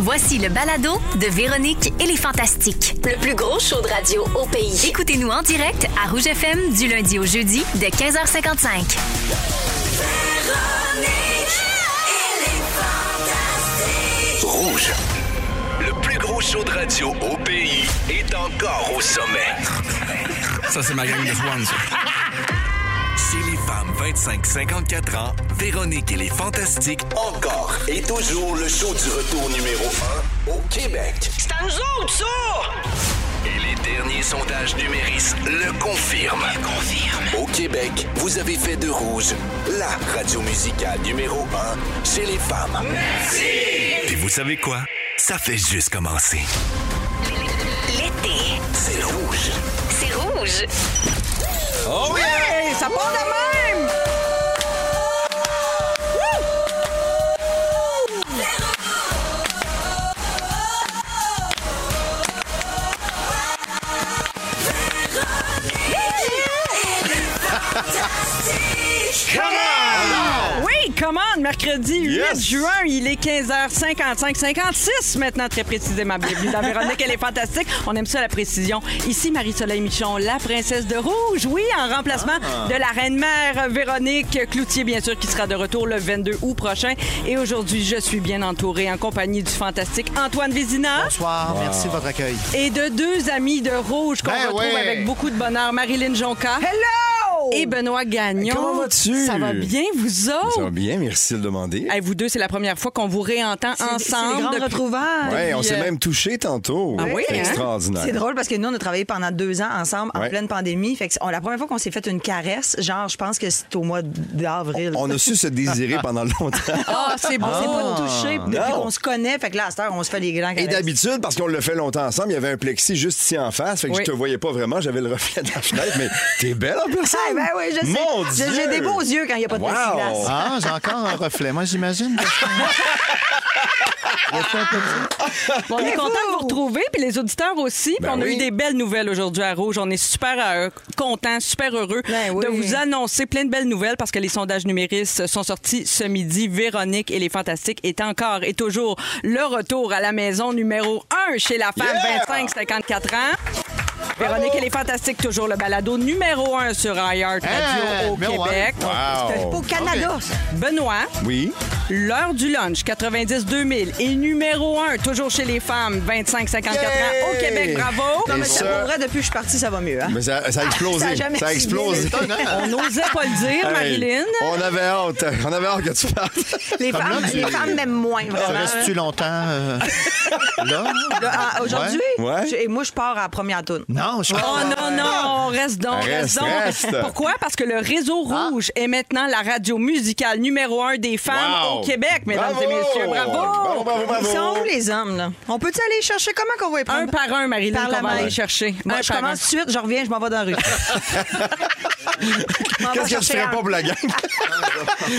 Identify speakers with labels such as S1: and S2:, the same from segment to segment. S1: Voici le balado de Véronique et les Fantastiques.
S2: Le plus gros show de radio au pays.
S1: Écoutez-nous en direct à Rouge FM du lundi au jeudi de 15h55.
S3: Rouge. Le plus gros show de radio au pays est encore au sommet.
S4: Ça, c'est ma gang de Swans.
S3: Chez les femmes 25-54 ans, Véronique et les Fantastiques, encore et toujours le show du retour numéro 1 au Québec. C'est à nous autres, ça! Et les derniers sondages numéris le confirment. confirme. Au Québec, vous avez fait de rouge la radio musicale numéro 1 chez les femmes. Merci! Et vous savez quoi? Ça fait juste commencer.
S2: L'été,
S3: C'est rouge.
S2: c'est rouge.
S4: Oh yeah!
S5: Hey, ça part de même! Oui, commande, mercredi 8
S6: Yes.
S5: juin, il est 15h55, 56 maintenant, très précisément. Bienvenue dans Véronique, elle est fantastique. On aime ça, la précision. Ici, Marie-Soleil Michon, la princesse de rouge, oui, en remplacement
S6: Ah.
S5: de la reine-mère Véronique Cloutier, bien sûr, qui sera de retour le 22 août prochain. Et aujourd'hui, je suis bien entourée en compagnie du fantastique Antoine Vézina
S7: Bonsoir, merci de votre accueil.
S5: et de deux amis de rouge qu'on
S7: Ben
S5: retrouve
S7: ouais.
S5: avec beaucoup de bonheur, Marilyn Jonca.
S6: Hello!
S5: Et Benoît Gagnon.
S6: Comment vas-tu?
S5: Ça va bien, vous autres?
S6: Ça va bien, merci de le demander.
S8: Ah,
S5: Hey, vous deux, c'est la première fois qu'on vous réentend ensemble.
S8: C'est des grandes
S5: depuis-
S8: retrouvailles.
S6: Ouais, on
S5: puis,
S6: s'est
S5: euh,
S6: même touché tantôt.
S5: Ah oui,
S6: C'est
S5: hein?
S6: extraordinaire.
S8: C'est drôle parce que nous, on a travaillé pendant deux ans ensemble en
S6: Ouais.
S8: pleine pandémie. Fait que c'est- on- la première fois qu'on s'est fait une caresse, genre, je pense que c'est au mois d'avril.
S6: On a su se désirer pendant longtemps.
S5: Ah, c'est beau.
S8: On s'est pas touché depuis
S6: Non.
S8: qu'on se connaît. Fait que là, à cette heure, on se fait les grands
S6: Et
S8: caresses.
S6: d'habitude, parce qu'on le fait longtemps ensemble, il y avait un plexi juste ici en face, fait que
S5: Oui.
S6: je te voyais pas vraiment, j'avais le reflet de la fenêtre, mais t'es belle en personne.
S8: Ah, ben oui, je sais.
S6: Mon
S8: J'ai-
S6: Dieu!
S8: J'ai des beaux yeux quand il n'y a pas de
S6: Wow!
S8: plexiglas.
S7: Ah, j'ai encore un reflet, moi j'imagine.
S5: Bon, on est content de vous retrouver, puis les auditeurs aussi. Puis
S6: Ben
S5: on a
S6: oui.
S5: eu des belles nouvelles aujourd'hui à Rouge. On est super euh, contents, super heureux
S8: Ben oui.
S5: de vous annoncer plein de belles nouvelles parce que les sondages numéristes sont sortis ce midi. Véronique et les Fantastiques est encore et toujours le retour à la maison numéro 1 chez la femme
S6: Yeah!
S5: 25-54 ans. Véronique, elle est fantastique, toujours le balado numéro 1 sur iHeart Radio
S7: Hey,
S5: au
S7: numéro un.
S5: Québec.
S6: Wow!
S8: Au Canada, ça.
S5: Benoît,
S6: Oui.
S5: L'heure du lunch, 90-2000. Et numéro 1, toujours chez les femmes, 25-54 ans au
S6: Yay!
S5: Québec. Bravo.
S6: Et
S8: Mais ça,
S6: ça-
S8: pour vrai, depuis que je suis partie, ça va mieux. hein.
S6: Mais ça, ça a explosé.
S8: Ça a jamais
S6: a
S8: fini.
S6: explosé.
S5: On n'osait pas le dire,
S6: Hey,
S5: Marilyn.
S6: On avait hâte. On avait hâte que tu partes.
S8: Les
S7: Comme
S8: femmes,
S7: là, tu-
S8: les femmes m'aiment Ah, moins,
S7: Ça
S8: vraiment.
S7: reste-tu longtemps euh, là?
S6: ah,
S8: Là, à- Aujourd'hui,
S6: Ouais.
S8: je- et moi, je pars à la première toune.
S7: Non, je
S5: Oh non, non, on reste donc,
S6: Reste,
S5: reste donc.
S6: reste. Ah.
S5: Pourquoi? Parce que le Réseau Rouge est maintenant la radio musicale numéro un des femmes
S6: Wow!
S5: au Québec, mesdames
S6: Bravo!
S5: et messieurs.
S6: Bravo,
S5: Bravo!
S6: bravo, bravo.
S8: Ils sont où, les hommes, là? On peut-tu aller chercher? Comment qu'on va y prendre?
S5: Un par un, Marilyn,
S8: Par la
S5: qu'on va
S8: main.
S5: aller chercher.
S8: Moi,
S5: Un
S8: je
S5: par
S8: commence tout de suite, je reviens, je m'en vais dans la rue. Je m'en vais
S6: Qu'est-ce que tu
S8: chercher
S6: ferais
S8: un.
S6: pas pour la gang?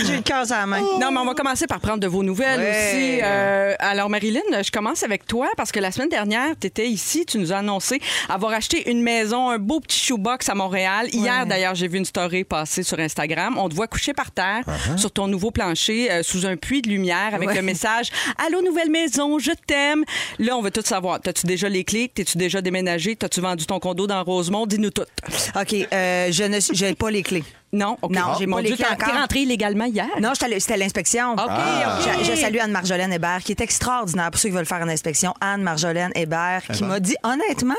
S8: J'ai le cœur à la main.
S6: Oh.
S5: Non, mais on va commencer par prendre de vos nouvelles
S8: Ouais.
S5: aussi. Euh, alors, Marilyn, je commence avec toi parce que la semaine dernière, tu étais ici, tu nous as annoncé avoir acheté une maison, un beau petit shoebox à Montréal. Hier, d'ailleurs, j'ai vu une story passer sur Instagram. On te voit couché par terre
S8: Uh-huh.
S5: sur ton nouveau plancher euh, sous un puits de lumière avec le message Allô, nouvelle maison, je t'aime. Là, on veut tout savoir. T'as-tu déjà les clés? T'es-tu déjà déménagé? T'as-tu vendu ton condo dans Rosemont? Dis-nous tout.
S8: OK, euh, je n'ai j'ai pas les clés.
S5: Non, OK.
S8: Non,
S5: j'ai
S8: pas
S5: mon
S8: les
S5: Dieu, t'es
S8: clés encore.
S5: t'es rentré illégalement hier.
S8: Non, j'étais allée- c'était à l'inspection.
S5: OK, Ah. OK.
S8: Je, je salue Anne-Marjolaine Hébert, qui est extraordinaire pour ceux qui veulent faire une inspection. Anne-Marjolaine Hébert, qui m'a dit, honnêtement,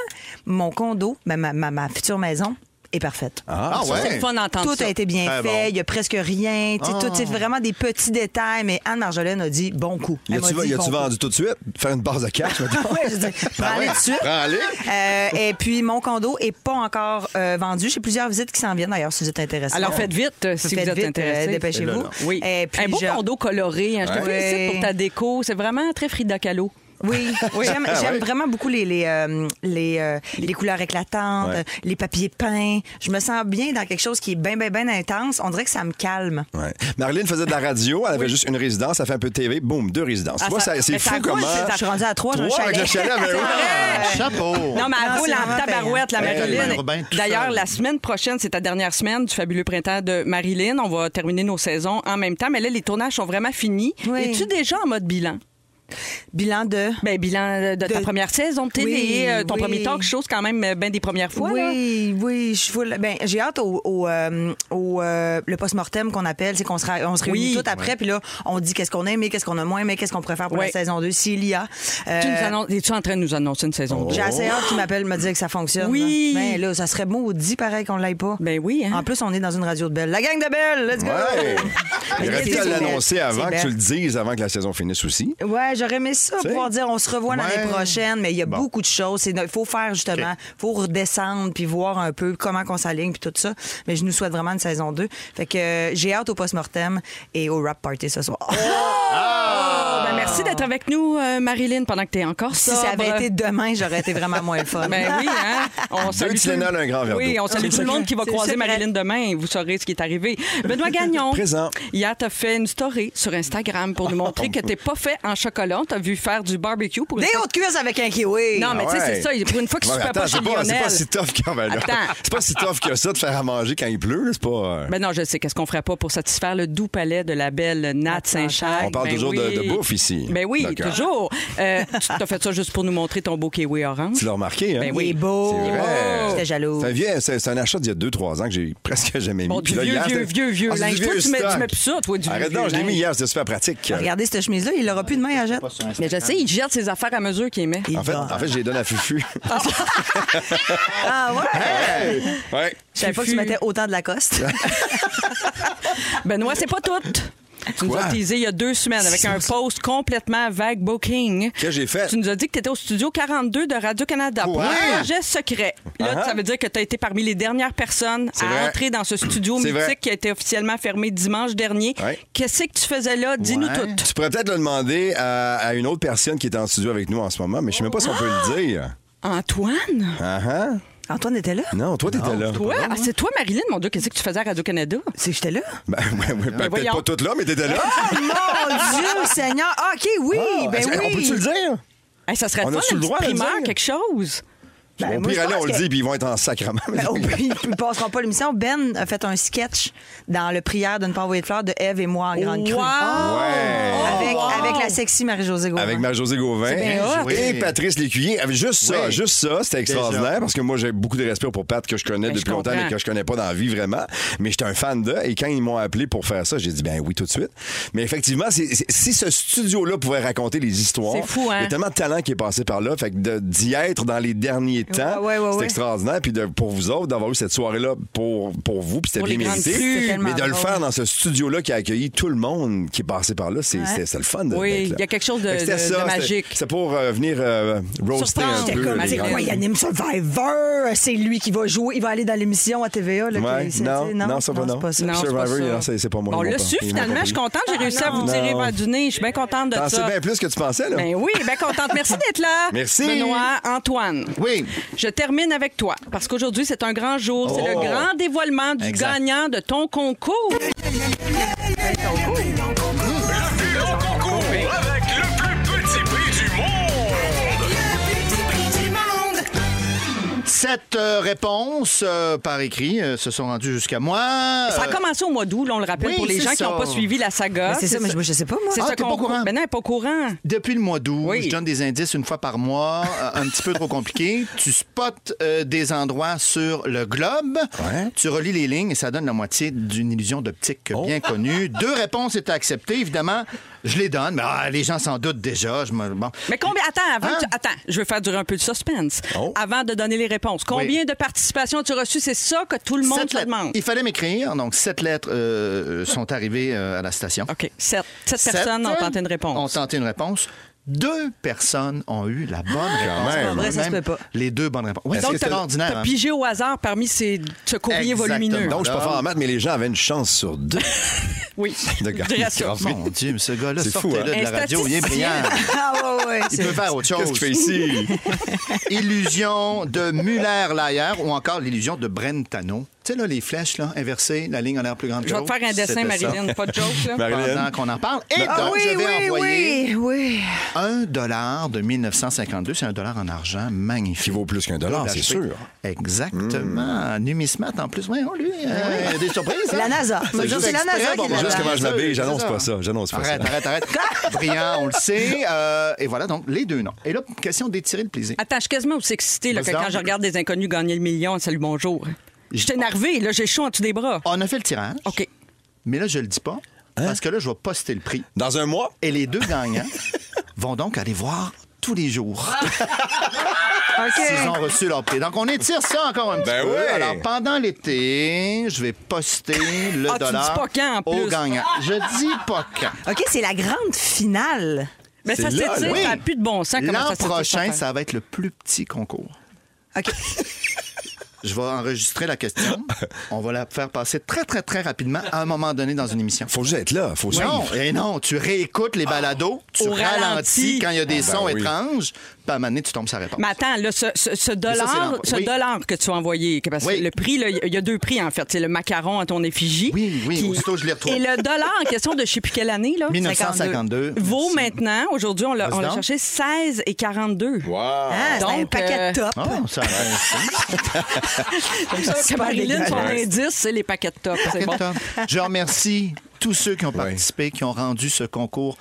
S8: mon condo, ben, ma, ma- ma future maison, est parfaite.
S6: Ah,
S7: ouais.
S5: C'est le fun d'entendre
S8: Tout
S5: ça.
S8: a été bien
S7: Très
S8: fait,
S7: bon.
S8: il y a presque rien. tu sais, Tout c'est vraiment des petits détails, mais Anne-Marjolaine a dit bon coup.
S6: Y
S8: Elle m'a
S6: a-tu
S8: dit,
S6: y
S8: bon
S6: a-tu
S8: coup.
S6: vendu tout de suite? Faire une base de cash, mettons?
S8: Ouais, je dis, prends-les tout de suite.
S6: Prends-les.
S8: Euh, et puis, mon condo est pas encore euh, vendu. J'ai plusieurs visites qui s'en viennent, d'ailleurs, si vous êtes intéressé.
S5: Alors faites vite euh, si
S8: Faites
S5: vous êtes
S8: vite, euh,
S5: intéressé.
S8: dépêchez-vous.
S5: Oui.
S8: Et puis,
S5: un beau
S8: je-
S5: condo coloré. hein. Je te
S8: Ouais.
S5: félicite pour ta déco. C'est vraiment très Frida Kahlo.
S8: Oui, Ah j'aime j'aime vraiment beaucoup les, les, euh, les, euh, les couleurs éclatantes,
S6: Ouais.
S8: les papiers peints. Je me sens bien dans quelque chose qui est bien, bien, bien intense. On dirait que ça me calme.
S6: Ouais. Marilyn faisait de la radio, elle avait juste une résidence, elle fait un peu de TV, boum, deux résidences. Tu vois,
S5: Ah, ça-
S6: ça-
S5: mais
S6: c'est
S5: ça
S6: fou
S5: roule,
S6: comment.
S5: c'est
S8: Je suis rendue à trois, j'ai un
S6: Trois avec le chalet, ben oui.
S7: Chapeau!
S5: Non, mais elle
S8: Non,
S5: roule
S8: c'est
S5: en
S8: vraiment
S5: tabarouette, la
S7: payant.
S5: Marilyn.
S7: Hey, Urbain, tout
S5: D'ailleurs,
S7: seul.
S5: la semaine prochaine, c'est ta dernière semaine du fabuleux printemps de Marilyn. On va terminer nos saisons en même temps. Mais là, les tournages sont vraiment finis.
S8: Oui.
S5: Es-tu déjà en mode bilan?
S8: Bilan de.
S5: Ben, bilan de, ta
S8: De-
S5: première saison de télé,
S8: Oui,
S5: euh, ton
S8: oui.
S5: premier talk show, c'est quand même euh, ben des premières fois. là.
S8: Oui, oui, je suis full- Ben, j'ai hâte au, au, euh, au, euh, le post-mortem qu'on appelle, c'est qu'on se, ra- on se réunit
S5: Oui.
S8: tout après, puis là, on dit qu'est-ce qu'on a aimé, qu'est-ce qu'on a moins aimé, qu'est-ce qu'on préfère pour
S5: Ouais.
S8: la saison 2, s'il y a. Euh, Oh.
S5: Tu nous annonces- es-tu en train de nous annoncer une saison 2?
S8: J'ai assez hâte qu'il m'appelle me dire que ça fonctionne.
S5: Oh. Oui.
S8: là. Ben là, ça serait maudit pareil qu'on l'aille pas.
S5: Ben oui, hein.
S8: En plus, on est dans une radio de belle. La gang de belle, let's go!
S6: Ouais. Il aurait
S8: Mais
S6: pu
S8: c'est
S6: l'annoncer
S8: belle,
S6: avant
S8: c'est
S6: que tu
S8: belle.
S6: le dises, avant que la saison finisse aussi.
S8: Ouais, j'aurais aimé ça,
S6: sais?
S8: pouvoir dire on se revoit l'année
S7: Ouais.
S8: prochaine, mais il y a
S7: Bon.
S8: beaucoup de choses. Il faut faire justement, il faut redescendre puis voir un peu comment qu'on s'aligne puis tout ça. Mais je nous souhaite vraiment une saison 2. Fait que euh, j'ai hâte au post-mortem et au rap party ce
S5: Oh,
S8: soir.
S5: Ben, merci d'être avec nous, euh, Marilyn, pendant que tu es encore
S8: si
S5: sobre.
S8: ça avait été demain, j'aurais été vraiment moins fun.
S5: Ben oui, hein? On salue tout-
S6: Tylenol, un grand verre
S5: Oui,
S6: d'eau.
S5: on salue tout le monde qui va croiser Marilyn demain. Vous saurez ce qui est arrivé. Benoît Gagnon.
S6: Présent.
S5: Hier, t'as fait une story sur Instagram pour nous montrer que t'es pas fait en chocolat. T'as vu faire du barbecue pour... une
S8: Des
S5: fois-
S8: hauts de cuisse avec un kiwi.
S5: Non, mais tu sais, c'est ça. Pour une fois qu'il
S6: Ah Ouais,
S5: se fait
S6: attends,
S5: pas chez
S6: c'est pas, c'est pas
S5: Lionel.
S6: si tough quand même. là.
S5: Attends.
S6: C'est pas si tough que ça de faire à manger quand il pleut. C'est pas. euh,
S5: Ben non, je sais. Qu'est-ce qu'on ferait pas pour satisfaire le doux palais de la belle Nat Saint-Charles?
S6: On parle
S5: Ben
S6: toujours de-
S5: oui.
S6: de bouffe ici.
S5: Ben oui,
S6: D'accord.
S5: toujours. Euh, tu t'as fait ça juste pour nous montrer ton beau kiwi orange.
S6: Tu l'as remarqué, hein?
S5: Ben
S8: Il
S5: oui.
S8: est beau. Oh.
S6: C'est
S5: Oh!
S6: vrai.
S8: J'étais jaloux.
S6: C'est un, vieux- c'est- c'est un achat d'il y a 2-3 ans que j'ai presque jamais mis.
S5: Bon, du
S6: Puis là,
S5: vieux,
S6: hier,
S5: vieux,
S6: c'était-
S5: vieux, vieux
S6: Ah, c'est
S5: linge.
S6: du
S5: Toi, tu mets-
S6: stock.
S5: tu mets plus ça, toi, du
S6: Arrête
S5: vieux hein.
S6: non, je l'ai
S5: linge.
S6: mis hier, c'était super pratique.
S8: Regardez cette chemise-là, il l'aura plus demain à jette.
S5: Mais je sais, il gère ses affaires à mesure qu'il met.
S6: En fait, en fait, je les donne à Fufu.
S8: Ah ouais?
S6: Hey! Ouais.
S8: Je savais pas que tu
S5: Fufu.
S8: mettais autant de la coste.
S5: Benoît, c'est pas tout. Tu nous
S6: Quoi?
S5: as teasé il y a deux semaines avec un post complètement vague booking.
S6: Que j'ai fait?
S5: Tu nous as dit que tu étais au studio 42 de Radio-Canada pour
S6: Ouais.
S5: un projet secret. Là,
S6: Uh-huh.
S5: ça veut dire que tu as été parmi les dernières personnes à
S6: vrai.
S5: entrer dans ce studio
S6: C'est
S5: mythique
S6: vrai.
S5: qui a été officiellement fermé dimanche dernier.
S6: Ouais.
S5: Qu'est-ce que tu faisais là? Dis-nous
S7: Ouais.
S5: tout.
S6: Tu pourrais peut-être le demander à, à une autre personne qui est en studio avec nous en ce moment, mais je sais même pas si on peut le dire.
S5: Antoine?
S6: Ah ah.
S8: Antoine était là?
S6: Non, toi, t'étais là.
S5: Toi? Ah, c'est toi, Marilyn, mon Dieu, qu'est-ce que tu faisais à Radio-Canada?
S8: C'est que j'étais là? Ah,
S6: Ben, ouais, ouais, ben,
S5: voyons.
S6: peut-être pas toute là, mais t'étais là.
S8: Mon Dieu, Seigneur! Ah, OK, oui,
S6: Ah,
S8: ben
S6: est-ce-
S8: oui.
S6: On peut-tu le dire?
S5: Hey, ça serait
S6: On
S5: le fun,
S6: a-tu
S5: une
S6: le droit
S5: petite
S6: de le
S5: primeur,
S6: dire?
S5: quelque chose.
S8: Ben,
S6: au
S8: moi,
S6: pire,
S8: je
S6: allez,
S8: pense
S6: on le
S8: que-
S6: dit, puis ils vont être en sacrement.
S8: Ben, oh, ben, ils ne passeront pas l'émission. Ben a fait un sketch dans le prière de ne pas envoyer de fleurs de Eve et moi en grande crue.
S5: Wow!
S6: Ouais.
S8: Avec, avec la sexy Marie-Josée Gauvin.
S6: Avec Marie-Josée Gauvin
S8: bien
S7: hot.
S6: et Patrice Lécuyer. Avec Juste ça,
S7: Oui.
S6: juste ça, c'était extraordinaire
S7: Déjà.
S6: parce que moi, j'ai beaucoup de respect pour Pat que je connais
S5: Ben, je
S6: depuis longtemps,
S5: comprends.
S6: mais que je connais pas dans la vie vraiment. Mais j'étais un fan d'eux et quand ils m'ont appelé pour faire ça, j'ai dit ben oui tout de suite. Mais effectivement, c'est- c'est- si ce studio-là pouvait raconter les histoires,
S5: C'est fou, hein?
S6: il y a tellement de talent qui est passé par là. Fait que de- d'y être dans les derniers temps,
S8: ouais, ouais,
S6: c'est
S8: ouais.
S6: extraordinaire. Puis de- pour vous autres, d'avoir eu cette soirée-là pour, pour vous, puis
S5: Pour
S6: c'était
S5: les
S6: bien
S5: grandes
S6: mérité.
S5: crues, c'est
S8: tellement
S6: Mais de le
S8: drôle.
S6: faire dans ce studio-là qui a accueilli tout le monde qui est passé par là, c'est c'est- c'est le fun. de-
S5: Oui,
S6: d'être là.
S5: il y a quelque chose de-
S6: Fait que c'était
S5: de-
S6: ça,
S5: de
S6: c'était-
S5: magique.
S6: c'est pour euh, venir euh, roaster
S5: Surprendre.
S6: un
S8: J'étais
S6: peu.
S8: comme,
S6: les
S8: c'est
S6: grands.
S8: quoi, il anime Survivor? C'est lui qui va jouer, il va aller dans l'émission à TVA. Là,
S6: Ouais,
S8: qui- c'est-
S6: non,
S8: c'est-
S6: non, ça va, non.
S8: c'est pas ça.
S5: Non, c'est pas
S6: Survivor,
S5: ça.
S6: non, c'est- c'est pas moi,
S5: On
S6: ils m'ont
S5: l'a
S6: pas-
S5: su
S6: ils m'ont
S5: finalement.
S6: pas
S5: Je suis
S6: pris.
S5: contente. J'ai réussi à vous tirer
S6: Non.
S5: vers du nez. Je suis bien contente de
S6: T'en sais
S5: ça.
S6: bien plus que tu pensais, là.
S5: Ben oui, bien contente. Merci d'être là.
S6: Merci.
S5: Benoît, Antoine.
S7: Oui.
S5: Je termine avec toi parce qu'aujourd'hui, c'est un grand jour. C'est le
S7: Oh.
S5: grand dévoilement du
S7: Exact.
S5: gagnant de ton concours.
S4: Le plus long concours avec le plus petit prix du monde.
S7: 7 réponses euh, par écrit euh, se sont rendues jusqu'à moi.
S5: Ça a
S7: Euh,
S5: commencé au mois d'août, là, on le rappelle,
S7: oui,
S5: pour les
S7: c'est
S5: gens qui
S7: ça.
S5: n'ont pas suivi la saga.
S8: Mais c'est ça, mais je- je sais pas, moi.
S5: Ah, C'est
S7: Ah,
S5: ça
S7: t'es pas au
S5: concours.
S7: courant?
S5: Ben non, elle est pas au courant.
S7: Depuis le mois d'août,
S5: Oui.
S7: je donne des indices une fois par mois, euh, un petit peu trop compliqué. Tu spots euh, des endroits sur le globe,
S6: Ouais.
S7: tu relis les lignes et ça donne la moitié d'une illusion d'optique
S5: Oh.
S7: bien connue. Deux réponses étaient acceptées, évidemment. Je les donne, mais ah, les gens s'en doutent déjà. Je me... bon.
S5: Mais combien. Attends, avant
S7: Hein?
S5: que tu- attends, je veux faire durer un peu de suspense.
S6: Oh.
S5: Avant de donner les réponses. Combien de participations as-tu reçu? C'est ça que tout le monde
S7: Sept
S5: te
S7: lettres.
S5: demande.
S7: Il fallait m'écrire, donc sept lettres euh, euh, sont arrivées euh, à la station.
S5: OK. Sept, sept
S7: Sept
S5: personnes ont tenté une
S7: Ont
S5: réponse.
S7: tenté une réponse. Deux personnes ont eu la bonne
S5: Ah,
S7: réponse.
S6: même. C'est pas
S8: vrai, ça se
S7: Même
S8: peut pas.
S7: Les deux bonnes réponses. Oui,
S6: Est-ce
S7: c'est
S6: que c'est-
S7: extraordinaire.
S5: T'as
S7: hein.
S5: pigé au hasard parmi ces, ce courrier
S7: Exactement.
S5: volumineux.
S6: Donc, je suis pas fort en maths, mais les gens avaient une chance sur deux.
S5: oui.
S6: de
S5: Je dirais ça.
S6: grave.
S7: Mon Dieu, mais ce gars-là,
S6: C'est fou,
S7: sortez-le
S6: hein?
S7: de la
S5: Un
S7: radio, il est
S5: statisticien.
S7: brillant.
S8: Ah ouais, ouais.
S7: Il
S8: c'est-
S7: peut faire autre
S6: Qu'est-ce qu'il
S7: chose.
S6: fait ici?
S7: Illusion de Muller-Lyer ou encore l'illusion de Brentano. Tu sais, là, les flèches là, inversées, la ligne en l'air plus grande que
S5: Je vais te faire un dessin,
S7: c'était ça.
S5: Marilyn. Pas de joke, là.
S7: Pendant
S6: Marilyn.
S7: qu'on en parle. Et
S8: Ah
S7: donc,
S8: oui,
S7: je vais
S8: oui, oui,
S7: envoyer
S8: oui.
S7: un dollar de 1952, c'est un dollar en argent magnifique.
S6: Qui vaut plus qu'un dollar, Ah
S7: Là,
S6: c'est
S7: d'acheter.
S6: sûr.
S7: Exactement. Numismat en plus. Oui, on lui, euh, il y a des surprises. hein.
S8: La NASA.
S7: C'est
S8: Faut dire,
S7: juste
S8: c'est la
S7: exprès,
S8: NASA qui
S7: bon, ben,
S8: l'a
S7: juste
S8: fait.
S7: comment je m'habille,
S6: C'est
S7: j'annonce
S6: ça.
S7: pas ça, j'annonce pas ça.
S6: Arrête,
S7: Arrête, arrête, arrête. Brillant, on le sait. Euh, et voilà, donc, les deux noms. Et là, question d'étirer le plaisir.
S5: Attends, je suis quasiment aussi excitée là, que
S7: Bizarre.
S5: quand je regarde des inconnus gagner le million. Salut, bonjour. Je suis énervée, là, j'ai chaud en dessous des bras.
S7: On a fait le tirage.
S5: OK.
S7: Mais là, je le dis pas, parce que là, je vais poster le prix.
S6: Dans un mois,
S7: Et les deux gagnants vont donc aller voir tous les jours.
S5: Ah,
S7: S'ils ont reçu leur prix. Donc, on étire ça encore un petit
S6: Ben
S7: peu.
S6: oui.
S7: Alors, pendant l'été, je vais poster le
S5: Ah, tu
S7: dollar
S5: dis pas quand, en
S7: aux
S5: plus.
S7: gagnants. Je dis pas quand.
S8: OK, c'est la grande finale.
S5: Mais ça
S6: là,
S5: s'étire,
S7: Oui.
S5: ça n'a plus de bon sens. comment
S7: L'an
S5: ça s'étire,
S7: prochain,
S5: cette
S7: ça va être le plus petit concours.
S8: OK.
S7: Je vais enregistrer la question. On va la faire passer très, très, très rapidement à un moment donné dans une émission.
S6: faut juste être là, faut
S7: Non,
S6: suivre.
S7: et non, tu réécoutes les balados, tu
S5: Ah, Au
S7: ralentis
S5: ralenti.
S7: quand il y a des
S6: Ah, ben
S7: sons
S6: oui.
S7: étranges, puis à un moment donné, tu tombes sa réponse.
S5: Mais attends, là, ce, ce- ce dollar,
S7: l'envoi.
S5: ce
S7: Oui.
S5: dollar que tu as envoyé, que- parce que
S7: Oui.
S5: le prix, là, il y a deux prix en fait. C'est le macaron à ton effigie.
S7: Oui, oui, aussitôt, je l'ai retrouvé.
S5: Et le dollar en question de je sais plus quelle année, là,
S7: 1952.
S5: vaut
S7: Merci.
S5: maintenant, aujourd'hui, on l'a on l'a
S7: Vas-y donc.
S5: cherché 16 et 42.
S7: Ah.
S6: Wow.
S8: Hein, c'est un
S5: Donc, euh,
S8: paquet de top.
S7: Oh, ça va.
S5: C'est Marilyn, son
S8: dégueulasse.
S5: indice, c'est les paquets de top. C'est bon.
S7: Tom. Je remercie tous ceux qui ont participé, qui ont rendu ce concours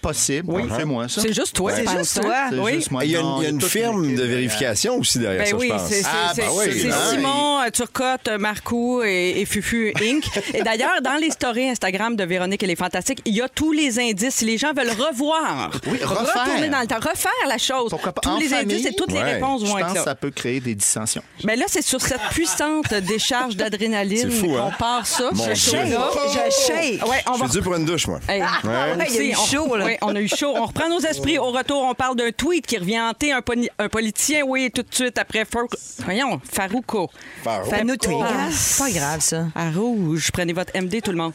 S7: possible. C'est moi, ça.
S5: C'est juste toi,
S8: C'est
S5: je pense,
S8: juste
S5: hein?
S8: toi.
S7: C'est
S5: Oui.
S7: juste moi.
S6: Et Il y a
S7: Non,
S6: une, il y a une
S7: toute
S6: firme
S7: l'équipe
S6: de
S7: derrière.
S6: vérification aussi derrière
S5: Ben
S6: ça,
S5: oui,
S6: je pense.
S5: c'est c'est-
S7: Ah, ben
S5: c'est-
S7: oui,
S5: c'est
S7: ben
S5: Simon euh, Turcotte, euh, Marcoux et, et Fufu Inc. et d'ailleurs, dans les stories Instagram de Véronique et les Fantastiques, il y a tous les indices. Si les gens veulent revoir,
S7: Oui, refaire.
S5: retourner dans le temps, refaire la chose,
S7: Pourquoi pas
S5: tous
S7: en
S5: les
S7: famille?
S5: indices et toutes les
S6: Ouais.
S5: réponses
S7: Je
S5: vont
S7: pense
S5: être
S7: que
S5: là.
S7: ça peut créer des dissensions.
S5: Mais là, c'est sur cette puissante décharge d'adrénaline
S6: C'est fou, hein?
S5: qu'on part ça.
S6: Mon
S5: ce
S6: Dieu.
S8: Shake,
S5: show-là.
S8: je shake.
S5: Ouais, on
S6: Je
S5: va Ah.
S6: suis dû pour une douche, moi.
S5: Hey.
S8: ouais, il y a
S5: Aussi,
S8: eu
S5: on-
S8: chaud, là.
S5: ouais, on a eu chaud. On reprend nos esprits. Au retour, on parle d'un tweet qui revient hanter un, poli- un politicien. Oui, tout de suite après. Far- Voyons, Farouko.
S6: Farouko.
S8: Fais-nous tweet.
S5: Ah.
S8: C'est pas grave, ça.
S5: À rouge, prenez votre MD, tout le monde.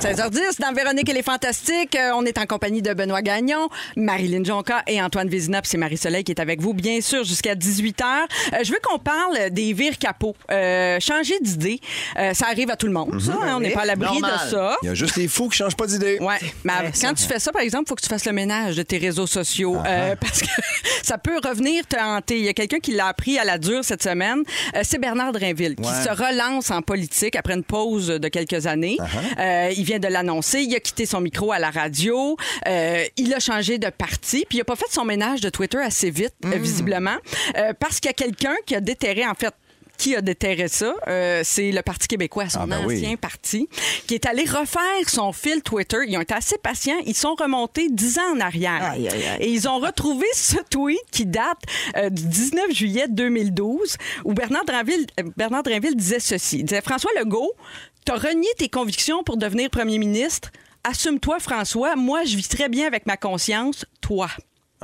S5: 16h10, dans Véronique et les Fantastiques, euh, on est en compagnie de Benoît Gagnon, Marilyn Jonca et Antoine Vézina. Puis c'est Marie-Soleil qui est avec vous, bien sûr, jusqu'à 18h. Euh, je veux qu'on parle des vires capots. Euh, changer d'idée, euh, ça arrive à tout le monde, ça, hein, on n'est pas à l'abri
S7: Normal.
S5: de ça.
S6: Il y a juste les fous qui changent pas d'idée.
S5: Ouais, mais quand tu fais ça, par exemple, il faut que tu fasses le ménage de tes réseaux sociaux euh, parce que ça peut revenir te hanter. Il y a quelqu'un qui l'a appris à la dure cette semaine. Euh, c'est Bernard Drinville qui
S7: Ouais.
S5: se relance en politique après une pause de quelques années. Euh, il vient de l'annoncer. Il a quitté son micro à la radio. Euh, il a changé de parti. Puis il a pas fait son ménage de Twitter assez vite, euh, visiblement, euh, parce qu'il y a quelqu'un qui a déterré, en fait, qui a déterré ça, Euh, c'est le Parti québécois, son
S6: Ah, ben oui.
S5: ancien parti, qui est allé refaire son fil Twitter. Ils ont été assez patients. Ils sont remontés 10 ans en arrière.
S8: Aïe, aïe, aïe.
S5: Et ils ont retrouvé ce tweet qui date euh, du 19 juillet 2012, où Bernard Drinville, euh, Bernard Drinville disait ceci. Il disait, François Legault, t'as renié tes convictions pour devenir premier ministre. Assume-toi, François. Moi, je vis très bien avec ma conscience. Toi.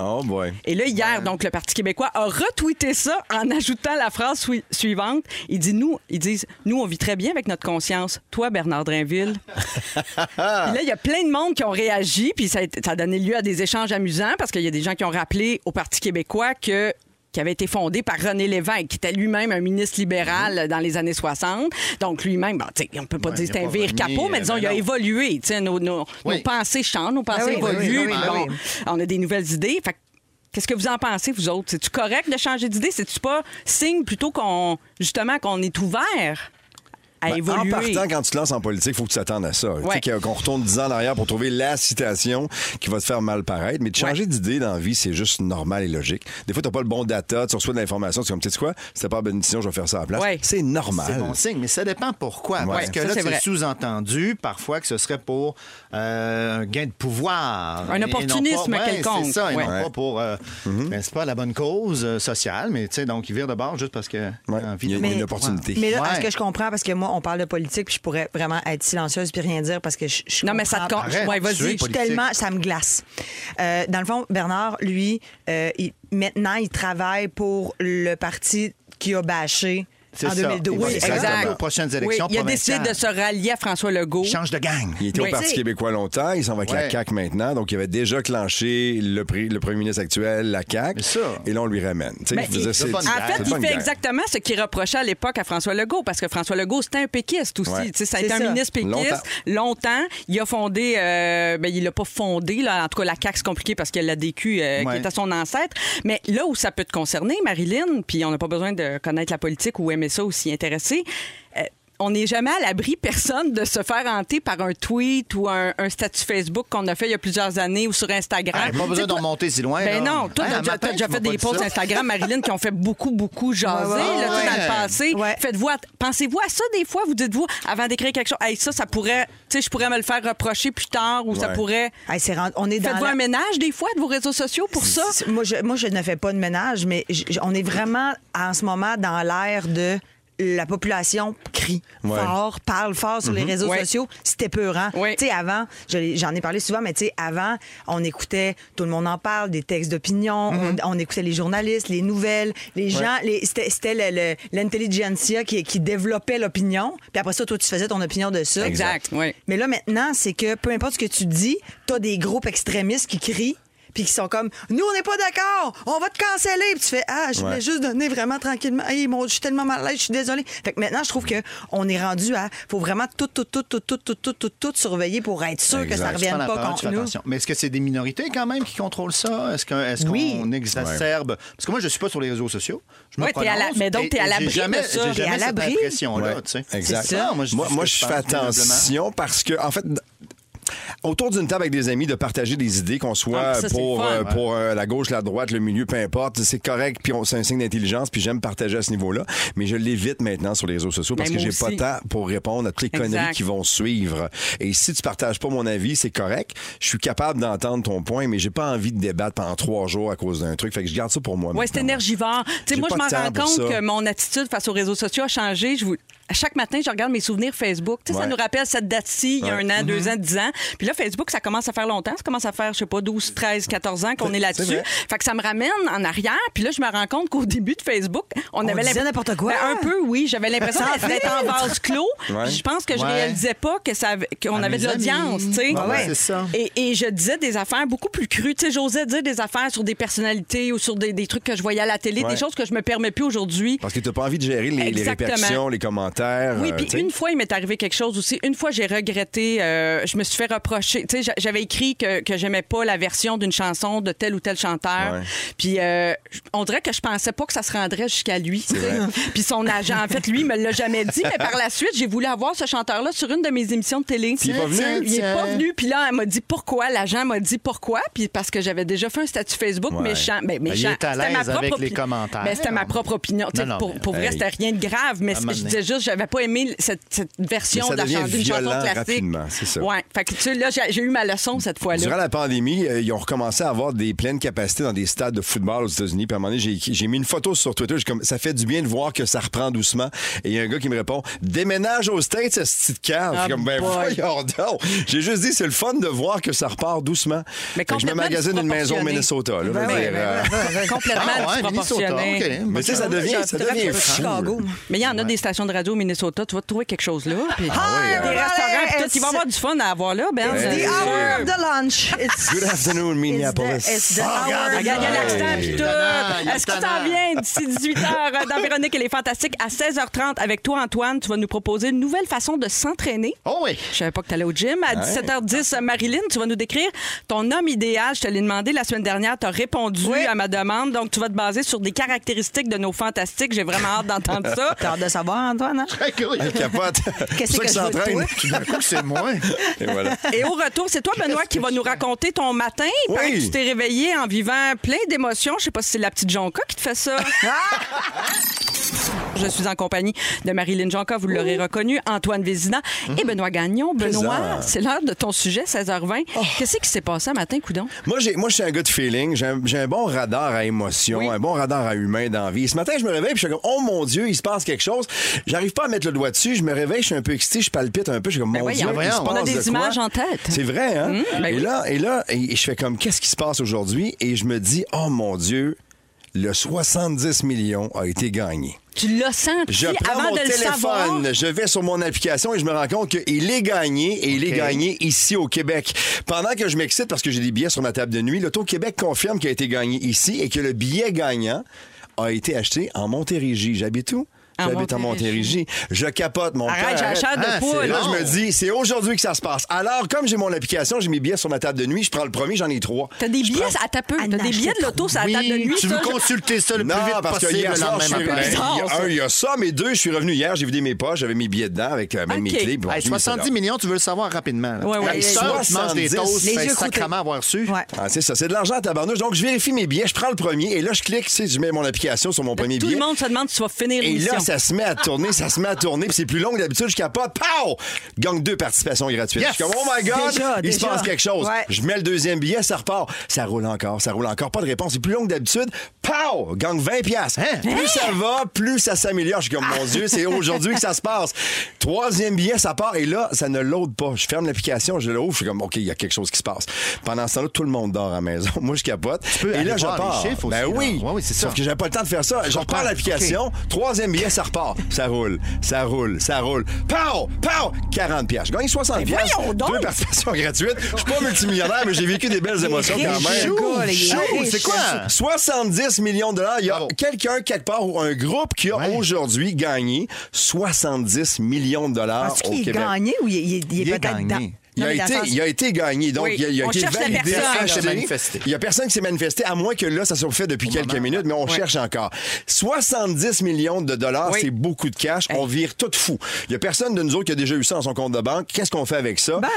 S6: Oh boy.
S5: Et là, hier, donc, le Parti québécois a retweeté ça en ajoutant la phrase sui- suivante. Il dit, nous, ils disent, nous, on vit très bien avec notre conscience. Toi, Bernard Drinville. Puis là, il y a plein de monde qui ont réagi, puis ça a, été- ça a donné lieu à des échanges amusants parce qu'il y a des gens qui ont rappelé au Parti québécois que qui avait été fondé par René Lévesque, qui était lui-même un ministre libéral dans les années 60. Donc lui-même, bon, tu sais, on peut pas
S7: Mm-hmm. Ouais,
S5: dire que c'est
S7: il a
S5: un
S7: pas
S5: vire capot,
S7: remis,
S5: mais disons,
S7: euh,
S5: il a
S7: non.
S5: évolué. tu sais, Nos, nos,
S7: Oui.
S5: nos pensées changent, nos pensées
S8: oui, ben oui, ben oui,
S5: évoluent. puis
S8: ben
S5: bon,
S8: oui.
S5: on a des nouvelles idées. Fait que, Qu'est-ce que vous en pensez, vous autres? C'est-tu correct de changer d'idée? C'est-tu pas signe plutôt qu'on, justement, qu'on est ouvert à
S6: Ben,
S5: évoluer?
S6: En partant, quand tu te lances en politique, il faut que tu t'attendes à ça. Tu sais,
S5: Ouais.
S6: que- Qu'on retourne 10 ans en arrière pour trouver la citation qui va te faire mal paraître. Mais de changer d'idée dans la vie, c'est juste normal et logique. Des fois, tu pas le bon data, tu reçois de l'information, tu es comme, tu sais quoi, c'était pas la bonne décision, je vais faire ça à la place.
S5: Ouais.
S6: C'est
S7: C'est
S6: normal.
S7: bon signe, mais ça dépend pourquoi.
S6: Ouais.
S7: Parce que
S5: Ça,
S7: là,
S5: c'est vrai.
S7: c'est sous-entendu parfois que ce serait pour euh, un gain de pouvoir.
S5: Un
S7: Et non pas-
S5: opportunisme
S7: ouais,
S5: quelconque.
S7: C'est ça, et
S5: Ouais.
S7: non pas pour, euh,
S6: Mm-hmm.
S7: ben, c'est pas la bonne cause euh, sociale, mais tu sais, donc ils virent de bord juste parce que
S6: Ouais.
S7: ils ont envie
S6: Il y a
S7: de-
S6: il y a une opportunité.
S8: Mais là,
S7: Ouais.
S8: est-ce que je comprends? Parce que moi, on parle de politique, puis je pourrais vraiment être silencieuse puis rien dire parce que je, je
S5: Non, mais ça te
S8: comprends
S5: con-
S8: pas.
S7: Arrête,
S5: Ouais,
S7: tu
S5: vas-y.
S7: es
S8: Je suis
S7: politique.
S8: tellement, ça me glace. Euh, dans le fond, Bernard, lui, euh, il- maintenant, il travaille pour le parti qui a bâché
S7: C'est
S8: en
S7: ça.
S8: 2012.
S7: Il va
S8: Oui,
S7: se rendre
S8: exact.
S7: aux prochaines élections
S5: Oui, il a décidé de se
S7: provinciales.
S5: rallier à François Legault.
S7: Change de gang.
S6: Il était
S5: Oui.
S6: au Parti
S5: T'sais-
S6: québécois longtemps, il s'en va avec
S7: Ouais.
S6: la CAQ maintenant, donc il avait déjà clenché le, pré- le premier ministre actuel, la CAQ,
S7: Mais ça-
S6: et là on lui ramène. T'sais,
S5: Mais
S6: je veux dire,
S5: il-
S6: c'est-
S7: En
S5: En
S7: guerre.
S5: fait,
S6: c'est pas
S5: il
S6: une
S5: fait
S6: guerre.
S5: exactement ce qu'il reprochait à l'époque à François Legault, parce que François Legault, c'était un péquiste aussi.
S6: Ouais.
S5: Tu sais, Ça a
S8: C'est
S5: été un
S8: ça.
S5: ministre péquiste longtemps.
S6: Longtemps.
S5: Il a fondé, euh, ben, il l'a pas fondé, là. en tout cas, la CAQ, c'est compliqué parce qu'il y a la DQ euh, qui
S7: Ouais.
S5: était son ancêtre. Mais là où ça peut te concerner, Marilyn, puis on n'a pas besoin de connaître la politique ou aimer ça ou s'y intéresser, euh, on n'est jamais à l'abri, personne, de se faire hanter par un tweet ou un, un statut Facebook qu'on a fait il y a plusieurs années ou sur
S6: Ah,
S5: Instagram.
S7: Hey, Ah, pas
S5: Tu sais,
S7: besoin d'en
S5: toi-
S7: monter si loin.
S5: ben
S7: là.
S5: non, toi,
S7: Hey,
S5: t'as
S7: un
S5: déjà-
S7: matin,
S5: t'as déjà
S7: tu m'as
S5: fait
S7: pas
S5: des
S7: dit
S5: posts
S7: ça.
S5: Instagram, Marilyn, qui ont fait beaucoup, beaucoup jaser
S8: Ouais, ouais,
S5: là, tu sais, dans
S7: ouais.
S5: le passé.
S8: Ouais.
S5: Faites-vous, att- pensez-vous à ça des fois? Vous dites-vous, avant d'écrire quelque chose, hey, ça, ça pourrait, tu sais, je pourrais me le faire reprocher plus tard ou ça
S6: Ouais.
S5: pourrait.
S8: Hey, c'est rend- on est dans
S5: Faites-vous
S8: la-
S5: un ménage des fois de vos réseaux sociaux pour ça?
S8: C'est- Moi je, moi, je ne fais pas de ménage, mais je- je- on est vraiment en ce moment dans l'ère de la population crie
S6: Ouais.
S8: fort, parle fort sur les réseaux
S5: Mhm. Ouais.
S8: sociaux. C'était peurant.
S5: Ouais.
S8: Tu sais, avant, je l'ai- j'en ai parlé souvent, mais tu sais, avant, on écoutait, tout le monde en parle, des textes d'opinion,
S5: Mhm.
S8: on, on écoutait les journalistes, les nouvelles, les gens, les- c'était- c'était le- le- l'intelligentsia qui, qui développait l'opinion. Puis après ça, toi, tu faisais ton opinion de ça.
S5: Exact, oui.
S8: Mais là, maintenant, c'est que peu importe ce que tu dis, t'as des groupes extrémistes qui crient. Puis qui sont comme, nous, on n'est pas d'accord, on va te canceller. Puis tu fais, ah, je voulais
S6: Ouais.
S8: juste donner vraiment tranquillement. Hey, mon, je suis tellement mal à l'aise, je suis désolée. Fait que maintenant, je trouve que on est rendu à, faut vraiment tout, tout, tout, tout, tout, tout, tout, tout, tout surveiller pour être sûr que
S6: Exact.
S8: ça ne
S6: Tu
S8: revienne
S7: prends la
S8: pas
S7: parole, tu
S8: contre
S7: fais
S8: nous.
S7: attention. Mais est-ce que c'est des minorités quand même qui contrôlent ça? Est-ce qu'on est
S8: Oui.
S7: qu'on exacerbe? Parce que moi, je ne suis pas sur les réseaux sociaux. Je me
S5: Ouais, t'es à la-
S7: prononce
S5: mais donc,
S7: et-
S5: t'es à
S7: et
S5: l'abri
S7: J'ai jamais,
S5: de ça.
S7: j'ai
S5: T'es
S7: jamais
S8: à
S7: cette
S8: l'abri.
S7: impression-là.
S6: Ouais,
S7: tu sais.
S6: Exact.
S7: C'est ça, moi, je,
S6: moi,
S7: dis ce
S6: moi,
S7: que
S6: je fais
S7: pense, humblement.
S6: attention parce que, en fait, autour d'une table avec des amis, de partager des idées, qu'on soit
S5: Ah, ça, c'est
S6: pour,
S5: le fun.
S6: euh, pour euh, la gauche, la droite, le milieu, peu importe, c'est correct, puis on- c'est un signe d'intelligence, puis j'aime partager à ce niveau-là, mais je l'évite maintenant sur les réseaux sociaux parce
S5: Ben,
S6: que j'ai
S5: moi
S6: pas
S5: aussi.
S6: temps pour répondre à toutes les
S5: Exact.
S6: conneries qui vont suivre. Et si tu partages pas mon avis, c'est correct, je suis capable d'entendre ton point, mais j'ai pas envie de débattre pendant trois jours à cause d'un truc, fait que je garde ça pour moi.
S5: Oui, c'est
S6: maintenant.
S5: énergivore. Tu sais,
S6: J'ai
S5: moi, je
S6: pas
S5: m'en
S6: de
S5: rends
S6: temps pour
S5: compte
S6: ça.
S5: que mon attitude face aux réseaux sociaux a changé. Je vous... à Chaque matin, je regarde mes souvenirs Facebook. Tu sais, Ça
S6: Ouais.
S5: nous rappelle cette date-ci, il y a
S6: Ouais.
S5: un
S7: Mm-hmm.
S5: an, deux ans, dix ans. Puis là, Facebook, ça commence à faire longtemps. Ça commence à faire, je sais pas, 12, 13, 14 ans qu'on est là-dessus.
S6: vrai.
S5: Fait que ça me ramène en arrière. Puis là, je me rends compte qu'au début de Facebook, on, avait
S8: disait
S5: l'impression-
S8: n'importe quoi.
S5: Ben, un peu, oui. J'avais l'impression
S8: Sans
S5: d'être en vase clos.
S6: Ouais.
S5: Puis Je pense que je
S7: Ouais.
S5: réalisais pas que ça avait- qu'on
S7: À
S5: avait de
S7: mes
S5: l'audience.
S7: amis. Bah
S5: tu sais.
S7: Ouais, ouais, c'est ça.
S5: Et, et je disais des affaires beaucoup plus crues. Tu sais, j'osais dire des affaires sur des personnalités ou sur des, des trucs que je voyais à la télé,
S6: Ouais.
S5: des choses que je me permets plus aujourd'hui.
S6: Parce que t'as pas envie de gérer les, les
S5: Exactement.
S6: répercussions, les commentaires.
S5: Oui,
S6: euh,
S5: puis
S6: tu sais.
S5: une fois, il m'est arrivé quelque chose aussi. Une fois, j'ai regretté, euh, je me suis fait reprocher. Tu sais, j'a- j'avais écrit que, que j'aimais pas la version d'une chanson de tel ou tel chanteur.
S6: Ouais.
S5: Puis euh, j- on dirait que je pensais pas que ça se rendrait jusqu'à lui. tu sais.
S6: vrai.
S5: Puis son agent, en fait, lui, il me l'a jamais dit. Mais par la suite, j'ai voulu avoir ce chanteur-là sur une de mes émissions de télé.
S6: il est pas venu?
S5: Il est pas venu. Puis là, elle m'a dit pourquoi. L'agent m'a dit pourquoi. Puis parce que j'avais déjà fait un statut Facebook
S6: Ouais.
S5: méchant. Ben,
S7: il
S5: méchant.
S7: est à
S5: C'était ma
S7: l'aise
S5: propre
S7: avec les
S5: opi-
S7: commentaires.
S5: Ben, c'était ma propre opinion. Tu sais,
S7: Non, non,
S5: pour
S7: mais-
S5: pour vrai,
S6: Hey.
S5: c'était rien de grave. Mais
S7: À un
S5: c-
S7: moment
S5: je
S7: donné.
S5: disais juste, j'avais pas aimé cette, cette version
S6: Mais ça
S5: de la
S6: devient
S5: chanson- d'une chanson
S6: violent
S5: classique.
S6: rapidement, c'est ça.
S5: Ouais. Fait que, tu sais, là, j'ai j'ai eu ma leçon cette
S6: Durant
S5: fois-là.
S6: la pandémie, euh, ils ont recommencé à avoir des pleines capacités dans des stades de football aux États-Unis. Puis à un moment donné, j'ai- j'ai mis une photo sur Twitter. J'ai comme, ça fait du bien de voir que ça reprend doucement. Et il y a un gars qui me répond Déménage aux States, ce petit
S8: Ah,
S6: cave. Je suis comme, ben
S5: boy.
S6: voyons donc. J'ai juste dit, c'est le fun de voir que ça repart doucement.
S5: Mais
S6: Fait que je me
S5: complètement
S6: magasine une maison au
S5: disproportionné.
S6: Minnesota. là, je veux
S8: ouais,
S6: dire,
S8: ben
S6: euh,
S5: Complètement
S7: Ah ouais, Minnesota,
S5: disproportionné.
S7: ok.
S6: Mais tu sais, ça devient, ça
S8: Peut-être
S6: devient
S8: que
S6: fou,
S8: Chicago.
S6: là.
S5: Mais il y en a des stations de radio au Minnesota, tu vas trouver quelque chose là. Puis
S8: ouais,
S5: des
S8: ouais.
S5: restaurants, puis
S8: Allez,
S5: tout, il va avoir du fun à avoir là, Ben.
S6: It's
S8: The
S6: Hey.
S8: hour of the lunch. It's-
S6: Good afternoon, Minneapolis.
S8: It's the- it's the
S6: Ah,
S8: hour of the
S5: Regarde, il y a
S8: lunch.
S5: l'accent puis
S6: Hey.
S7: Tannant,
S5: tout.
S7: il est
S5: Est-ce que t'en
S7: tannant.
S5: viens d'ici 18h dans Véronique Elle est fantastique à 16h30 avec toi, Antoine? Tu vas nous proposer une nouvelle façon de s'entraîner.
S7: Oh oui.
S5: Je savais pas que tu allais au gym. À 17h10, Marilyn, tu vas nous décrire ton homme idéal. Je te l'ai demandé la semaine dernière. Tu as répondu à ma demande. Donc, tu vas te baser sur des caractéristiques de nos fantastiques. J'ai vraiment hâte d'entendre ça.
S8: T'as hâte de savoir, Antoine, hein?
S7: Très curieux.
S6: Elle capote. C'est
S8: Qu'est-ce que je
S6: pour ça qu'il
S8: veux de
S6: s'entraîne.
S8: toi?
S7: Tout d'un coup, c'est moi.
S6: Et voilà.
S5: Et au retour, c'est toi, Benoît, qui va nous raconter ton matin. Il paraît
S6: Oui.
S5: que tu t'es réveillé en vivant plein d'émotions. Je sais pas si c'est la petite Jonca qui te fait ça. Je suis en compagnie de Marilyn Jonca, vous l'aurez reconnu, Antoine Vézina et Benoît Gagnon. Benoît,
S6: Présent.
S5: c'est l'heure de ton sujet, 16h20. Qu'est-ce qui s'est passé un matin, Coudon?
S6: Moi, j'ai, moi, je suis un gars de feeling. J'ai un, j'ai un bon radar à émotion, un bon radar à humain d'envie. Ce matin, je me réveille, puis je suis comme, oh mon Dieu, il se passe quelque chose. J'arrive pas à mettre le doigt dessus. Je me réveille, je suis un peu excité, je palpite un peu. Je suis comme, mon
S5: Ben voyons,
S6: Dieu, il se
S7: voyons.
S6: passe
S5: On a
S6: de
S5: des
S6: quoi?
S5: images en tête.
S6: C'est vrai, hein?
S5: ben
S6: et,
S5: oui.
S6: là, et là, et je fais comme, qu'est-ce qui se passe aujourd'hui? Et je me dis, oh mon Dieu. le 70 millions a été gagné.
S5: Tu l'as senti
S6: Je prends
S5: avant
S6: mon
S5: de le savoir.
S6: téléphone, je vais sur mon application et je me rends compte qu'il est gagné et il est gagné ici au Québec. Pendant que je m'excite parce que j'ai des billets sur ma table de nuit, l'Auto-Québec confirme qu'il a été gagné ici et que le billet gagnant a été acheté en Montérégie. J'habite où?
S5: En
S6: J'habite en
S5: Montérégie.
S6: Montérégie. Je capote, mon
S5: Arrête, j'ai
S6: cœur.
S5: la chair de
S7: Ah, c'est
S5: poule.
S6: Et là,
S7: Non.
S6: je me dis, c'est aujourd'hui que ça se passe. Alors, comme j'ai mon application, j'ai mes billets sur ma table de nuit, je prends le premier, j'en ai trois.
S5: T'as des
S6: Je
S5: billets
S6: prends-
S5: à ta peu. T'as
S8: Anna,
S5: des billets de l'auto sur la table de nuit.
S7: tu
S5: ça,
S7: veux
S5: je-
S7: consulter ça le plus
S6: Non,
S7: vite
S6: parce que
S7: possible
S6: hier
S7: le
S6: soir, je
S7: lendemain
S6: suis
S7: matin.
S6: revenu.
S5: bizarre,
S6: Il y a
S5: ça.
S6: Un, il y a ça, mais deux, je suis revenu hier, j'ai vidé mes poches, j'avais mes billets dedans avec euh, même mes
S5: Ok.
S6: clés. puis bon,
S7: Hey,
S6: j'ai mis ça là.
S7: 70 millions, tu veux le savoir rapidement. là.
S5: Ouais, ouais.
S7: La
S5: Hey,
S7: sœur qui mange des
S6: 70.
S7: toasts,
S8: Les
S7: fait
S8: yeux croûtés.
S7: sacrément avoir su.
S8: Ouais.
S6: Ah, c'est ça, c'est de l'argent à tabarnouche. Donc, je vérifie mes billets, je prends le premier et là, je clique, tu sais, je mets mon application sur mon premier
S5: Tout
S6: billet.
S5: le monde se demande si tu vas finir
S6: Et
S5: l'émission.
S6: là, ça se met à tourner, ça se met à tourner, puis c'est plus long que d'habitude, je capote, pow! Gagne deux participations gratuites.
S7: Yes!
S6: Je suis comme, oh my God,
S8: Déjà,
S6: il se
S8: déjà.
S6: passe quelque chose.
S8: Ouais.
S6: Je mets le deuxième billet, ça repart. Ça roule encore, ça roule encore, pas de réponse. C'est plus long que d'habitude, pow! Gagne 20 piastres.
S7: Hein?
S6: Plus ça va, plus ça s'améliore. Je suis comme, mon Dieu, c'est aujourd'hui que ça se passe. Troisième billet, ça part, et là, ça ne load pas. Je ferme l'application, je l'ouvre, je suis comme, OK, il y a quelque chose qui se passe. Pendant ce temps-là, tout le monde dort à la maison. Moi, je capote.
S7: peux
S6: et
S7: aller
S6: là, je
S7: voir les
S6: pars.
S7: chiffres
S6: ben
S7: aussi, là.
S6: oui.
S7: Ouais, oui, c'est ça.
S6: Sauf que j'avais pas le temps de faire ça. Je
S7: comprends.
S6: repars l'application, troisième billet, ça repart. Ça roule, ça roule, ça roule. Pow! Pow! 40 pièces. Je gagne 60 pièces.
S5: voyons donc!
S6: Deux participations gratuites. Je suis pas multimillionnaire, mais j'ai vécu des belles émotions
S8: riche,
S6: quand même.
S8: le gars, là, il est
S6: Chou!
S8: riche.
S6: C'est quoi? 70 millions de dollars. Il y a
S7: Bravo.
S6: quelqu'un, quelque part, ou un groupe qui a
S7: Ouais.
S6: aujourd'hui gagné 70 millions de dollars
S8: Penses-tu
S6: Ah, au
S8: qu'il est
S6: Québec.
S8: gagné ou il est, il est- il est
S7: Il est
S8: peut-être
S7: gagné.
S8: dans-
S6: Il
S8: Non,
S6: a,
S8: mais dans
S6: été,
S8: le sens-
S6: il a été gagné. Donc,
S5: Oui.
S6: il y a, il y a
S5: On
S6: été
S5: cherche la
S6: validé,
S5: personne, là.
S6: acheté.
S7: C'est manifesté.
S6: Il y a personne qui s'est manifesté, à moins que là, ça soit fait depuis quelques minutes, mais on cherche encore. 70 millions de dollars,
S5: Oui.
S6: c'est beaucoup de cash. On vire tout fou. Il y a personne de nous autres qui a déjà eu ça dans son compte de banque. Qu'est-ce qu'on fait avec ça?
S8: Ben,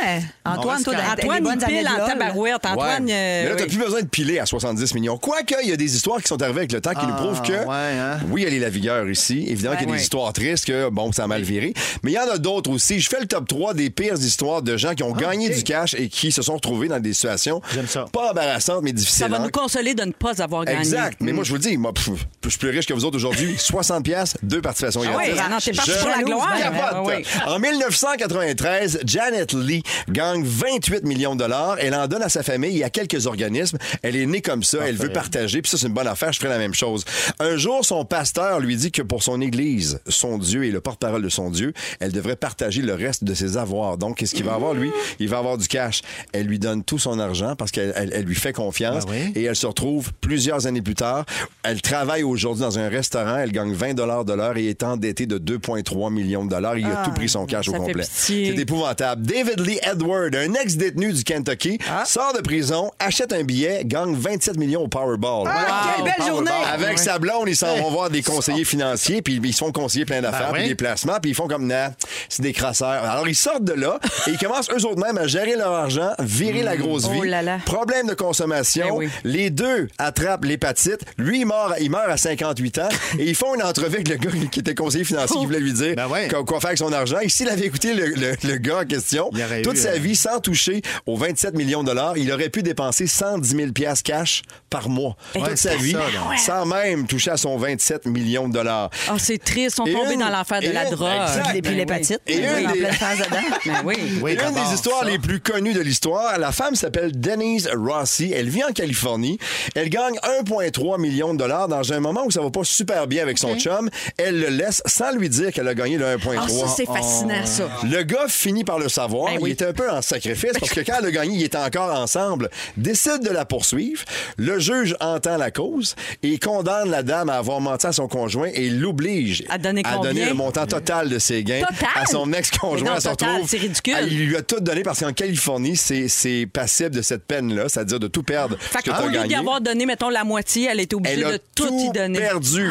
S8: Antoine,
S7: reste
S8: toi,
S7: quand-
S8: dans- t'as des
S5: Antoine,
S8: bonnes
S5: il pile
S8: années de
S5: en
S8: LOL.
S5: tabarouette. Antoine,
S6: Ouais.
S5: euh,
S6: Mais là, t'as
S5: oui.
S6: plus besoin de piler à 70 millions. Quoique, il y a des histoires qui sont arrivées avec le temps qui nous
S7: Ah,
S6: prouvent que,
S7: ouais, hein?
S6: oui, elle est la vigueur ici. Évidemment qu'il y a
S5: Ouais.
S6: des histoires tristes que, bon, ça a mal viré. Mais il y en a d'autres aussi. Je fais le top 3 des pires histoires de gens qui ont gagné
S7: Ah, ok.
S6: du cash et qui se sont retrouvés dans des situations
S7: J'aime ça.
S6: pas embarrassantes, mais difficiles.
S5: Ça va
S6: hein.
S5: nous consoler de ne pas avoir gagné.
S6: Exact. Mais moi, je vous le dis, moi, pff, je suis plus riche que vous autres aujourd'hui. 60 pièces, deux participations
S5: Ah
S6: gratuites.
S5: oui, ah non, t'es parti
S6: Je
S5: pour la gloire. Ah
S6: capote.
S5: Ouais, ouais, ouais.
S6: En 1993, Janet Lee gagne 28 millions de dollars. Elle en donne à sa famille et à quelques organismes. Elle est née comme ça. Elle veut partager. Puis ça, c'est une bonne affaire. Je ferai la même chose. Un jour, son pasteur lui dit que pour son église, son Dieu et le porte-parole de son Dieu, elle devrait partager le reste de ses avoirs. Donc, qu'est-ce qu'il va avoir, lui? Il va avoir du cash. Elle lui donne tout son argent parce qu'elle elle- elle lui fait confiance.
S5: Ben
S7: Ah oui?
S6: Et elle se retrouve plusieurs années plus tard. Elle travaille aujourd'hui dans un restaurant. Elle gagne 20 de l'heure et est endettée de 2,3 millions de dollars. Il a tout pris son cash au
S5: Ah, ça fait
S6: complet.
S5: pitié.
S6: C'est épouvantable. David Lee Edward, un ex-détenu du Kentucky,
S5: Ah.
S6: sort de prison, achète un billet, gagne 27 millions au Powerball.
S8: Ah, quelle belle journée!
S6: Avec sa blonde, ils s'en vont voir des conseillers financiers, puis ils se font conseiller plein d'affaires,
S7: Ben oui.
S6: puis des placements, puis ils font comme, nah, c'est des crasseurs. Alors, ils sortent de là et ils commencent eux-mêmes à gérer leur argent, virer la grosse vie.
S5: Oh là là.
S6: Problème de consommation.
S5: Ben oui.
S6: Les deux attrapent l'hépatite. Lui, il meurt, il meurt à 58 ans et ils font une entrevue avec le gars qui était conseiller financier qui voulait lui dire
S7: Ben ouais.
S6: quoi, quoi faire avec son argent. Et s'il avait écouté le, le- le gars en question,
S7: Il aurait
S6: toute
S7: eu,
S6: sa
S7: euh,
S6: vie sans toucher aux 27 millions de dollars, il aurait pu dépenser 110 000 piastres cash par mois. toute sa
S7: c'est
S6: vie,
S5: ben
S7: ça, là.
S6: sans même toucher à son 27 millions de dollars.
S5: Ah, c'est triste. On
S6: Et
S5: tombé
S6: une-
S5: dans l'enfer de
S6: et
S5: la
S6: une-
S5: drogue.
S6: exact.
S8: Et puis
S5: Ben
S8: l'hépatite.
S6: Et
S8: oui,
S6: une
S8: en
S6: des-
S8: pleine phase dedans.
S5: oui. Ben oui.
S7: Oui,
S6: Une
S7: d'abord,
S6: des histoires
S7: ça.
S6: les plus connues de l'histoire, la femme s'appelle Denise Rossi. Elle vit en Californie. Elle gagne 1,3 million de dollars dans un moment où ça va pas super bien avec son chum. Elle le laisse sans lui dire qu'elle a gagné le 1,3.
S5: Ah, ça, c'est fascinant, ça.
S6: Le gars finit par le savoir.
S5: Ben oui.
S6: Il était un peu en sacrifice parce que quand elle a gagné, il était encore ensemble. Décide de la poursuivre. Le juge entend la cause et condamne la dame à avoir menti à son conjoint et l'oblige
S5: À donner
S6: à donner
S5: combien?
S6: le montant total de ses gains
S5: Total?
S6: à son
S5: Mais
S6: ex-conjoint.
S5: non,
S6: Elle se
S5: total,
S6: retrouve-
S5: c'est ridicule.
S6: Elle- Il lui a tout donné parce qu'en Californie, c'est- c'est passible de cette peine-là, c'est-à-dire de tout perdre.
S5: Fait
S6: ce que
S5: qu'au
S6: t'as
S5: lieu d'y
S6: gagné.
S5: avoir donné, mettons, la moitié, elle était obligée
S6: Elle a
S5: de tout, y donner.
S6: perdu.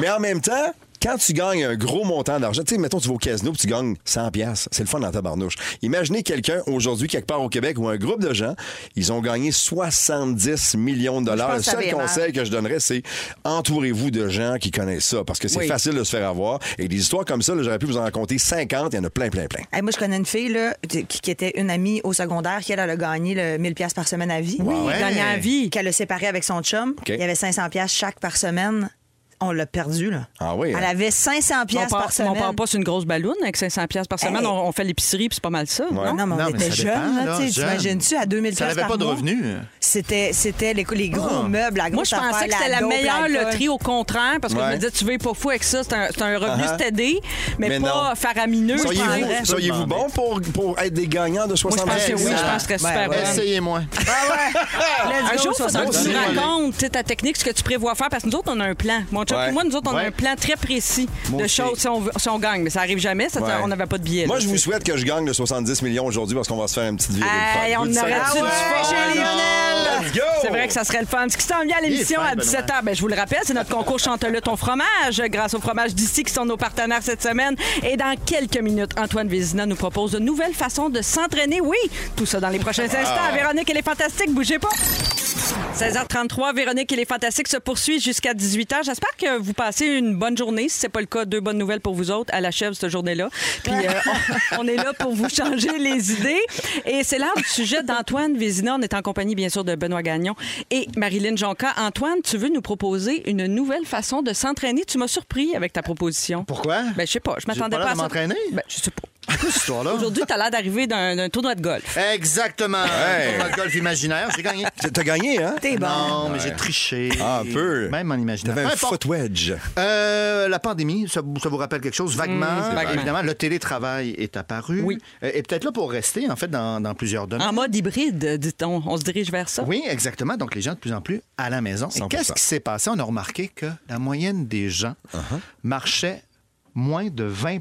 S6: Mais en même temps, quand tu gagnes un gros montant d'argent, tu sais, mettons, tu vas au casino puis tu gagnes 100 pièces, c'est le fun dans ta barnouche. Imaginez quelqu'un aujourd'hui, quelque part au Québec, ou un groupe de gens, ils ont gagné 70 millions de dollars.
S8: pense
S6: Le
S8: que ça
S6: seul
S8: avait
S6: conseil que je donnerais, c'est entourez-vous de gens qui connaissent ça, parce que c'est
S5: Oui.
S6: facile de se faire avoir. Et des histoires comme ça, là, j'aurais pu vous en raconter 50, il y en a plein, plein, plein.
S8: Hey, moi, je connais une fille là, qui, qui était une amie au secondaire qui, elle, elle a gagné le 1000 pièces par semaine à vie.
S5: Oui,
S7: Ouais.
S5: gagnant à vie.
S8: Qu'elle a séparé avec son chum. Il y avait 500 pièces chaque par semaine. On- on l'a perdue. là.
S6: Ah oui, hein?
S8: Elle avait 500
S5: On
S8: pièces
S5: part-
S8: par semaine.
S5: On part pas sur une grosse balloune avec 500 pièces par semaine.
S8: Hey.
S5: On, on fait l'épicerie, puis c'est pas mal ça.
S6: Ouais.
S8: Non,
S5: non?
S8: mais on
S7: Non, mais
S8: était
S7: ça
S8: jeunes,
S7: dépend,
S8: là,
S7: là,
S8: tu sais,
S7: jeune.
S8: t'imagines-tu, à 2000
S7: Ça
S8: pièces
S7: n'avait
S8: par
S7: pas de
S8: mois?
S7: revenus.
S8: C'était, c'était les, les gros
S7: Ah.
S8: meubles, la grosse
S5: Moi, je pensais
S8: affaire,
S5: que c'était la
S8: dope,
S5: meilleure
S8: l'alcool.
S5: loterie, au contraire, parce que je
S6: Ouais.
S5: me disais, tu veux pas fou avec ça, c'est un, c'est un revenu
S6: Uh-huh.
S5: stédé, mais,
S6: Mais
S5: pas
S6: non.
S5: faramineux. je
S8: Soyez-vous-
S5: pensais.
S6: Seriez-vous
S7: Ouais.
S6: seriez
S7: Ouais.
S6: bon pour, pour être des gagnants de
S5: Moi, je
S6: 60
S5: pense que oui, je
S7: Exact.
S5: pense que je serais
S8: Ouais,
S5: super
S8: ouais.
S6: Ben,
S5: bonne.
S7: Essayez-moi.
S5: Un
S8: Let's go,
S5: jour, il faudra que tu
S7: 70.
S5: nous racontes tu sais, ta technique, ce que tu prévois faire, parce que nous autres, on a un plan. Mon chum
S6: Ouais.
S5: et moi, nous autres, on a
S7: Ouais.
S5: un plan très précis
S6: Moi
S5: de
S6: aussi.
S5: choses si on, veut- si on gagne, mais ça arrive jamais, ça,
S6: Ouais.
S5: on n'avait pas de billets.
S6: Moi,
S5: là,
S6: je vous souhaite que je gagne le 70 millions aujourd'hui parce qu'on va se faire une petite vidéo.
S5: Hey, on aurait
S8: Ah
S5: dû
S8: ouais, chez Lionel!
S6: Let's go!
S5: C'est vrai que ça serait le fun. Ce qui s'en vient à l'émission
S7: Il est fin,
S5: à 17h, ben, je vous le rappelle, c'est notre concours Chante-le ton fromage, grâce au fromage d'ici qui sont nos partenaires cette semaine. Et dans quelques minutes, Antoine Vézina nous propose de nouvelles façons de s'entraîner. Oui, tout ça dans les prochains instants.
S7: Ah.
S5: Véronique, elle est fantastique, bougez pas. 16h33, Véronique et les Fantastiques se poursuit jusqu'à 18h. J'espère que vous passez une bonne journée. Si c'est pas le cas, deux bonnes nouvelles pour vous autres. Elle achève cette journée-là. Puis euh, on, on est là pour vous changer les idées. Et c'est l'heure du sujet d'Antoine Vézina. On est en compagnie, bien sûr, de Benoît Gagnon et Marilyn Jonca. Antoine, tu veux nous proposer une nouvelle façon de s'entraîner. Tu m'as surpris avec ta proposition.
S7: Pourquoi?
S5: Ben, je sais pas. Je m'attendais
S7: J'ai
S5: pas, à
S7: pas l'air de
S5: ça.
S7: m'entraîner?
S5: Ben, je sais pas.
S7: Cette histoire-là.
S5: Aujourd'hui, t'as l'air d'arriver d'un d'un tournoi de golf.
S7: Exactement.
S6: Hey.
S7: Tournoi de golf imaginaire, j'ai gagné.
S6: T'as- T'as gagné, hein?
S8: T'es bon.
S7: Non, mais j'ai triché.
S6: Ah, un peu.
S7: Même en imaginaire.
S6: T'avais
S7: Peu
S6: un
S7: importe.
S6: foot wedge.
S7: Euh, la pandémie, ça, vous- ça vous rappelle quelque chose vaguement,
S5: vaguement.
S7: Évidemment, le télétravail est apparu.
S5: Oui.
S7: Euh, et peut-être là pour rester, en fait, dans, dans plusieurs domaines.
S5: En mode hybride, dit-on. On se dirige vers ça.
S7: Oui, exactement. Donc, les gens de plus en plus à la maison. Et
S6: 100%.
S7: qu'est-ce qui s'est passé? On a remarqué que la moyenne des gens
S6: Uh-huh.
S7: marchait moins de 20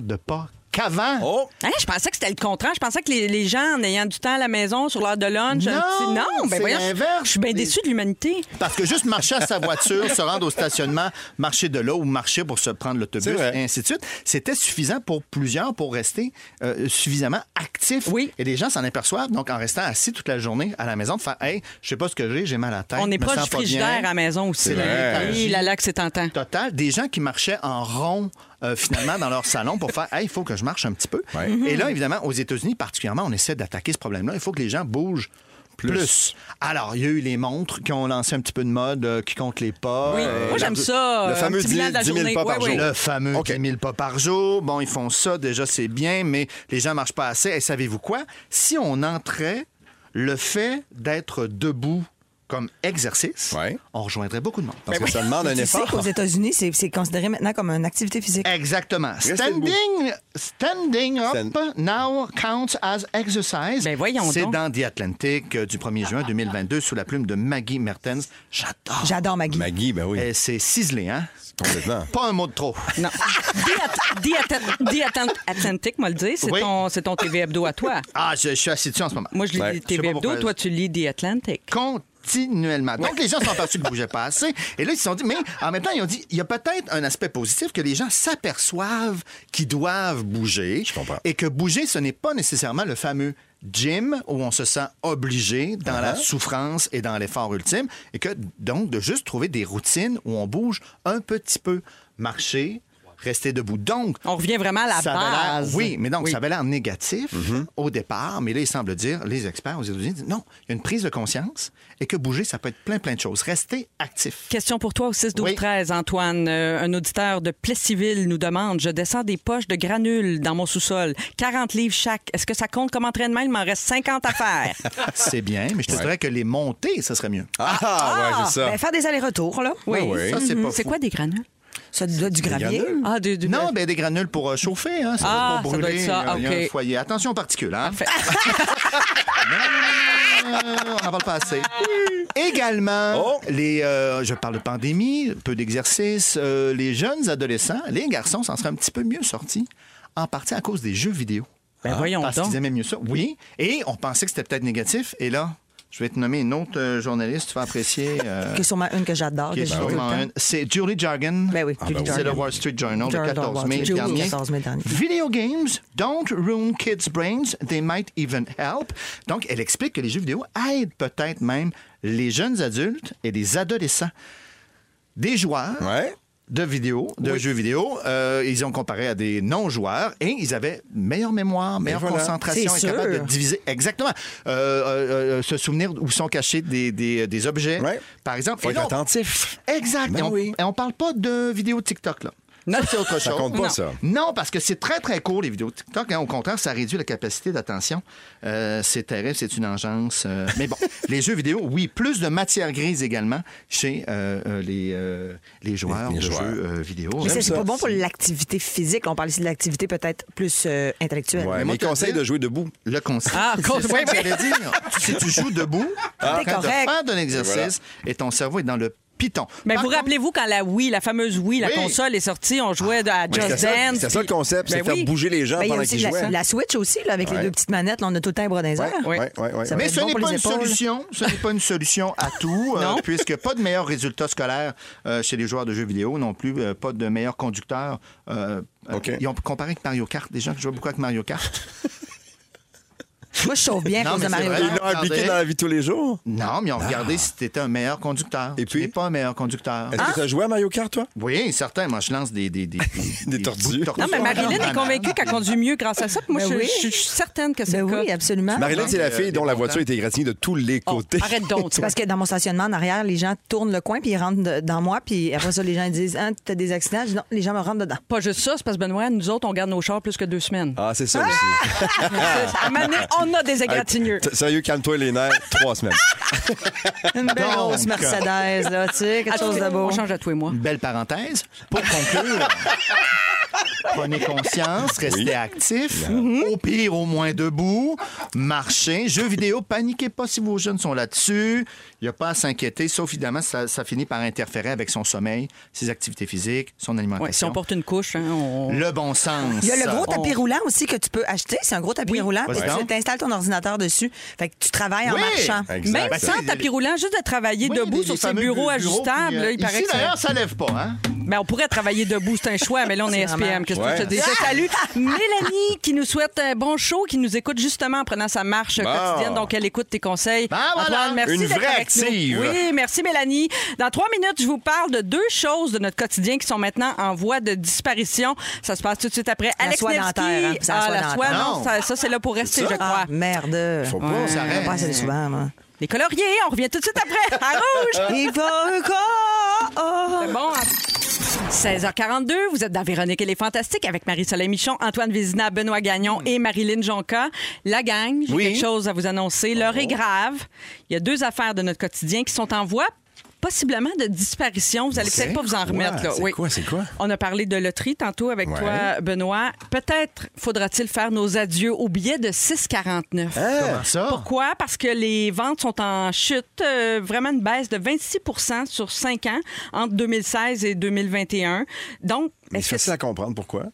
S7: de pas qu'avant.
S6: Oh!
S5: Hein, je pensais que c'était le contraire. Je pensais que les, les gens, en ayant du temps à la maison, sur l'heure de lunch, un
S7: Non,
S5: petit- non ben
S7: c'est
S5: voyons,
S7: l'inverse.
S5: je suis bien déçu de l'humanité.
S7: Parce que juste marcher à sa voiture, se rendre au stationnement, marcher de là ou marcher pour se prendre l'autobus,
S6: C'est vrai.
S7: et ainsi de suite, c'était suffisant pour plusieurs pour rester euh, suffisamment actifs.
S5: Oui.
S7: Et les gens s'en aperçoivent, donc en restant assis toute la journée à la maison, de faire Hey, je sais pas ce que j'ai, j'ai mal à la tête.
S5: On n'est
S7: me
S5: proche
S7: sens
S5: du frigidaire à
S7: bien.
S5: la maison aussi.
S7: C'est la
S5: Oui, la lac, c'est tentant.
S7: total des gens qui marchaient en rond euh, finalement dans leur salon pour faire Hey, il faut que je marche un petit peu.
S6: Ouais.
S7: Et là, évidemment, aux États-Unis particulièrement, on essaie d'attaquer ce problème-là. Il faut que les gens bougent. Plus. Alors, il y a eu les montres qui ont lancé un petit peu de mode, euh, qui comptent les pas.
S5: Oui.
S7: euh,
S5: Moi, j'aime ça.
S6: le
S5: euh, un
S6: fameux
S5: petit bilan de la
S6: 10 000
S5: journée.
S6: pas par
S5: Oui, oui.
S6: jour.
S7: le fameux
S6: OK.
S7: 10 000 pas par jour. Bon, ils font ça, déjà, c'est bien, mais les gens marchent pas assez. Et savez-vous quoi? Si on entrait le fait d'être debout comme exercice,
S6: Ouais.
S7: on rejoindrait beaucoup de monde.
S6: Parce
S5: Ben
S6: que ça demande un
S8: Tu sais qu'aux
S6: effort.
S8: États-Unis, c'est c'est considéré maintenant comme une activité physique.
S7: Exactement.
S6: Restez
S7: Standing, standing up
S6: Stand-
S7: now counts as exercise.
S5: Ben voyons
S7: C'est
S5: donc.
S7: dans The Atlantic euh, du 1er juin 2022 sous la plume de Maggie Mertens. J'adore.
S8: J'adore Maggie.
S6: Maggie, ben oui,
S7: Euh, C'est ciselé, hein?
S6: complètement.
S7: Pas un mot de trop.
S5: Non. The At- The Atten- Atlantic, moi le dire, c'est
S7: Oui.
S5: ton, c'est ton TV Hebdo à toi.
S7: Ah, je, je suis assis dessus en ce moment.
S5: Moi, je lis
S6: Ouais.
S7: Je sais
S5: TV
S7: pas
S5: Hebdo,
S7: pourquoi.
S5: toi, tu lis The Atlantic.
S7: continuellement. Donc, les gens sont aperçus qu'ils ne bougeaient pas assez. Et là, ils se sont dit, mais en même temps, ils ont dit, il y a peut-être un aspect positif que les gens s'aperçoivent qu'ils doivent bouger. Je
S6: comprends.
S7: Et que bouger, ce n'est pas nécessairement le fameux gym où on se sent obligé dans la souffrance et dans l'effort ultime. Et que, donc, de juste trouver des routines où on bouge un petit peu. Marcher, rester debout. Donc,
S5: On revient vraiment à la
S7: ça avait l'air-
S5: base.
S7: oui, mais donc, ça avait l'air négatif au départ, mais là, il semble dire, les experts aux États-Unis disent non, il y a une prise de conscience et que bouger, ça peut être plein, plein de choses. Rester actif.
S5: Question pour toi au 6 12
S7: Oui.
S5: 13 Antoine, Euh, un auditeur de Plessisville nous demande je descends des poches de granules dans mon sous-sol, 40 livres chaque. Est-ce que ça compte comme entraînement Il m'en reste 50 à faire.
S7: C'est bien, mais je te dirais que les montées, ça serait mieux.
S6: Ah, ouais, c'est ça.
S8: Ben, faire des allers-retours, là.
S6: Oui. Ah oui.
S7: Ça, c'est pas
S5: Mhm. C'est
S7: fou.
S5: quoi des granules
S8: Ça doit être du gravier.
S6: granules?
S5: Ah du, du-
S7: Non, ben, des granules pour euh, chauffer, hein, ça
S5: Ah,
S7: doit pas
S5: ça doit
S7: brûler.
S5: être ça,
S7: il y a- il y a
S5: OK.
S7: un foyer. Attention aux particules. hein.
S5: Parfait.
S7: Euh, on n'en parle pas assez. Également,
S6: Oh.
S7: les, euh, je parle de pandémie, peu d'exercice. euh, les jeunes adolescents, les garçons s'en seraient un petit peu mieux sortis, en partie à cause des jeux vidéo.
S5: Ben voyons
S7: Ah, Parce
S5: donc.
S7: qu'ils aimaient mieux ça. Oui. Et on pensait que c'était peut-être négatif. Et là, je vais te nommer une autre euh, journaliste, tu vas apprécier. euh,
S8: Qui est sûrement une que j'adore.
S7: qui est
S8: que j'ai
S7: sûrement
S8: tout le
S7: une. Ben C'est Julie Jargon.
S8: Ben oui, Ah, Julie ben oui.
S7: C'est le
S8: Jargon.
S7: Wall Street Journal le
S8: Journal
S7: 14
S8: Wall
S7: mai,
S8: Street
S7: dernier.
S8: Journal, 14 mai dernier.
S7: Video games don't ruin kids' brains, they might even help. Donc, elle explique que les jeux vidéo aident peut-être même les jeunes adultes et les adolescents. Des joueurs
S6: Ouais.
S7: de vidéos, de jeux vidéo. Euh, ils ont comparé à des non-joueurs et ils avaient meilleure mémoire, meilleure
S6: voilà.
S7: concentration, et
S8: C'est
S7: capable de
S8: sûr.
S7: diviser. Exactement. Euh, euh, euh, se souvenir où sont cachés des, des- des objets,
S6: Ouais.
S7: par exemple.
S6: Faut
S7: Et
S6: être
S7: là, on-
S6: attentif.
S7: Exact.
S6: Ben
S7: et, on,
S6: oui.
S7: et on parle pas de vidéos TikTok, là.
S5: Non.
S7: Ça, c'est autre chose.
S6: Ça compte pas,
S5: Non.
S6: ça.
S7: Non, parce que c'est très, très court, les vidéos TikTok. hein. Au contraire, ça réduit la capacité d'attention. Euh, c'est terrible, c'est une engeance. euh, Mais bon, les jeux vidéo, oui, plus de matière grise également chez euh, euh, les, euh, les joueurs
S6: Les- les
S7: de
S6: joueurs.
S7: jeux euh, vidéo.
S8: Mais ça,
S7: J'aime
S8: c'est
S7: ça.
S8: pas bon pour l'activité physique. On parle ici de l'activité peut-être plus euh, intellectuelle.
S6: Ouais,
S7: Mais moi,
S6: mais
S7: te
S6: conseil
S7: dire-
S6: de jouer debout.
S7: Le conseil.
S5: Ah,
S7: c'est
S5: conseil.
S7: ça que j'allais dire. si tu joues debout, t'es en
S8: T'es
S7: train de
S8: correct.
S7: faire de l'exercice
S6: Voilà.
S7: et ton cerveau est dans le piton.
S5: Mais
S7: Par
S5: Ben, vous
S7: contre-
S5: rappelez-vous quand la Wii, la fameuse Wii, la
S7: Oui.
S5: console est sortie, on jouait à Just
S6: C'était ça,
S5: Dance.
S6: c'était ça le
S5: puis-
S6: concept, c'est
S5: Ben
S6: faire
S5: oui.
S6: bouger les gens
S8: Ben, il y a
S6: pendant
S8: aussi
S6: qu'ils jouaient. hein.
S8: la, la Switch aussi, là, avec
S6: Ouais.
S8: les deux petites manettes. là, on a tout le temps les bras dans les
S6: Ouais,
S8: airs.
S6: ouais, ouais, ouais, ouais.
S8: Ça
S7: Mais
S8: va être
S7: ce
S8: bon
S7: n'est
S8: pour
S7: pas
S8: les
S7: une
S8: épaules.
S7: solution. Ce n'est pas une solution à tout, euh,
S5: Non.
S7: puisque pas de meilleurs résultats scolaires euh, chez les joueurs de jeux vidéo non plus, euh, pas de meilleurs conducteurs. euh, euh,
S6: OK.
S7: Ils ont comparé avec Mario Kart, des gens qui jouent beaucoup avec Mario Kart.
S8: Moi, je chauffe bien à
S7: Non,
S8: cause
S7: mais
S8: de
S7: c'est
S8: Mario
S7: vrai.
S8: Kart.
S6: Ils l'ont appliqué dans la vie tous les jours.
S7: Non, mais ils ont regardé si tu étais un meilleur conducteur.
S6: Et
S7: Tu
S6: puis?
S7: n'es pas un meilleur conducteur.
S6: Est-ce que tu as joué à Mario Kart, toi?
S7: Oui, certain. Moi, je lance des... Des, des,
S6: Des
S7: bouts de
S6: tortues.
S5: Non, mais Marilyn est convaincue qu'elle conduit mieux grâce à ça. puis Moi,
S8: Ben
S5: je,
S8: oui.
S5: je- je suis certaine que c'est
S8: Ben
S5: le
S8: oui,
S5: cas.
S8: absolument.
S6: Marilyn,
S7: Euh,
S6: c'est la fille dont la voiture était égratignée de tous les
S5: Oh,
S6: côtés.
S5: arrête donc.
S8: C'est
S5: toi.
S8: parce que dans mon stationnement en arrière, les gens tournent le coin puis ils rentrent de- dans moi. Puis après ça, les gens ils disent Ah, t'as des accidents. Je dis, non, les gens me rentrent dedans.
S5: Pas juste ça, c'est parce que Benoît, nous autres, on garde nos chars plus que deux semaines.
S6: Ah, c'est ça aussi.
S7: Ah.
S5: À un moment donné, on a des égratignures.
S6: T- Sérieux, calme-toi les nerfs, trois semaines.
S8: Une belle
S7: Donc.
S8: grosse Mercedes, là, tu sais, quelque chose de beau.
S5: Ah, On change à toi et moi.
S7: Une belle parenthèse. Pour conclure, prenez conscience, restez actifs. Au pire, au moins debout. Marchez. Jeux vidéo, paniquez pas si vos jeunes sont là-dessus. Il n'y a pas à s'inquiéter, sauf évidemment, ça, ça finit par interférer avec son sommeil, ses activités physiques, son
S5: Ouais, si
S7: alimentation.
S5: on porte une couche, hein, on...
S7: Le bon sens.
S8: Il y a le gros tapis
S5: on-
S8: roulant aussi que tu peux acheter. C'est un gros tapis roulant.
S7: Vas-y
S8: Puis
S7: donc.
S8: tu t'installes ton ordinateur dessus. Fait que tu travailles en
S7: Oui.
S8: marchant.
S6: Exact.
S5: Même
S6: Ben,
S5: sans
S7: c'est-
S5: Bah, tapis roulant, juste de travailler
S7: Oui,
S5: debout
S7: les-
S5: sur
S7: les
S5: ces
S7: fameux
S5: bureaux
S7: puis,
S5: ajustables,
S7: euh,
S5: là, il paraît
S7: ici,
S5: que ça-
S7: d'ailleurs, ça lève pas. Hein?
S5: Ben, on pourrait travailler debout, c'est un choix, mais là, on est,
S8: C'est
S5: SPM.
S8: vraiment-
S5: Qu'est-ce que je te
S6: Ouais.
S5: dis? Je salue Mélanie qui nous souhaite un bon show, qui nous écoute justement en prenant sa marche
S6: Bon.
S5: quotidienne. Donc, elle écoute tes conseils.
S7: Ben, voilà.
S5: Antoine, merci
S6: Une
S5: d'être
S6: vraie
S5: avec nous.
S6: active.
S5: Oui, merci Mélanie. Dans trois minutes, je vous parle de deux choses de notre quotidien qui sont maintenant en voie de disparition. Ça se passe tout de suite après.
S8: La
S5: Alex
S8: soie
S5: Nevsky.
S8: dentaire, hein. C'est la
S5: Ah,
S8: soie
S5: la soie,
S8: dentaire.
S5: non,
S7: Non.
S5: ça, ça, c'est là pour rester, je crois.
S8: Ah, merde.
S6: Faut pas,
S8: Ouais.
S6: ça
S8: On
S7: reste.
S8: passe assez souvent, moi.
S5: Les coloriers, on revient tout de suite après. À rouge!
S8: Il va encore.
S5: C'est bon. hein? 16h42, vous êtes dans Véronique et les Fantastiques avec Marie-Soleil Michon, Antoine Vézina, Benoît Gagnon et Marilyn Jonca. La gang, j'ai
S7: Oui.
S5: quelque chose à vous annoncer.
S6: Oh.
S5: L'heure est grave. Il y a deux affaires de notre quotidien qui sont en voie possiblement de disparition. Vous allez
S6: C'est
S5: peut-être pas vous en
S6: quoi?
S5: remettre. là.
S6: C'est
S5: Oui.
S6: quoi, c'est quoi?
S5: On a parlé de loterie tantôt avec
S6: Ouais.
S5: toi, Benoît. Peut-être faudra-t-il faire nos adieux au billet de 6,49.
S6: Hein?
S7: Comment ça?
S5: Euh, Pourquoi? Parce que les ventes sont en chute, euh, vraiment une baisse de 26 sur 5 ans entre 2016 et 2021. Donc,
S6: Mais
S5: est-ce
S6: c'est
S5: que
S6: facile à comprendre pourquoi.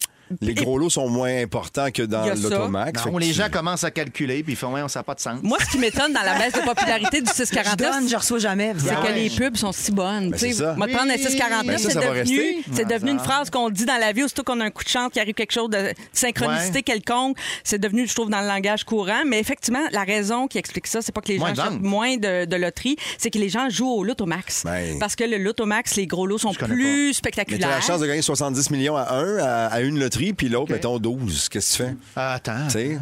S6: Les gros lots sont moins importants que
S5: Il y
S6: dans
S5: a ça.
S6: l'automax.
S7: Non,
S6: Fait que
S7: Ben, les
S6: tu-
S7: gens commencent à calculer, puis ils font, ouais, ça n'a pas de sens.
S5: moi, ce qui m'étonne dans la baisse de popularité du
S8: Je
S5: 649,
S8: donne, je reçois jamais.
S5: c'est
S8: Ah
S5: que
S8: ouais.
S5: les pubs sont si bonnes.
S6: Ben, c'est
S5: tu sais.
S6: ça.
S5: Moi, de prendre un
S7: Oui.
S5: 6,49,
S6: Ben, ça,
S5: c'est
S6: ça va
S5: devenu,
S6: rester.
S5: c'est devenu une
S7: Ah.
S5: phrase qu'on dit dans la vie, aussitôt qu'on a un coup de chance, qu'il arrive quelque chose de synchronicité
S7: Ouais.
S5: quelconque. C'est devenu, je trouve, dans le langage courant. Mais effectivement, la raison qui explique ça, c'est pas que les gens
S7: Moins de
S5: achètent
S7: ventes.
S5: moins de, de loterie, c'est que les gens jouent au lotomax.
S6: Ben.
S5: Parce que le lotomax, les gros lots sont
S7: connais
S5: plus
S6: Mais t'as
S5: spectaculaires.
S6: la chance de gagner 70 millions à un, à, à une loterie, puis l'autre, mettons 12. Qu'est-ce que tu fais?
S7: Ah, Attends.
S6: Tu sais?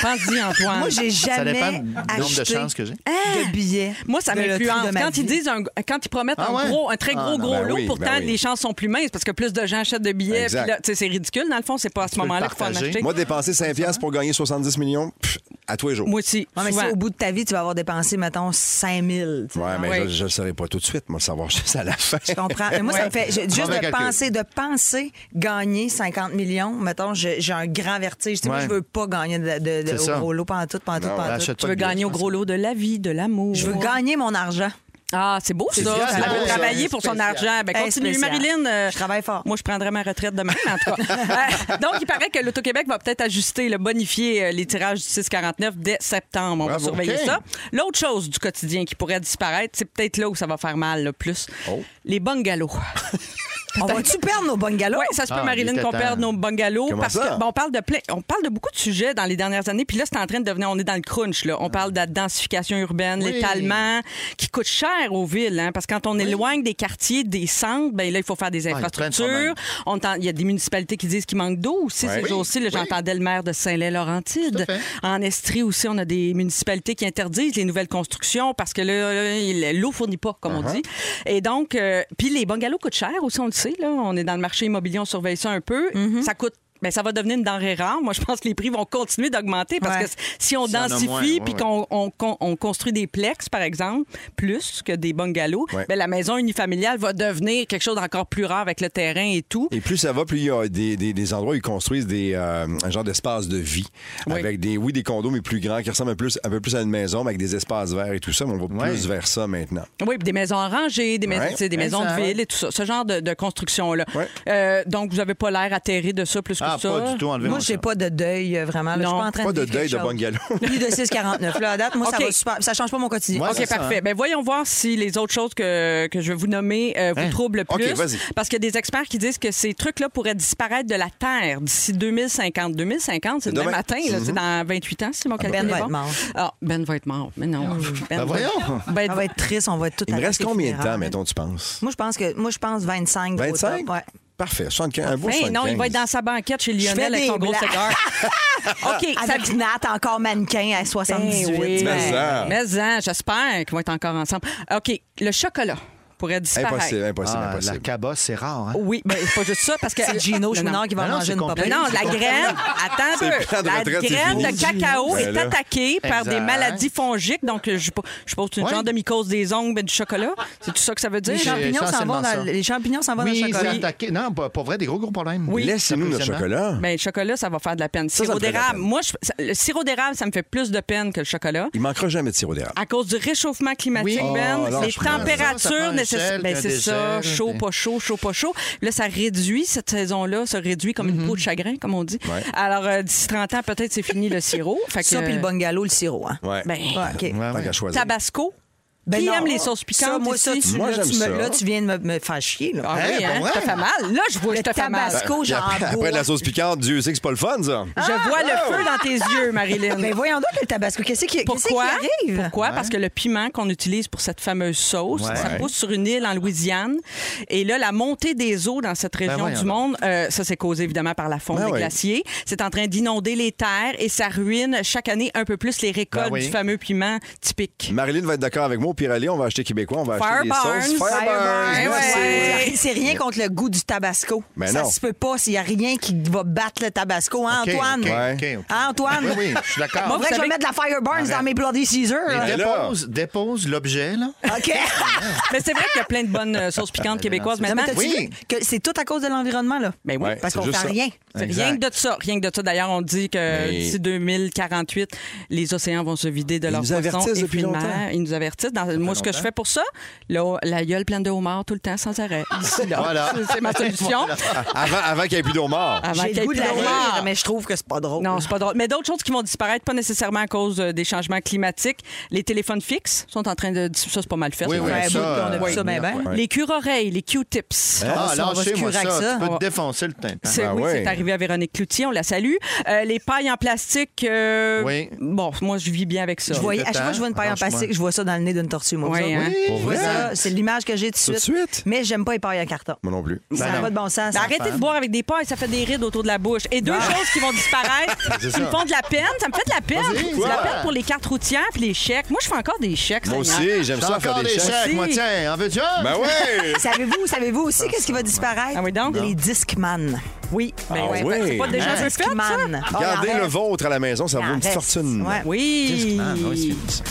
S5: Pense-y, Antoine.
S8: Moi, j'ai
S7: Ça
S8: jamais
S7: dépend du nombre de
S8: acheté
S7: chances que j'ai.
S8: de billets.
S5: Hein? Moi, ça
S8: de loterie
S5: m'influence.
S8: de ma
S5: Quand ils
S8: vie.
S5: disent un- quand ils promettent
S7: Ah
S5: un
S7: ouais?
S5: gros, un très
S7: Ah
S5: gros,
S7: non,
S5: gros
S6: ben
S5: lot,
S6: oui,
S5: pourtant,
S6: ben oui.
S5: les chances sont plus minces parce que plus de gens achètent de billets.
S6: Exact.
S5: puis là, tu sais, c'est ridicule. Dans le fond, c'est pas à ce
S7: peux le
S5: moment-là qu'il faut en
S7: partager.
S5: acheter.
S6: Moi, dépenser 5 piastres pour gagner 70 millions, pff, à tous les jours.
S5: Moi aussi.
S8: Ouais, mais
S5: souvent.
S8: si au bout de ta vie, tu vas avoir dépensé, mettons, 5 000. tu sais.
S6: Ouais, mais
S5: Oui.
S6: je- je ne le saurais pas tout de suite, moi, le savoir juste à la fin.
S8: Je comprends. Mais moi, ça me fait. je- juste
S7: Mauvais
S8: de
S7: calcul.
S8: penser, de penser gagner 50 millions, mettons, je- j'ai un grand vertige. Tu sais, moi,
S7: Ouais.
S8: je veux pas gagner de, de- de-
S7: C'est
S8: au
S7: ça.
S8: gros lot, pantoute, pantoute,
S6: Non,
S8: pantoute.
S7: achète
S5: Tu
S7: pas
S5: veux
S7: de billets,
S5: gagner au
S7: je pense.
S5: gros lot de la vie, de l'amour.
S8: Je veux gagner mon argent.
S5: Ah, c'est beau ça.
S7: bien,
S5: Ça
S7: c'est
S5: veut
S7: beau, ça.
S5: travailler pour son
S7: Spécial.
S5: argent. Ben,
S8: Hey,
S5: continue,
S8: spécial.
S5: Marilyn. euh,
S8: Je travaille fort.
S5: Moi, je prendrai ma retraite demain, mais en tout cas. Euh, donc, il paraît que l'Auto-Québec va peut-être ajuster, le bonifier euh, les tirages du 649 dès septembre. On va
S6: Bravo,
S5: surveiller
S6: OK.
S5: ça. L'autre chose du quotidien qui pourrait disparaître, c'est peut-être là où ça va faire mal le plus.
S6: Oh.
S5: Les bungalows.
S8: On va-tu perdre nos bungalows?
S5: Oui, ça se peut,
S7: Ah, il
S5: Marilyn,
S7: était
S5: qu'on
S7: temps.
S5: perde nos bungalows.
S6: Comment
S5: parce
S6: ça?
S5: que, ben, on, parle de plein, on parle de beaucoup de sujets dans les dernières années. Puis là, c'est en train de devenir, on est dans le crunch. Là. On parle de la densification urbaine, l'étalement, qui coûte cher nécessaire aux villes, hein, parce que quand on éloigne des quartiers, des centres, ben là, il faut faire des
S7: Ah, il y a plein de
S5: infrastructures.
S7: problèmes.
S5: On entend- Il y a des municipalités qui disent qu'il manque d'eau aussi
S6: Ouais.
S5: ces
S6: Oui,
S5: jours-ci. là, J'entendais le maire de
S7: Tout
S5: Saint-Lay-Laurentide.
S7: à fait.
S5: En Estrie aussi, on a des municipalités qui interdisent les nouvelles constructions parce que là, là, il- l'eau fournit pas, comme
S7: Uh-huh.
S5: on dit. Et donc, euh, puis les bungalows coûtent cher aussi, on le sait. Là. On est dans le marché immobilier, on surveille ça un peu.
S7: Mm-hmm.
S5: Ça coûte ben, ça va devenir une denrée rare. Moi, je pense que les prix vont continuer d'augmenter parce
S8: Ouais.
S5: que si on
S7: S'il y en a
S5: densifie
S7: moins,
S5: puis
S7: ouais,
S5: qu'on on- qu'on- on construit des plexes, par exemple, plus que des bungalows,
S6: Ouais.
S5: ben, la maison unifamiliale va devenir quelque chose d'encore plus rare avec le terrain et tout.
S6: Et plus ça va, plus il y a des, des- des endroits où ils construisent des, euh, un genre d'espace de vie.
S5: Oui.
S6: Avec des, oui, des condos, mais plus grands, qui ressemblent un, plus, un peu plus à une maison, mais avec des espaces verts et tout ça. Mais on va
S7: Ouais.
S6: plus vers ça maintenant.
S5: Oui, puis des maisons en rangée, des maisons,
S6: Ouais.
S5: tu sais, des maisons de
S7: Exact.
S5: ville et tout ça, ce genre de, de construction-là.
S6: Ouais.
S5: Euh, donc, vous n'avez pas l'air atterré de ça plus que
S7: Ah,
S5: ça.
S7: pas du tout enlevé.
S8: Moi, j'ai pas de deuil, euh, vraiment. là. Je suis
S5: Non.
S8: pas en train
S6: Pas
S8: de
S6: de
S8: vivre
S6: deuil
S8: quelque
S6: de
S8: chose.
S6: bungalow.
S8: Plus de 6,49. Là, à date, moi,
S5: OK.
S8: ça va super. Ça change pas mon quotidien.
S7: Ouais,
S5: OK,
S7: c'est ça,
S5: parfait.
S7: hein.
S5: Ben, voyons voir si les autres choses que, que je vais vous nommer euh,
S7: Hein?
S5: vous troublent
S6: OK,
S5: plus.
S6: vas-y.
S5: parce qu'il y a des experts qui disent que ces trucs-là pourraient disparaître de la Terre d'ici 2050. 2050, c'est
S6: C'est
S5: demain,
S6: demain.
S5: matin, là,
S7: Mhm.
S5: c'est dans 28 ans, si mon calcul
S8: Ben
S5: est
S8: va
S5: bon.
S8: être mort.
S5: Ah, ben va être mort. Mais non. Ben
S7: Ben
S5: va-
S7: voyons.
S5: Ben
S8: On va être triste, on va être tout
S6: Il me reste combien de temps,
S8: maintenant?
S6: mettons, tu penses?
S8: Moi, je pense que moi, je pense 25. gros
S6: 25?
S8: top, ouais.
S6: Parfait. 75, un beau
S5: Ben non,
S6: 75.
S5: il va être dans sa banquette chez
S8: Je fais
S5: Lionel avec
S8: des
S5: son gros
S8: blagues.
S5: cigare. OK, ça
S8: Avec Nat, encore mannequin
S5: Ben
S8: à 78.
S6: Mais ça.
S5: Mais en, j'espère qu'ils vont être encore ensemble. OK, le chocolat pourrait disparaître.
S6: Impossible, impossible,
S7: Ah, la
S6: impossible.
S7: cabosse, c'est rare. Hein?
S5: Oui, mais c'est pas juste ça, parce que.
S8: C'est Gino
S5: Non, non.
S8: Chouinard qui va
S7: Non, non,
S8: manger
S7: c'est
S8: une
S7: complet.
S8: pomme.
S5: Mais non, la graine, attends un
S6: C'est le
S5: peu.
S6: plan de
S5: La
S6: retraite, c'est
S5: graine
S6: fini.
S5: de cacao
S6: Ben
S5: est
S6: là.
S5: attaquée par
S7: Exact.
S5: des maladies fongiques. Donc, je suppose je suppose que c'est une
S7: Ouais.
S5: genre de mycose des ongles et du chocolat. C'est tout ça que ça veut dire?
S8: Les champignons s'en
S7: essentiellement
S8: vont
S7: ça.
S8: dans, les champignons s'en vont
S7: oui,
S8: dans le chocolat.
S7: c'est attaqué. Non, pas- pour vrai, des gros, gros problèmes.
S6: Laissez-nous notre chocolat.
S5: Ben, le chocolat, ça va faire de la peine.
S6: ça
S5: sirop
S6: me fait de la
S5: d'érable,
S6: peine.
S5: moi, je- ça- le sirop d'érable, ça me fait plus de peine que le chocolat.
S6: Il manquera jamais de sirop d'érable.
S5: À cause du réchauffement climatique,
S7: Oui.
S5: Ben,
S7: Oh, là,
S5: les
S7: je comprends. Ça, ça prend
S5: températures
S7: un
S5: nécessaires.
S7: gel,
S5: Ben,
S7: un
S5: c'est ça,
S7: dégel,
S5: chaud,
S7: puis-
S5: pas chaud, chaud, pas chaud. Là, ça réduit cette saison-là, ça réduit comme
S8: Mhm.
S5: une peau de chagrin, comme on dit.
S6: Ouais.
S5: Alors, euh, d'ici 30 ans, peut-être c'est fini le sirop. Fait que, euh,
S8: Ça, puis le bungalow, le sirop. Hein.
S6: Ouais.
S5: Ben,
S8: Ouais, OK.
S7: Ouais,
S6: Tant
S7: ouais.
S6: qu'à choisir.
S5: Tabasco.
S8: Ben
S5: Qui
S8: non.
S5: aime les sauces piquantes
S8: Ça, moi, ça,
S5: ici?
S8: tu,
S6: Moi,
S8: là,
S6: j'aime
S8: tu me-
S6: ça.
S8: là, tu viens de me, me faire chier. Là.
S5: Ah
S7: Hein,
S5: oui,
S7: pour
S5: hein?
S7: vrai?
S5: Ça fait mal. Là, je
S8: Le
S5: vois que je te fais mal.
S8: tabasco, Ah!
S6: Puis
S8: j'en
S6: après, après de la sauce piquante, Dieu sait que c'est pas le fun, ça.
S5: Je vois le
S8: Oh!
S5: feu dans tes yeux, Marilyn.
S8: Mais Ben voyons donc le tabasco. Qu'est-ce qui, qu'est-ce qui
S5: Pourquoi?
S8: arrive?
S5: Pourquoi? Parce que le piment qu'on utilise pour cette fameuse sauce,
S7: Ouais.
S5: ça pousse sur une île en Louisiane. Et là, la montée des eaux dans cette région
S7: voyons
S5: du monde, euh, ça c'est causé évidemment par la fonte
S6: Ben
S5: des
S6: oui.
S5: glaciers. C'est en train d'inonder les terres et ça ruine chaque année un peu plus les récoltes
S7: Ben oui.
S5: du fameux piment typique.
S6: Marilyn va être d'accord avec moi. Au Pirelli, on va acheter québécois, on va acheter des
S5: Fireburns.
S6: sauces. Fireburns.
S5: Fireburns,
S6: Eh ben, merci.
S5: ouais.
S8: Eh C'est rien contre le goût du tabasco.
S6: Mais
S8: ça
S6: non.
S8: se peut pas s'il n'y a rien qui va battre le tabasco. Hein,
S7: OK,
S8: Antoine?
S7: OK,
S6: Ouais.
S7: OK, OK.
S8: Hein, Antoine?
S7: Oui, oui, je suis
S8: On dirait
S7: d'accord.
S8: que je
S5: savez-
S8: vais mettre de la Fireburns dans mes Bloody Caesar.
S7: Mais
S8: là.
S6: Mais là-
S7: Dépose, dépose l'objet, là.
S8: OK.
S5: Mais c'est vrai qu'il y a plein de bonnes euh, sauces piquantes québécoises
S8: Non,
S5: maintenant.
S8: mais t'as-tu
S7: Oui.
S8: vu que c'est tout à cause de l'environnement, là?
S5: Ben oui.
S6: Ouais,
S8: Parce
S6: c'est
S8: qu'on fait
S6: juste ça.
S8: rien.
S5: C'est Rien que de ça, rien que de ça. D'ailleurs, on dit que
S6: Mais-
S5: d'ici 2048, les océans vont se vider de leurs
S6: nous
S5: poissons
S6: avertissent
S5: et
S6: depuis
S5: fruits de
S6: longtemps.
S5: mer. Ils nous avertissent. Dans, moi, ce que je fais pour ça, là, la gueule pleine de homards tout le temps, sans arrêt. D'ici là.
S7: Voilà.
S5: C'est ma solution.
S6: Ah, Avant, avant qu'il n'y ait plus d'homard.
S5: Avant
S8: J'ai
S5: qu'il y
S8: le
S5: ait
S8: goût de
S5: plus
S8: la
S5: de
S8: rire,
S5: homards.
S8: mais je trouve que c'est pas drôle.
S5: Non, c'est pas drôle. Mais d'autres choses qui vont disparaître, pas nécessairement à cause euh, des changements climatiques. Les téléphones fixes sont en train de. Ça, c'est pas mal fait.
S7: Oui, oui,
S8: Ouais,
S7: ça,
S8: bon, on a vu
S7: euh,
S8: ça bien, bien.
S6: ouais.
S5: Les cure-oreilles, les Q-tips.
S7: Ah,
S8: on va se
S7: lâchez-moi
S8: curer
S7: ça.
S8: avec ça.
S7: Tu
S5: On
S7: peux
S5: va-
S7: te défoncer le tympan.
S5: C'est,
S6: Ah
S5: oui,
S6: ouais.
S5: c'est arrivé à Véronique Cloutier, on la salue. Euh, les pailles en plastique, euh,
S7: Oui.
S5: bon, moi, je vis bien avec ça.
S8: Je voyais, à chaque fois que je vois une paille en
S7: Arrange-moi.
S8: plastique, je vois ça dans le nez d'une tortue, moi.
S5: Ouais,
S8: Ça,
S5: hein?
S8: oui, je vois ça. C'est l'image que j'ai tout de
S6: Tout de
S8: suite.
S6: suite?
S8: Mais j'aime pas les pailles en carton.
S6: Moi non plus.
S8: Ça n'a
S7: non.
S8: pas de bon sens.
S5: Ben,
S8: ça.
S5: arrêtez de boire avec des pailles, ça fait des rides autour de la bouche. Et deux choses qui vont disparaître,
S7: C'est
S5: qui me
S7: ça.
S5: font de la peine. Ça me fait de la peine.
S7: Vas-y,
S5: De la
S7: quoi?
S5: peine pour les cartes routières puis les chèques. Moi, je fais encore des chèques.
S6: Moi
S5: Seigneur.
S6: aussi, j'aime
S7: J'ai
S6: ça faire
S7: encore
S6: des
S7: des
S6: chèques.
S7: chèques, moi, tiens. En veux-tu un?
S6: Ben ouais!
S8: Savez-vous, savez-vous aussi qu'est-ce qui va disparaître?
S5: Ah oui, donc?
S8: Les Discman.
S5: Oui. Ben,
S6: Ah
S5: ouais.
S6: oui.
S5: C'est pas déjà
S8: Les
S5: un fait, ça?
S8: Discman. Ah,
S6: Gardez
S8: arrête.
S6: le vôtre à la maison, ça vaut une petite
S8: Arrête.
S6: fortune.
S8: Ouais.
S5: Oui.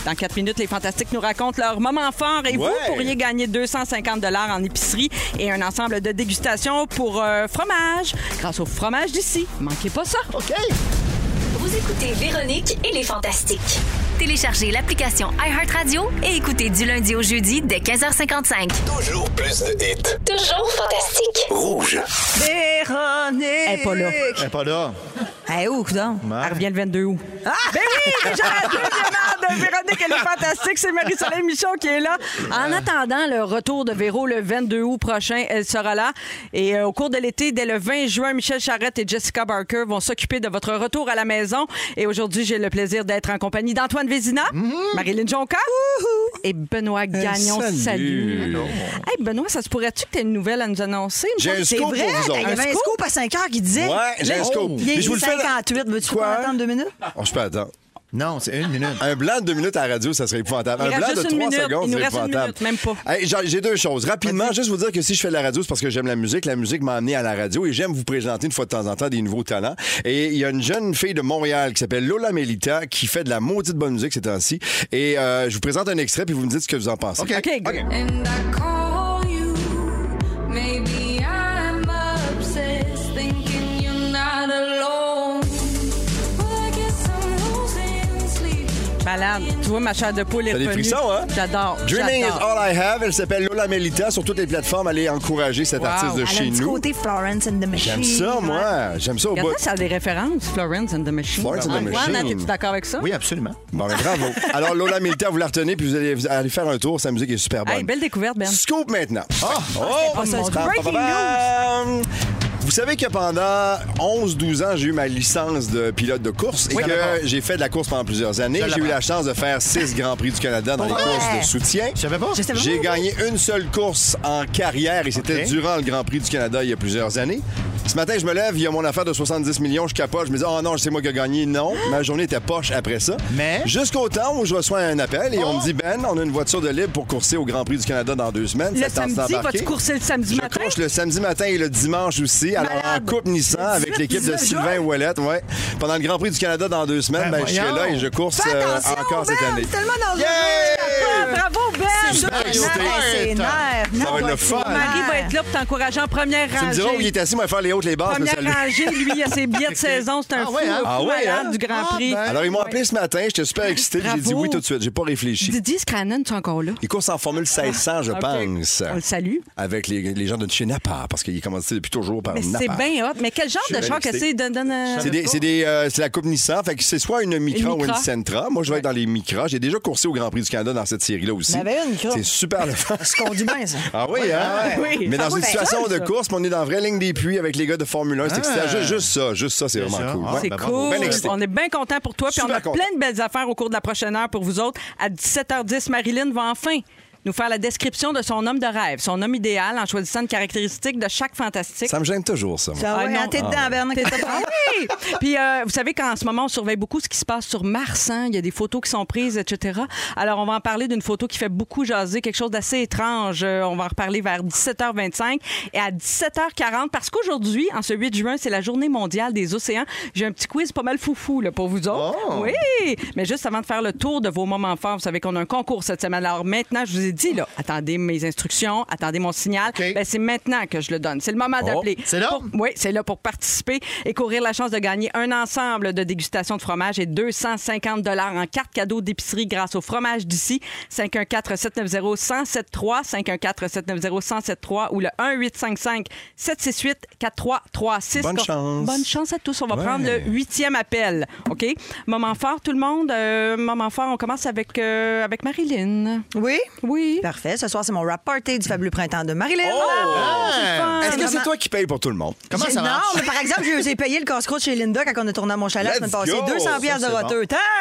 S5: Dans quatre minutes, les Fantastiques nous racontent leur moment fort et
S6: Ouais.
S5: vous pourriez gagner 250 en épicerie et un ensemble de dégustations pour euh, fromage grâce au fromage d'ici. Manquez pas ça.
S2: Vous écoutez Véronique et les Fantastiques.
S1: Téléchargez l'application iHeartRadio et écoutez du lundi au jeudi de 15h55.
S3: Toujours plus de hits.
S2: Toujours fantastique.
S3: Rouge.
S8: Véronique!
S5: Elle est pas là.
S7: Elle est pas là.
S8: Elle est où, coudonc?
S5: Elle revient le 22 août. Ben oui, déjà la deuxième heure de Véronique, elle est fantastique. C'est Marie-Soleil Michon qui est là. En
S6: Ah.
S5: attendant le retour de Véro le 22 août prochain, elle sera là. Et euh, au cours de l'été, dès le 20 juin, Michel Charrette et Jessica Barker vont s'occuper de votre retour à
S6: Mmh.
S5: la maison. Et aujourd'hui, j'ai le plaisir d'être en compagnie d'Antoine Vézina, Marilyn Jonca et Benoît Gagnon.
S6: salut.
S5: Hey, Benoît, ça se pourrait-tu que tu aies une nouvelle à nous annoncer?
S6: J'ai un
S8: C'est
S6: scoop
S8: vrai,
S6: pour vous
S8: il y
S6: autres.
S8: avait un
S5: scoop?
S8: scoop à 5 heures qui disait. oh,
S6: Ouais, j'ai un scoop.
S8: Il
S6: Mais
S8: est
S6: je vous le fais là-
S8: 58, veux-tu
S6: Quoi?
S8: qu'on attendre deux minutes?
S6: Oh, je peux attendre.
S7: Non, c'est une minute.
S6: Un blanc de deux minutes à la radio, ça serait épouvantable.
S5: Il
S6: un
S5: reste
S6: blanc de
S5: juste une
S6: trois
S5: minute.
S6: secondes,
S5: Il nous
S6: c'est
S5: reste une
S6: épouvantable.
S5: minute, même pas.
S6: Hey, j'en- J'ai deux choses. Rapidement, juste vous dire que si je fais de la radio, c'est parce que j'aime la musique. La musique m'a amené à la radio et j'aime vous présenter une fois de temps en temps des nouveaux talents. Et il y a une jeune fille de Montréal qui s'appelle Lola Melita qui fait de la maudite bonne musique ces temps-ci. Et euh, je vous présente un extrait puis vous me dites ce que vous en pensez.
S7: OK.
S5: OK, go.
S9: And I call you. Maybe I'm obsessed, thinking you're not alone. Well, I guess I'm losing sleep.
S5: Malade. Tu vois, ma chair de poule est
S6: T'as des
S5: revenue.
S6: frissons, hein?
S5: J'adore.
S6: Dreaming is
S5: j'adore.
S6: all I have. Elle s'appelle Lola Melita sur toutes les plateformes. Allez encourager cette
S5: Wow.
S6: artiste de
S8: Elle a
S6: chez
S8: un petit
S6: nous.
S8: côté Florence and the Machine.
S6: J'aime ça, moi. J'aime ça au bout.
S5: Regarde, ça a des références. Florence and the Machine.
S6: Florence and the
S5: Antoine, hein,
S6: Machine.
S5: t'es-tu d'accord avec ça?
S7: Oui, absolument.
S6: Bon, ben, bravo. Alors, Lola Milita, vous la retenez, puis vous allez, vous allez faire un tour. Sa musique est super bonne.
S5: Hey, belle découverte, Ben.
S6: Scoop maintenant. oh,
S8: pas ça, c'est
S6: Bam,
S8: breaking
S6: bam, bam, bam. Vous savez que pendant 11-12 ans, j'ai eu ma licence de pilote de course et
S7: Oui, d'accord.
S6: que j'ai fait de la course pendant plusieurs années.
S7: Je
S6: J'ai eu
S7: l'apprends.
S6: la chance de faire 6 Grands Prix du Canada dans les
S8: Ouais.
S6: courses de soutien.
S7: Je savais pas.
S8: Je sais pas.
S6: J'ai gagné une seule course en carrière et c'était
S7: Ok.
S6: durant le Grand Prix du Canada il y a plusieurs années. Ce matin, je me lève, il y a mon affaire de 70 millions, je capote, je me dis, oh non, c'est moi qui ai gagné. Non, ma journée était poche après ça.
S7: Mais?
S6: Jusqu'au temps où je reçois un appel et on me dit, Ben, on a une voiture de libre pour courser au Grand Prix du Canada dans deux semaines.
S5: Le
S6: Ça te tente
S5: samedi,
S6: d'embarquer?
S5: vas-tu courser le samedi
S6: Je
S5: matin?
S6: course le samedi matin et le dimanche aussi. Alors,
S8: Malade.
S6: en coupe Nissan avec l'équipe de
S8: 18
S6: Sylvain Ouellette, ouais. Pendant le Grand Prix du Canada dans deux semaines,
S7: Ben,
S6: ben, je suis
S7: voyons.
S6: là et je course
S8: Fais
S6: euh,
S8: attention,
S6: encore
S8: Ben,
S6: cette année.
S8: c'est tellement dangereux.
S6: Yeah!
S5: Bravo, Ben!
S8: C'est
S6: Super
S8: nerf, c'est nerf.
S6: Ça
S8: Non,
S6: va être le
S8: c'est
S6: fun.
S5: Marie va être là pour t'encourager en première
S6: Tu me
S5: rangée.
S6: diras où il est assis, moi, faire les hautes, les basses, mais
S5: Première
S6: Ah, ça lui-
S5: rangée, lui, il a ses billets de saison. C'est un
S7: Ah
S5: fou,
S7: ouais, hein?
S5: un fou
S6: Ah ouais,
S5: malade
S6: hein?
S5: du Grand
S7: Ah,
S5: Prix.
S7: ben.
S6: Alors, ils m'ont appelé ce matin, j'étais super excité, puis j'ai dit
S5: Bravo.
S6: oui tout de suite, j'ai pas réfléchi.
S5: Didier Scrannon, tu es encore là?
S6: Il course en Formule 1600, je
S5: Ah. ok.
S6: pense.
S5: On le salue.
S6: Avec les, les gens de chez Napa, parce qu'il est commencé depuis toujours par
S5: Mais
S6: Napa.
S5: c'est bien hot. Mais quel genre
S6: ben, Je
S5: de
S6: suis
S5: char que
S6: excité.
S5: c'est? Donne- donne, euh,
S6: C'est des- c'est des, euh, c'est la Coupe Nissan. Fait que c'est soit une Micra,
S5: Une
S6: ou une
S5: Micra.
S6: Sentra. Moi, je vais être dans les Micra. J'ai déjà coursé au Grand Prix du Canada dans cette série-là aussi.
S8: Il y
S5: ben
S8: avait une Micra.
S6: C'est super le fun.
S8: Je conduis bien, ça.
S6: Ah oui, hein?
S5: ouais. Oui.
S6: Mais
S5: Ah
S6: dans
S5: oui,
S6: une
S5: ben,
S6: situation
S5: ça,
S6: de
S5: ça.
S6: course, mais on est dans la vraie ligne des puits avec les gars de Formule 1. C'est excitant.
S7: Ah.
S6: Ju- Juste, ça, juste ça, c'est vraiment
S7: ça.
S6: cool.
S7: Ah,
S6: Ouais.
S5: C'est
S7: ben, bravo.
S5: cool.
S6: Ben excité.
S5: on est bien content pour toi. Puis on
S6: Super
S5: a
S6: content.
S5: plein de belles affaires au cours de la prochaine heure pour vous autres. À 17h10, Marilyn va enfin nous faire la description de son homme de rêve, son homme idéal, en choisissant une caractéristique de chaque fantastique.
S6: Ça me gêne toujours, ça. moi.
S8: Ça va,
S5: Ah, non.
S8: hein, t'es dedans, Bernard.
S5: Ah oui! Puis euh, vous savez qu'en ce moment, on surveille beaucoup ce qui se passe sur Mars. hein. Il y a des photos qui sont prises, etc. Alors, on va en parler d'une photo qui fait beaucoup jaser, quelque chose d'assez étrange. Euh, on va en reparler vers 17h25 et à 17h40, parce qu'aujourd'hui, en ce 8 juin, c'est la journée mondiale des océans. J'ai un petit quiz pas mal foufou là, pour vous autres. Oui! Mais juste avant de faire le tour de vos moments forts, vous savez qu'on a un concours cette semaine. Alors maintenant, je vous ai dit, là, attendez mes instructions, attendez mon signal.
S7: OK.
S5: Ben, c'est maintenant que je le donne. C'est le moment
S6: Oh,
S5: d'appeler.
S7: c'est là?
S5: Pour- oui, c'est là pour participer et courir la chance de gagner un ensemble de dégustation de fromage et 250 dollars en carte cadeau d'épicerie grâce au fromage d'ici 514 790 1073 514 790 1073 ou le 1855 768 4336.
S6: Bonne chance.
S5: Bonne chance à tous. On va
S6: Ouais.
S5: prendre le huitième appel. OK? Moment fort, tout le monde. Euh, moment fort, on commence avec, euh, avec Marilyn.
S8: Oui?
S5: Oui.
S8: Parfait. Ce soir, c'est mon rap party du fabuleux printemps de Marilyn.
S6: Oh!
S7: Ah!
S6: Est-ce que c'est
S8: vraiment-
S6: toi qui paye pour tout le monde?
S7: Comment
S8: J'ai-
S7: ça marche?
S8: Non, mais par exemple, j'ai j'ai payé le casse-croûte chez Linda quand on a tourné à mon chalet la semaine
S6: Let's
S8: passée.
S6: go!
S8: 200
S6: Ça,
S8: pièces de
S7: c'est bon.
S8: retour.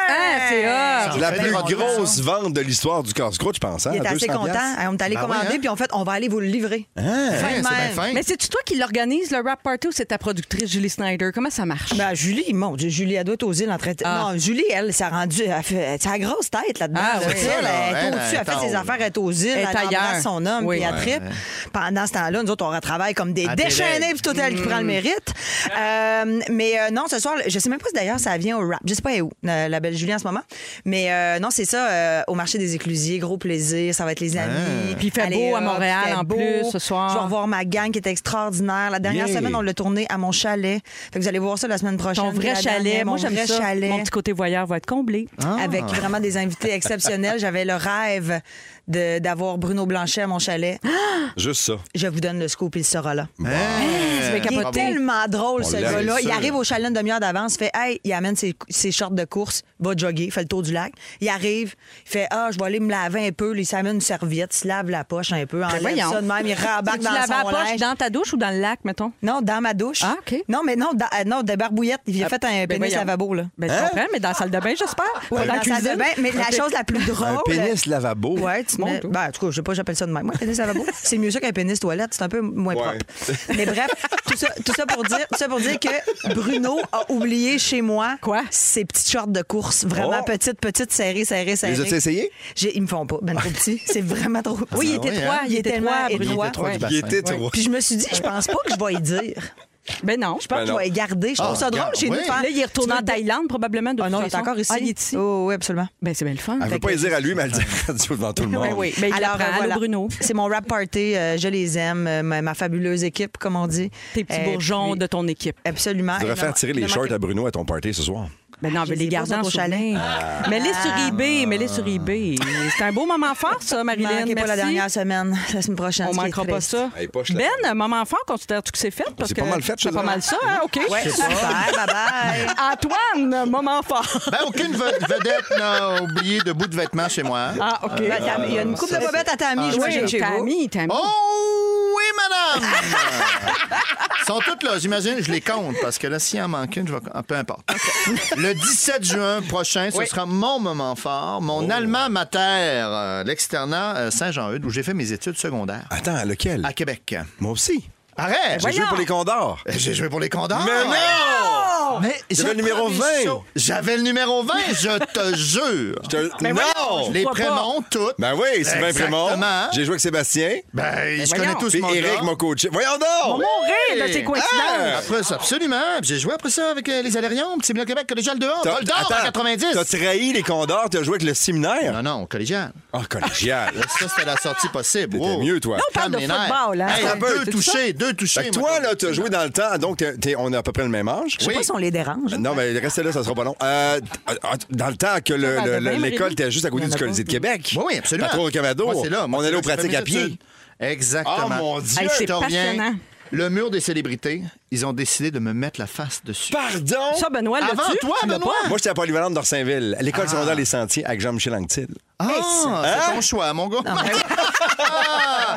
S5: Ah, c'est hot.
S6: La
S7: fait
S6: plus
S7: longtemps,
S6: grosse vente de l'histoire du casse-croûte, je pense. hein,
S8: Il
S7: Ah,
S8: était
S6: à
S8: assez
S6: 200
S8: content.
S6: piastres.
S8: Hey, On est allé
S7: Ben oui,
S8: commander,
S7: hein?
S8: puis en fait, on va aller vous le livrer.
S7: Hein,
S8: Fin de
S7: c'est bien
S8: même.
S7: fin.
S5: Mais c'est-tu toi qui l'organise, le rap party, ou c'est ta productrice Julie Snyder? Comment ça marche?
S8: Ben, Julie, mon Dieu, Julie, elle doit être aux îles en train de-
S5: Ah.
S8: Non, Julie, elle, ça a rendu. Elle fait, ça a grosse tête là-dedans.
S5: Ah,
S8: là.
S5: oui.
S8: Tu sais,
S7: Ça,
S8: elle,
S7: là,
S8: elle est
S7: elle,
S8: au-dessus,
S7: elle
S8: elle fait
S7: tombe,
S8: ses
S7: là.
S8: affaire, elle est aux îles,
S5: Elle est
S8: elle
S5: ailleurs.
S8: embrasse son homme,
S5: Oui.
S8: puis elle tripe. Pendant ce temps-là, nous autres, on retravaille comme des
S7: À
S8: déchaînés,
S7: Québec.
S8: puis tout elle qui
S5: Mm.
S8: prend le mérite. Euh, mais euh, non, ce soir, je sais même pas si d'ailleurs ça vient au rap. Je sais pas elle est où, euh, la belle Julie en ce moment. Mais euh, non, c'est ça, euh, au marché des éclusiers, gros plaisir, ça va être les amis.
S5: Ah. Puis il fait
S8: Allez,
S5: beau à
S8: hop,
S5: Montréal,
S8: il fait
S5: en
S8: beau.
S5: plus, ce soir.
S8: Je vais revoir ma gang qui est extraordinaire. La dernière
S6: Yeah.
S8: semaine, on l'a tourné à mon chalet. Fait que vous allez voir ça la semaine prochaine.
S5: Ton vrai
S8: La
S5: chalet.
S8: dernière,
S5: Moi,
S8: mon
S5: j'aime
S8: vrai
S5: ça.
S8: chalet.
S6: Ah.
S8: Ah.
S5: Mon petit côté voyeur va être comblé.
S8: Avec vraiment des invités exceptionnels. J'avais le rêve de- d'avoir Bruno Blanchet à mon chalet.
S6: Juste ça.
S8: Je vous donne le scoop, il sera là.
S7: Hein?
S8: Il est
S7: Bravo.
S8: tellement drôle,
S6: Ben, On
S8: ce
S6: l'aime,
S8: gars-là.
S6: c'est
S8: Il
S6: sûr.
S8: arrive au chalet une demi-heure d'avance, fait Hey, il amène ses, ses shorts de course, va jogger, fait le tour du lac. Il arrive, il fait Ah, je vais aller me laver un peu. Il s'amène une serviette, il se lave la poche un peu, enlève
S5: Ben, voyons.
S8: ça de même, il rembarque
S5: tu
S8: dans
S5: lavais
S8: son
S5: la poche
S8: linge.
S5: dans ta douche ou dans le lac, mettons?
S8: Non, dans ma douche.
S5: Ah, OK.
S8: Non, mais non, dans- euh, non de barbouillette. Il a fait un
S5: Ben
S8: pénis
S5: voyons.
S8: lavabo, là.
S5: Ben, je comprends, mais dans la salle de bain, j'espère.
S8: Hein? Ouais,
S5: Ou dans la
S8: dans la salle
S5: cuisine.
S8: de bain. Mais la chose la plus drôle.
S6: Un pénis lavabo.
S8: Ah Ouais, tu
S5: Mon
S8: mets-
S5: Dieu.
S8: ben, en tout cas, je sais pas, j'appelle ça de même. Moi, pénis lavabo, c'est mieux ça qu'un pénis toilette, c'est un peu moins
S6: Ouais.
S8: propre. Mais bref, tout ça, tout ça pour dire, tout ça pour dire que Bruno a oublié chez moi
S5: Quoi?
S8: ses petites shorts de course, vraiment
S6: Oh.
S8: petites, petites, serrées, serrées, serrées.
S6: Les as-tu essayé?
S8: J'ai- Ils me font pas, ben trop petit, c'est vraiment trop.
S5: Oui, il
S7: Ah
S5: était
S7: ouais,
S5: trois.
S7: hein?
S5: Il était
S8: tellement
S5: trois,
S7: Il
S5: Bruno.
S7: était trois
S5: Ouais.
S7: du
S6: Il
S7: bassin.
S6: était trop.
S8: Puis je me suis dit, je pense pas que je vais y dire.
S5: Ben non.
S8: Je pense
S6: Ben
S8: que je
S6: non.
S8: vais y garder. Je trouve
S7: Ah,
S8: ça drôle.
S7: regarde,
S8: J'ai une
S7: oui.
S8: affaire.
S5: Là, il est retourné
S8: Tu
S5: en
S8: veux-
S5: Thaïlande, probablement. De
S8: Ah
S5: toute
S8: non, il est
S5: façon.
S8: encore ici.
S5: Ah, il est ici.
S8: Oh, oui, absolument.
S5: Ben, c'est bien le fun.
S6: Elle veut pas les dire à lui, mais elle le dit à la radio devant tout le monde.
S5: Ben oui, ben, il
S8: Alors,
S5: l'apprend.
S8: euh,
S5: Allô,
S8: voilà.
S5: Bruno.
S8: C'est mon rap party. euh, je les aime. euh, ma, ma fabuleuse équipe, comme on dit.
S5: Tes petits
S8: Euh,
S5: bourgeons
S8: puis-
S5: de ton équipe.
S8: Absolument.
S6: Tu devrais
S8: Et Ah, non,
S6: faire tirer
S8: ne
S6: les shorts
S8: manquez-
S6: à Bruno à ton party ce soir.
S5: Ben non, on
S8: Ah, Je
S5: veut
S8: les ai
S5: les garder
S8: pas
S5: en
S8: au chalet.
S5: chalet. Mets-les sur
S8: Ah.
S5: eBay, mets-les sur eBay. C'est un beau moment fort, ça, Marilyn.
S8: Manquez pas la
S5: Merci.
S8: dernière semaine. La semaine prochaine.
S5: On
S8: ce qui est
S5: manquera pas
S8: triste.
S5: ça.
S6: Hey, poche la-
S5: ben, un moment fort, considères-tu que c'est fait? Parce
S6: C'est
S5: que
S6: pas mal fait, je
S5: C'est pas
S6: dirais.
S5: mal ça, hein? OK.
S8: Super, bye bye.
S5: Antoine, moment fort.
S7: Ben, aucune ve- vedette n'a oublié de bout de vêtements chez moi.
S5: Ah, OK. ah,
S8: Ben, Tam- Il y a une coupe de bobettes à Tammy,
S5: Oui,
S8: j'imagine, Ah, chez vous.
S5: Tammy, Tammy.
S7: Oh oui, madame! Ils sont toutes là, j'imagine, je les compte, parce que là, s'il en manque une, je vais... ah, Peu importe. Le 17 juin prochain, ce sera mon moment fort,
S6: Oh.
S7: mon allemand mater, euh, l'externat euh, Saint-Jean-Eudes, où j'ai fait mes études secondaires,
S6: Attends, lequel?
S7: à Québec.
S6: Moi aussi.
S7: Arrête!
S6: J'ai joué pour les Condors.
S8: Ah,
S7: J'ai joué pour les Condors.
S6: Mais non!
S7: Mais
S6: J'avais le
S7: j'ai
S6: numéro
S7: promis
S6: 20.
S7: ça. J'avais le numéro 20, je te jure.
S6: Je-
S8: ben Oh,
S5: Mais voyons,
S6: non!
S7: Oh, Les
S5: crois pas.
S7: prénoms, toutes.
S6: Ben oui, Sylvain Prémont.
S7: Exactement.
S6: J'ai joué avec Sébastien.
S7: Ben, je
S5: voyons.
S7: connais tous
S6: Puis
S7: mon
S6: Eric
S7: gars.
S6: m'a coaché. Voyons donc!
S5: On rit de ces
S6: Ah!
S5: coïncidences.
S7: Après ça, absolument. Puis J'ai joué après ça avec euh, les Alérions, petit Québec, collégial dehors,
S6: T'as-
S7: Val-d'Or en
S6: attends,
S7: 90.
S6: T'as trahi les Condors, t'as joué avec le séminaire.
S7: Non, non, collégial.
S6: Ah, collégial.
S7: Là, ça, c'était la sortie possible.
S6: T'étais
S7: Wow.
S6: mieux, toi.
S5: on parle de
S7: Calme les nerfs.
S5: football, hein.
S7: Hey,
S5: C'est un peu,
S7: deux
S5: c'est
S7: touchés, deux touchés.
S6: Fait que
S7: moi.
S6: toi, là, t'as joué dans le temps, donc t'es- t'es- on est à peu près le même âge.
S8: Je sais pas si on les dérange.
S6: Non, mais restez là, ça sera pas long. Euh, dans le temps que le-
S5: Ça va
S6: le-
S5: demain,
S6: l'école
S5: Marie-Lou?
S6: était juste à côté
S8: Il y en
S6: du
S8: a
S6: Colisée de Québec.
S7: Oui, oui, absolument.
S6: Patrouille au Camado.
S7: Moi, c'est là. Moi,
S6: on
S7: c'est
S6: allait
S7: là
S6: aux
S7: que je fais
S6: pratiques
S7: mes
S6: à pied.
S7: études. Exactement.
S6: Ah, mon Dieu!
S5: Hey, c'est
S7: Je te reviens.
S5: passionnant.
S7: Le mur des célébrités, ils ont décidé de me mettre la face dessus.
S6: Pardon!
S5: Ça, Benoît, là-dessus.
S7: Avant toi,
S5: tu l'as
S7: Benoît.
S5: pas?
S6: Moi, j'étais à Polyvalente d'Orsainville, à
S5: Ah.
S6: l'école secondaire Les Sentiers, avec Jean-Michel Anctil.
S7: Ah,
S6: Hein?
S7: c'est ton choix, mon gars. Ah!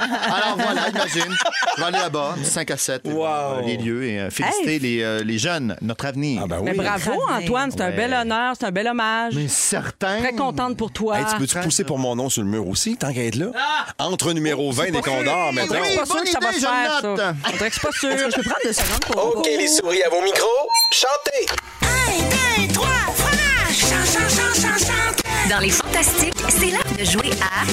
S7: Alors voilà, imagine. Je vais aller là-bas, du 5 à 7, et
S6: Wow.
S7: voir, euh, les lieux et euh, féliciter
S5: Hey.
S7: les, euh, les jeunes, notre avenir.
S6: Ah, ben
S5: Mais
S6: oui.
S5: bravo,
S8: Ramener.
S5: Antoine. C'est un
S7: Ouais.
S5: bel honneur, c'est un bel hommage.
S7: Mais certains.
S5: Très contente pour toi.
S6: Hey, tu peux-tu
S7: Ah.
S6: pousser pour mon nom sur le mur aussi, tant qu'à être là? Entre numéro 20 des Condors,
S5: On dirait que
S6: mettons.
S5: c'est Ah. Oh, pas
S7: Oui,
S5: sûr que ça
S7: bonne
S5: va se
S7: idée,
S5: faire,
S7: je
S5: ça.
S7: note.
S5: On dirait que c'est pas Oh.
S8: Est-ce que je
S5: sûr.
S8: peux prendre deux secondes pour.
S3: OK, les
S4: Oh.
S3: souris à vos micros, chantez!
S1: Dans les fantastiques, c'est l'heure de jouer à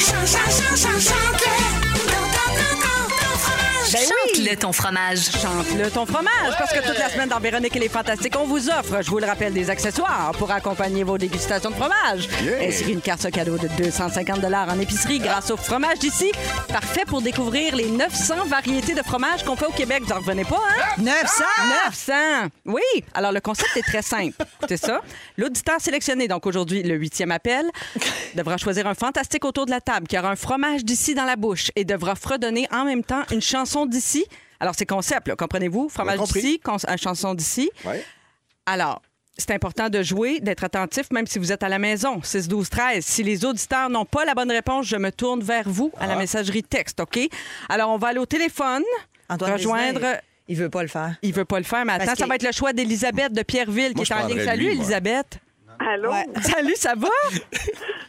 S5: Ben oui.
S1: Chante-le ton fromage.
S5: Chante-le ton fromage, parce que toute la semaine dans Véronique et les Fantastiques, on vous offre, je vous le rappelle, des accessoires pour accompagner vos dégustations de fromage.
S6: Yeah.
S5: Ainsi qu'une carte cadeau de 250 en épicerie grâce au fromage d'ici. Parfait pour découvrir les 900 variétés de fromage qu'on fait au Québec. Vous en revenez pas, hein?
S8: 900!
S5: 900! Oui! Alors, le concept est très simple. C'est ça. L'auditeur sélectionné, donc aujourd'hui, le huitième appel, devra choisir un fantastique autour de la table qui aura un fromage d'ici dans la bouche et devra fredonner en même temps une chanson d'ici. Alors, c'est concept, là, comprenez-vous? Fromage
S6: On a compris.
S5: d'ici, cons- euh, chanson d'ici.
S6: Ouais.
S5: Alors, c'est important de jouer, d'être attentif, même si vous êtes à la maison. 6, 12, 13. Si les auditeurs n'ont pas la bonne réponse, je me tourne vers vous à la
S6: Ah.
S5: messagerie texte, OK? Alors, on va aller au téléphone,
S8: Antoine
S5: rejoindre...
S8: Vézina, il il veut pas le faire.
S5: Il veut pas le faire, mais
S8: Parce
S5: attends, ça
S8: qu'il-
S5: va être le choix d'Elisabeth de Pierreville qui
S6: Moi, je
S5: est en ligne.
S6: prendrais
S5: Salut,
S6: lui, moi.
S5: Elisabeth.
S10: Allô?
S5: Salut, ça va?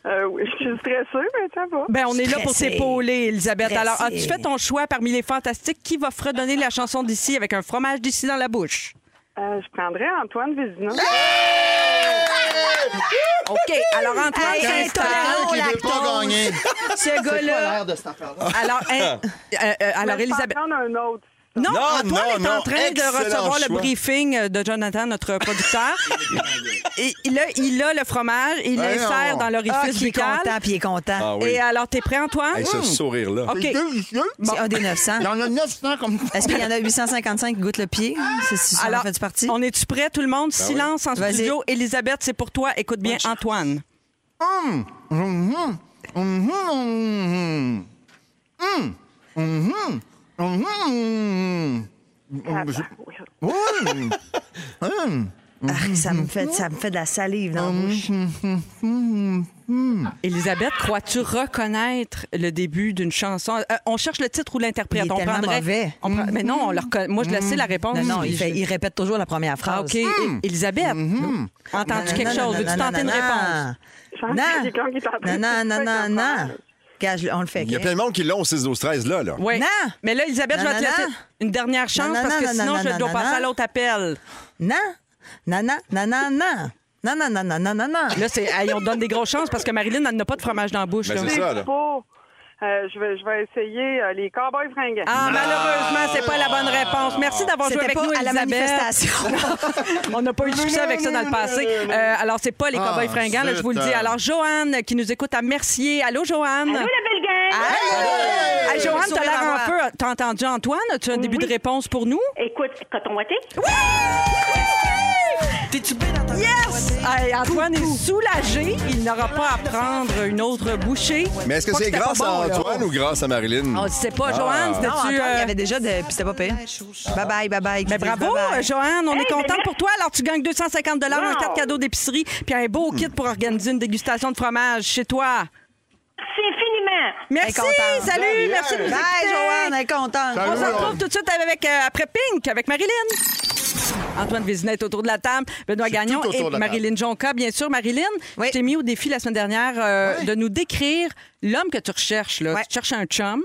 S10: Euh, oui, je suis stressée, mais ça va.
S5: Ben, on est là pour
S8: Stressée.
S5: t'épauler, Elisabeth. Alors,
S8: Stressée.
S5: as-tu fait ton choix parmi les fantastiques? Qui va fredonner la chanson d'ici avec un fromage d'ici dans la bouche?
S10: Euh, je prendrais Antoine Vézina.
S8: Ah!
S5: OK. Alors, Antoine
S8: Hey,
S5: s'installe.
S8: intolérant,
S7: Quelqu'un qui
S8: la
S7: veut
S8: cause.
S7: pas gagner.
S8: Ce gars-là.
S7: de cette affaire-là?
S5: Alors, hein, euh, euh,
S10: Mais
S5: alors
S10: je peux
S5: Elisabeth.
S10: en prendre un autre.
S5: Non,
S6: Non,
S5: Antoine
S6: non,
S5: est en
S6: non.
S5: train
S6: Excellent
S5: de recevoir le
S6: choix.
S5: briefing de Jonathan, notre producteur. Et il, a, il a le fromage, il
S6: Ben
S5: l'insère
S6: non.
S5: dans
S8: Ah,
S5: l'orifice
S8: qui est
S5: buccal.
S8: content, puis il est content.
S6: Ah oui.
S5: Et alors, t'es prêt, Antoine?
S6: Hey, ce
S5: Hmm.
S6: sourire-là.
S5: OK.
S8: C'est un des 900.
S7: Il y en a 900 comme
S8: Est-ce qu'il y en a 855 qui goûtent le pied? C'est si ça en fait du parti?
S5: on est-tu prêt, tout le
S6: Ben
S5: monde? Silence en
S8: Vas-y.
S7: Hum,
S5: studio. Elisabeth, c'est pour toi. Écoute bien Antoine.
S7: Mhm, mhm, mhm. Mhm, mhm, mhm.
S10: Ah,
S7: Je-
S10: bah, oui.
S7: Oui. Hum.
S8: Ah, ça, me
S5: Mhm.
S8: fait, ça me fait de la salive dans la bouche.
S5: Elisabeth, crois-tu reconnaître le début d'une chanson? Euh, on cherche le titre ou l'interprète.
S8: Il est
S5: on
S8: tellement
S5: prendrait-
S8: mauvais. Mm.
S5: on prend- Mais non, on le reconna- moi, je la sais la réponse.
S8: Non, non, il,
S5: Je-
S8: fait- il répète toujours la première
S5: Ah,
S8: phrase.
S6: Mm.
S8: Ah,
S5: OK. Et- Elisabeth,
S6: Mm-hmm.
S5: entends-tu quelque chose? Veux-tu tenter une réponse? Ah,
S10: Je pense qu'il y a quelqu'un qui est en train
S8: Non,
S10: de
S8: non,
S10: se
S8: non,
S10: faire
S8: non, non.
S10: comprendre.
S8: Gage, on le fait.
S6: Il y a
S8: OK?
S6: plein de monde qui l'ont au 6 12 13 là là.
S5: Oui.
S8: Non.
S5: Mais là, Elisabeth, je vais
S8: Non,
S5: te
S8: non,
S5: laisser
S8: non.
S5: une dernière chance
S8: Non, non,
S5: parce que
S8: non, non,
S5: sinon,
S8: non,
S5: je
S8: non,
S5: dois
S8: non,
S5: passer à
S8: non.
S5: l'autre appel.
S8: Non, non, non, non, non, non. Non, non, non, non, non, non, non.
S5: Là, c'est, hey, on te donne des grosses chances parce que Marilyn, elle n'a pas de fromage dans la bouche.
S6: Ben,
S5: là.
S6: c'est ça là.
S10: Bon, euh, je, vais, je vais essayer euh, les cowboys fringants.
S5: Ah, malheureusement, c'est pas la bonne réponse. Merci d'avoir joué
S8: C'était
S5: avec
S8: pas
S5: nous,
S8: à la
S5: Elisabeth.
S8: manifestation.
S5: On n'a pas eu de succès avec ça dans le passé. Euh, alors, c'est pas les
S7: Ah,
S5: cowboys fringants, là, je vous le dis.
S7: zut.
S5: Alors, Joanne, qui nous écoute à Mercier. Allô, Joanne?
S2: Allô, la belle
S8: Ah!
S2: gang!
S5: Allô! Hey, Joanne, t'as
S8: Sourire
S5: l'air
S8: à
S5: en feu.
S8: voir.
S5: T'as entendu Antoine? As-tu un début de réponse pour nous?
S2: Écoute, coton watté?
S5: Yes! Hey, Antoine est soulagé. Il n'aura pas à prendre une autre bouchée.
S6: Mais est-ce que
S5: Pas
S6: c'est
S5: c'était
S6: grâce
S5: pas bon,
S6: à
S5: là. Oh,
S6: Antoine ou Ah. grâce à Marilyn?
S5: On ne sait pas, Joanne.
S8: Non, Antoine,
S5: c'était-tu,
S8: il y
S5: euh,
S8: avait déjà de. Puis c'était pas pire. Bye bye, bye bye.
S5: Mais bravo,
S8: Bye-bye.
S5: Joanne, on est
S2: mais
S5: contente
S2: merci.
S5: pour toi. Alors, tu gagnes 250 dollars en
S2: Wow.
S5: carte cadeau d'épicerie, puis un beau kit pour organiser une dégustation de fromage chez toi.
S2: C'est finiment!
S5: Merci,
S8: contente.
S5: salut, merci de nous
S8: Bye,
S5: écouter.
S8: Joanne, elle est contente.
S5: On se
S7: Joanne.
S5: retrouve tout de suite avec, euh, après Pink, avec Marilyn. Antoine Vézina est autour de la table, Benoît
S7: suis
S5: Gagnon
S7: tout autour de
S5: et
S7: la
S5: Marilyn Jonca, bien sûr. Marilyn,
S8: Oui.
S5: je t'ai mis au défi la semaine dernière euh, de nous décrire l'homme que tu recherches. Là.
S8: Ouais.
S5: Tu cherches un chum.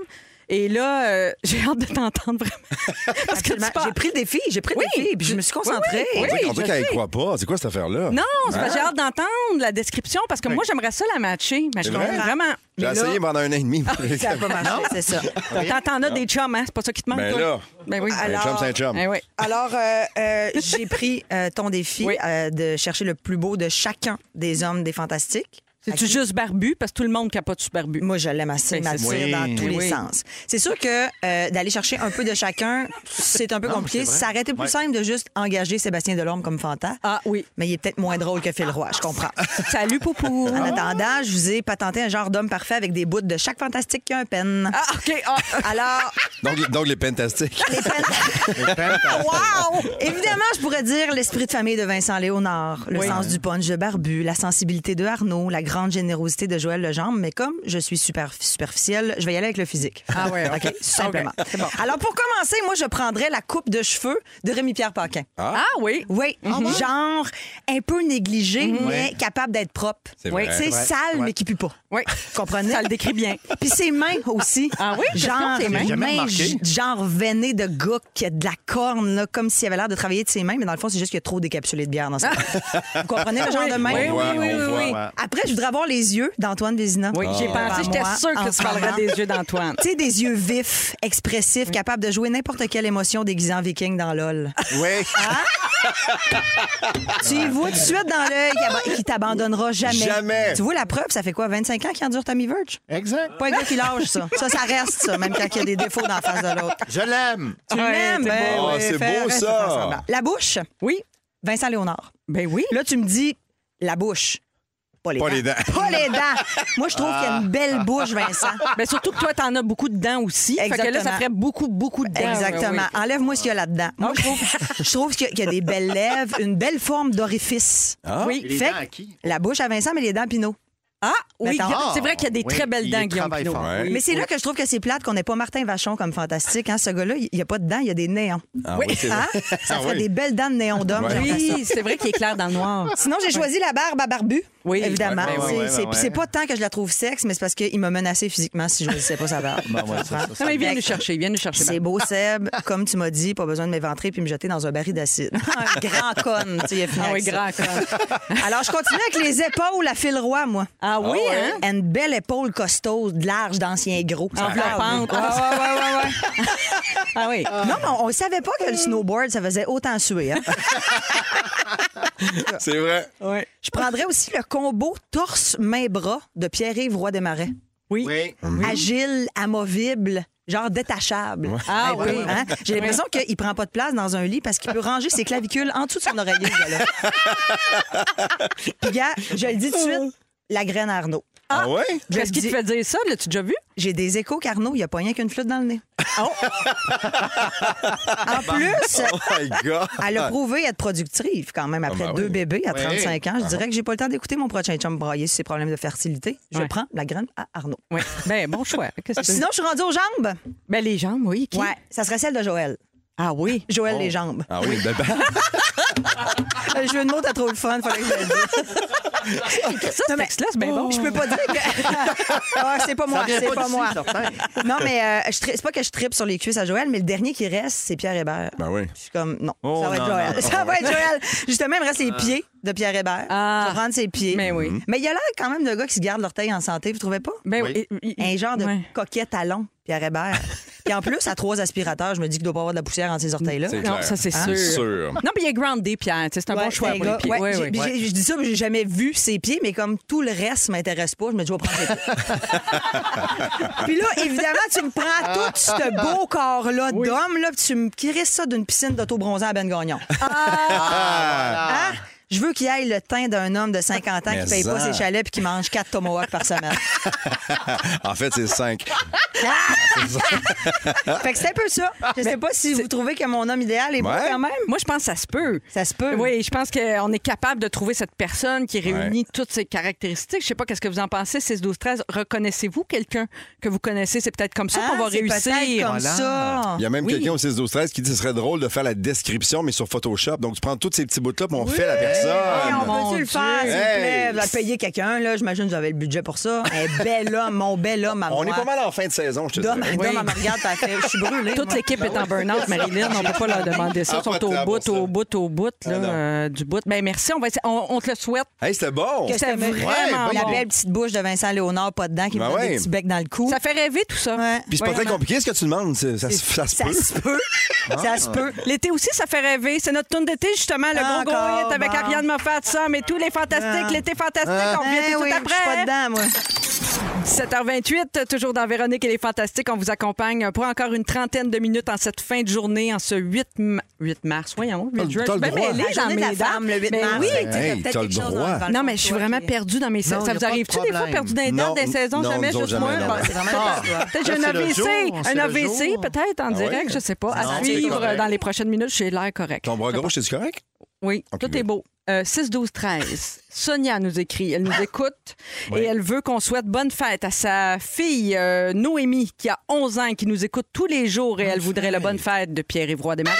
S5: Et là, euh, j'ai hâte de t'entendre vraiment. Parce que tu
S8: Absolument.
S5: parles-
S8: J'ai pris le défi, j'ai pris le
S5: Oui.
S8: défi, puis je me suis concentrée.
S5: Oui,
S6: On
S5: je
S6: dirait qu'elle y
S5: sais.
S6: croit pas. C'est quoi cette affaire-là?
S5: Non, c'est parce que j'ai hâte d'entendre la description parce que moi, j'aimerais ça la matcher. Mais je
S6: C'est vrai?
S5: comprends vraiment.
S6: J'ai
S5: Mais là, Ah,
S6: essayé pendant un an et demi.
S8: Ça a pas marché, c'est ça.
S5: T'en t'en as des chums, hein? C'est pas ça qui te manque,
S6: Ben
S5: toi?
S6: là.
S5: Ben oui.
S6: Un chum, c'est un chum.
S5: Ben oui.
S8: Alors, euh, euh, j'ai pris euh, ton défi
S5: Oui.
S8: euh, de chercher le plus beau de chacun des hommes des Fantastiques.
S5: C'est-tu juste barbu? Parce que tout le monde capote sur barbu.
S8: Moi, je l'aime assez,
S5: Ben, c'est
S8: m'attire
S7: ça.
S8: dans
S7: Oui.
S8: tous les
S5: Oui.
S8: sens. C'est sûr que euh, d'aller chercher un peu de chacun, c'est un peu compliqué. Ça aurait été plus simple de juste engager Sébastien Delorme comme Fanta.
S5: Ah oui.
S8: Mais il est peut-être moins drôle que Phil Roy, je comprends.
S5: Salut, Poupou.
S6: Ah.
S8: En attendant, je vous ai patenté un genre d'homme parfait avec des bouts de chaque fantastique qui a un pen.
S5: Ah, OK. Ah.
S8: Alors,
S6: Donc, donc les pentastiques.
S8: les pens. Ah, wow! Évidemment, je pourrais dire l'esprit de famille de Vincent Léonard, le sens du punch de Barbu, la sensibilité de Arnaud, la grande générosité de Joël Legendre, mais comme je suis super, superficielle, je vais y aller avec le physique.
S5: Ah ouais, OK.
S8: Simplement.
S5: OK, c'est bon.
S8: Alors, pour commencer, moi, je prendrais la coupe de cheveux de Rémi-Pierre Paquin.
S5: Ah oui.
S8: Oui, genre un peu négligé,
S5: Mhm.
S8: mais
S7: Ouais.
S8: capable d'être propre.
S6: C'est vrai.
S8: Oui, Tu sais,
S6: Ouais.
S8: sale, mais qui pue pas.
S5: Oui.
S8: Comprenez?
S5: Ça le décrit bien.
S8: Puis ses mains aussi.
S5: Ah oui? Question
S8: Genre,
S5: de ses mains.
S7: J'ai jamais
S8: mains
S7: remarqué.
S8: g- genre veinées de gars qui a de la corne, là, comme s'il avait l'air de travailler de ses mains, mais dans le fond, c'est juste qu'il y a trop décapsulé de bière dans ça. Vous comprenez le genre de main?
S5: Oui, oui, oui, oui, oui.
S7: voit.
S8: Après, je voudrais avoir les yeux d'Antoine Vézina.
S5: Oui, j'ai
S6: Ah.
S7: Ah.
S5: pensé, j'étais sûre
S8: En
S5: que
S8: ce
S5: tu parlerais
S8: moment.
S5: des yeux d'Antoine.
S8: Tu sais, des yeux vifs, expressifs, capables de jouer n'importe quelle émotion déguisée en viking dans LOL.
S5: Ah,
S6: Oui.
S8: Tu y vois tout de suite dans l'œil qu'il ab- qu'il t'abandonnera jamais.
S6: Jamais.
S8: Tu vois la preuve, ça fait quoi, 25 ans qu'il endure Tommy Verge?
S7: Exact.
S8: Pas un gars qui lâche, ça. Ça, ça reste, ça, même quand il y a des défauts dans la face de l'autre.
S7: Je l'aime.
S8: Tu
S5: Ouais,
S8: l'aimes,
S5: t'es
S8: ben
S6: bon.
S8: oui,
S6: Ah, c'est
S8: fais-
S6: beau,
S8: reste
S6: ça.
S8: faire semblant. La bouche,
S5: Oui.
S8: Vincent Léonard.
S5: Ben oui.
S8: Là, tu me dis, la bouche. Pas les
S6: Pas
S8: dents.
S6: les dents.
S8: Pas les dents. Moi, je trouve qu'il y a une belle bouche, Vincent.
S5: Ben surtout que toi, t'en as beaucoup dedans aussi. Fait que là,
S8: Exactement.
S5: ça ferait beaucoup, beaucoup Ben de dents.
S8: Exactement.
S5: Oui, oui.
S8: Enlève-moi ce qu'il y a là-dedans. Moi, je trouve, je trouve qu'il y a- qu'il y a des belles lèvres, une belle forme d'orifice.
S6: Ah.
S7: Et les
S8: Fait
S7: dents à
S8: que
S7: qui?
S8: La bouche à Vincent, mais les dents à Pinot.
S5: Ah, oui.
S8: Mettons.
S5: C'est vrai qu'il y a des
S7: Ah,
S5: très
S7: oui,
S5: belles
S7: il
S5: dents, Guillaume
S7: travaille
S5: Pinot.
S7: fort.
S6: Ouais.
S5: Oui.
S8: Mais c'est là que je trouve que c'est plate qu'on n'ait pas Martin Vachon comme fantastique. Hein? Ce gars-là, il n'y a pas de dents, il y a des néons.
S6: Ah oui, c'est
S8: Hein?
S6: vrai.
S8: Ça
S6: Ah
S8: ferait
S6: oui.
S8: des belles dents de néons d'homme.
S6: Ouais.
S8: j'aimerais ça.
S5: Oui, c'est vrai qu'il est clair dans le noir.
S8: Sinon, j'ai choisi la barbe à barbu.
S5: Oui.
S8: Évidemment.
S5: Ouais, ouais,
S8: C'est-
S7: ouais,
S8: c'est
S7: ouais,
S8: c'est
S7: ouais.
S8: pas tant que je la trouve sexe, mais c'est parce qu'il m'a menacé physiquement si je choisissais pas sa barbe.
S7: Ben Ah,
S5: Non, mais il vient nous chercher, il vient nous chercher.
S8: C'est beau, Seb. Comme tu m'as dit, pas besoin de m'éventrer puis me jeter dans un baril d'acide. Un grand con, tu sais, il a fini
S5: Ah oui,
S8: avec ça.
S5: grand con.
S8: Alors, je continue avec les épaules à fil roi, moi.
S5: Ah oui, hein?
S8: Une belle épaule costaude, large, d'ancien gros. Ça
S5: Enveloppante. Ah, ouais, ouais, ouais, ouais. ah oui.
S8: Non, mais on ne savait pas que le snowboard, ça faisait autant suer. hein.
S6: C'est vrai.
S5: Ouais.
S8: Je prendrais aussi le combo torse-main-bras de Pierre-Yves Roy Desmarais.
S5: Oui.
S7: Oui.
S8: Agile, amovible, genre détachable.
S5: Ah
S8: Hey,
S5: oui.
S8: hein? J'ai l'impression qu'il prend pas de place dans un lit parce qu'il peut ranger ses clavicules en dessous de son oreiller. ce gars-là. Puis, gars, je le dis tout de suite, la graine à Arnaud.
S6: Ah ouais?
S5: Qu'est-ce qui te fait dire ça? L'as-tu déjà vu?
S8: J'ai des échos, Carnot. Il n'y a pas rien qu'une flûte dans le nez. en plus,
S6: Oh my God!
S8: elle a prouvé être productive quand même. Après
S6: Ah ben
S8: deux
S6: oui. Ah.
S8: bébés à
S7: Oui.
S8: 35 ans, je dirais que j'ai pas le temps d'écouter mon prochain chum brailler sur ses problèmes de fertilité. Je
S5: Ouais.
S8: prends la graine à Arnaud.
S5: Oui. Ben, bon choix. Qu'est-ce que tu-
S8: Sinon, je suis rendue aux jambes.
S5: Ben, les jambes, oui. qui?
S8: Ouais, ça serait celle de Joël.
S5: Ah oui.
S8: Joël les jambes.
S6: Ah oui, ben, ben,
S8: Euh, Je veux une mot, t'as trop le fun, fallait que je le dise.
S5: Ça, ce
S8: Non, mais- oh,
S5: texte-là, c'est bien bon.
S8: Je peux pas dire que. Ah, c'est pas moi,
S7: vient
S8: c'est
S7: pas
S8: pas,
S7: d'ici,
S8: moi.
S7: certain.
S8: Non, mais euh, je tri- c'est pas que je tripe sur les cuisses à Joël, mais le dernier qui reste, c'est Pierre Hébert.
S6: Ben oui.
S8: Je suis comme, non,
S7: Oh,
S8: ça va être
S7: non,
S8: Joël.
S7: non,
S8: ça va être Joël. Justement, il me reste les pieds de Pierre Hébert.
S5: Ah.
S8: Je vais prendre ses pieds.
S5: Mais oui.
S8: Mais il a l'air quand même de gars qui se garde l'orteil en santé, vous trouvez pas?
S5: Ben,
S7: Oui.
S5: oui, il- il-
S8: Un genre de
S5: ouais.
S8: coquet talon, Pierre Hébert. Puis en plus, à trois aspirateurs, je me dis qu'il doit pas avoir de la poussière entre ses orteils-là.
S6: c'est
S5: Non,
S6: clair.
S5: ça, c'est
S6: Hein?
S5: sûr. Non, mais il est groundé, Pierre. Tu sais, C'est un
S8: Ouais,
S5: bon choix
S8: un
S5: pour
S8: gars-
S5: les pieds.
S8: ouais,
S5: Ouais,
S8: j'ai-
S5: ouais.
S8: puis j'ai- Je dis ça, mais j'ai jamais vu ses pieds, mais comme tout le reste m'intéresse pas, je me dis, je vais prendre ses pieds. puis là, évidemment, tu me prends tout ce beau corps-là d'homme, là, puis tu me crisses ça d'une piscine d'auto-bronzant à Ben Gagnon.
S5: Ah,
S8: Hein? Je veux qu'il aille le teint d'un homme de 50 ans qui
S6: Mais
S8: paye pas
S6: ça.
S8: ses chalets puis qui mange 4 tomahawks par semaine.
S6: En fait, c'est cinq.
S8: fait que c'est un peu ça. Je sais pas si vous trouvez que mon homme idéal est beau
S6: Ouais.
S8: quand même.
S5: Moi, je pense que ça se peut.
S8: Ça se peut.
S5: Oui, je pense qu'on est capable de trouver cette personne qui réunit toutes ses caractéristiques. Je sais pas qu'est-ce que vous en pensez, 6, 12, 13. Reconnaissez-vous quelqu'un que vous connaissez? C'est peut-être comme ça qu'on va
S8: Hein, c'est peut-être
S5: réussir.
S8: comme ça.
S6: Il y a même
S5: Oui.
S6: quelqu'un au 6 12 13 qui dit que ce serait drôle de faire la description, mais sur Photoshop. Donc, tu prends tous ces petits bouts-là, puis on fait la
S8: Hey,
S6: personne.
S8: on
S5: Mon
S8: peut-tu le faire, s'il
S6: Dieu.
S8: vous plaît?
S6: Hey.
S8: Va payer quelqu'un, là. J'imagine que vous avez le budget pour ça. Un bel homme, mon bel
S5: Ah,
S8: homme à moi.
S6: on est pas mal en fin de saison, je te
S8: Dom,
S6: dis.
S8: Dom, elle me regarde, t'as fait. Je suis brûlée.
S5: Toute
S8: moi.
S5: l'équipe est en burn-out, Marilyn. On ne peut pas leur demander ça.
S6: Ah,
S5: Ils sont
S6: pas de
S5: au
S6: temps
S5: bout,
S6: pour ça. Ah
S5: au bout, au bout, là,
S6: non.
S5: euh, du bout. Ben, merci. On, va essayer- on, on te le souhaite.
S6: Hey, c'était bon!
S8: Que
S5: C'était
S8: c'était
S5: vraiment
S8: vraiment
S5: bon.
S8: La belle petite bouche de Vincent Léonard, pas dedans, qui
S6: Ben
S8: me donne
S6: ouais.
S8: des petits becs dans le cou.
S5: Ça fait rêver tout ça.
S8: Ouais.
S6: Puis c'est pas très compliqué ce que tu demandes. c'est- Ça, se- ça se
S8: Ça
S6: peut.
S8: se peut. Ça se peut.
S5: L'été aussi, ça fait rêver. C'est notre tourne d'été, justement. Le
S8: Encore,
S5: gros gros hit avec
S8: bon. Ah.
S5: Ariane Moffat, ça. Mais tous les fantastiques, l'été fantastique, on revient
S8: Eh
S5: tout de
S8: oui,
S5: suite
S8: je suis
S5: après.
S8: pas
S5: hein?
S8: dedans, moi.
S5: 7h28, toujours dans Véronique et les Fantastiques. On vous accompagne pour encore une trentaine de minutes en cette fin de journée, en ce 8, ma- 8 mars. Voyons, 8
S6: T'as le-
S5: juin.
S6: t'as le
S5: Ben,
S6: droit.
S5: mêlée
S8: La
S5: dans
S8: journée de
S5: mes
S8: la
S5: dates.
S8: femme, le 8
S5: Mais
S8: mars.
S5: oui.
S8: Fait que t'as
S6: Hey,
S8: peut-être
S6: t'as le
S8: quelque chose
S6: droit.
S8: dans- dans le
S5: Non, mais je suis
S8: fond de
S5: vraiment
S8: toi qui-
S5: perdue dans mes
S7: Non,
S5: saisons.
S7: y
S5: Ça
S7: a
S5: vous
S7: pas de
S5: arrive-tu des fois
S7: problème.
S5: perdu dans les dates,
S6: Non,
S5: des saisons?
S6: non,
S5: jamais
S6: nous autres,
S5: juste
S6: jamais,
S5: moi.
S6: non.
S5: Bon, c'est vraiment
S7: Ah,
S5: pas toi. Peut-être j'ai
S7: là,
S5: un
S7: c'est le
S5: AVC,
S7: jour, c'est
S5: un
S7: le
S5: AVC
S7: jour.
S5: peut-être en
S6: Ah ouais?
S5: direct, je sais pas.
S7: Non,
S5: À
S7: c'est
S5: suivre
S7: correct.
S5: dans les prochaines minutes, j'ai l'air correct.
S6: Ton bras gauche, c'est correct?
S5: Oui,
S6: Ok,
S5: tout est
S6: good.
S5: beau. Euh, 6, 12, 13. Sonia nous écrit. Elle
S7: Ah.
S5: nous écoute et elle veut qu'on souhaite bonne fête à sa fille euh, Noémie, qui a 11 ans et qui nous écoute tous les jours. Et elle voudrait la bonne fête de Pierre-Yvroy Desmarais.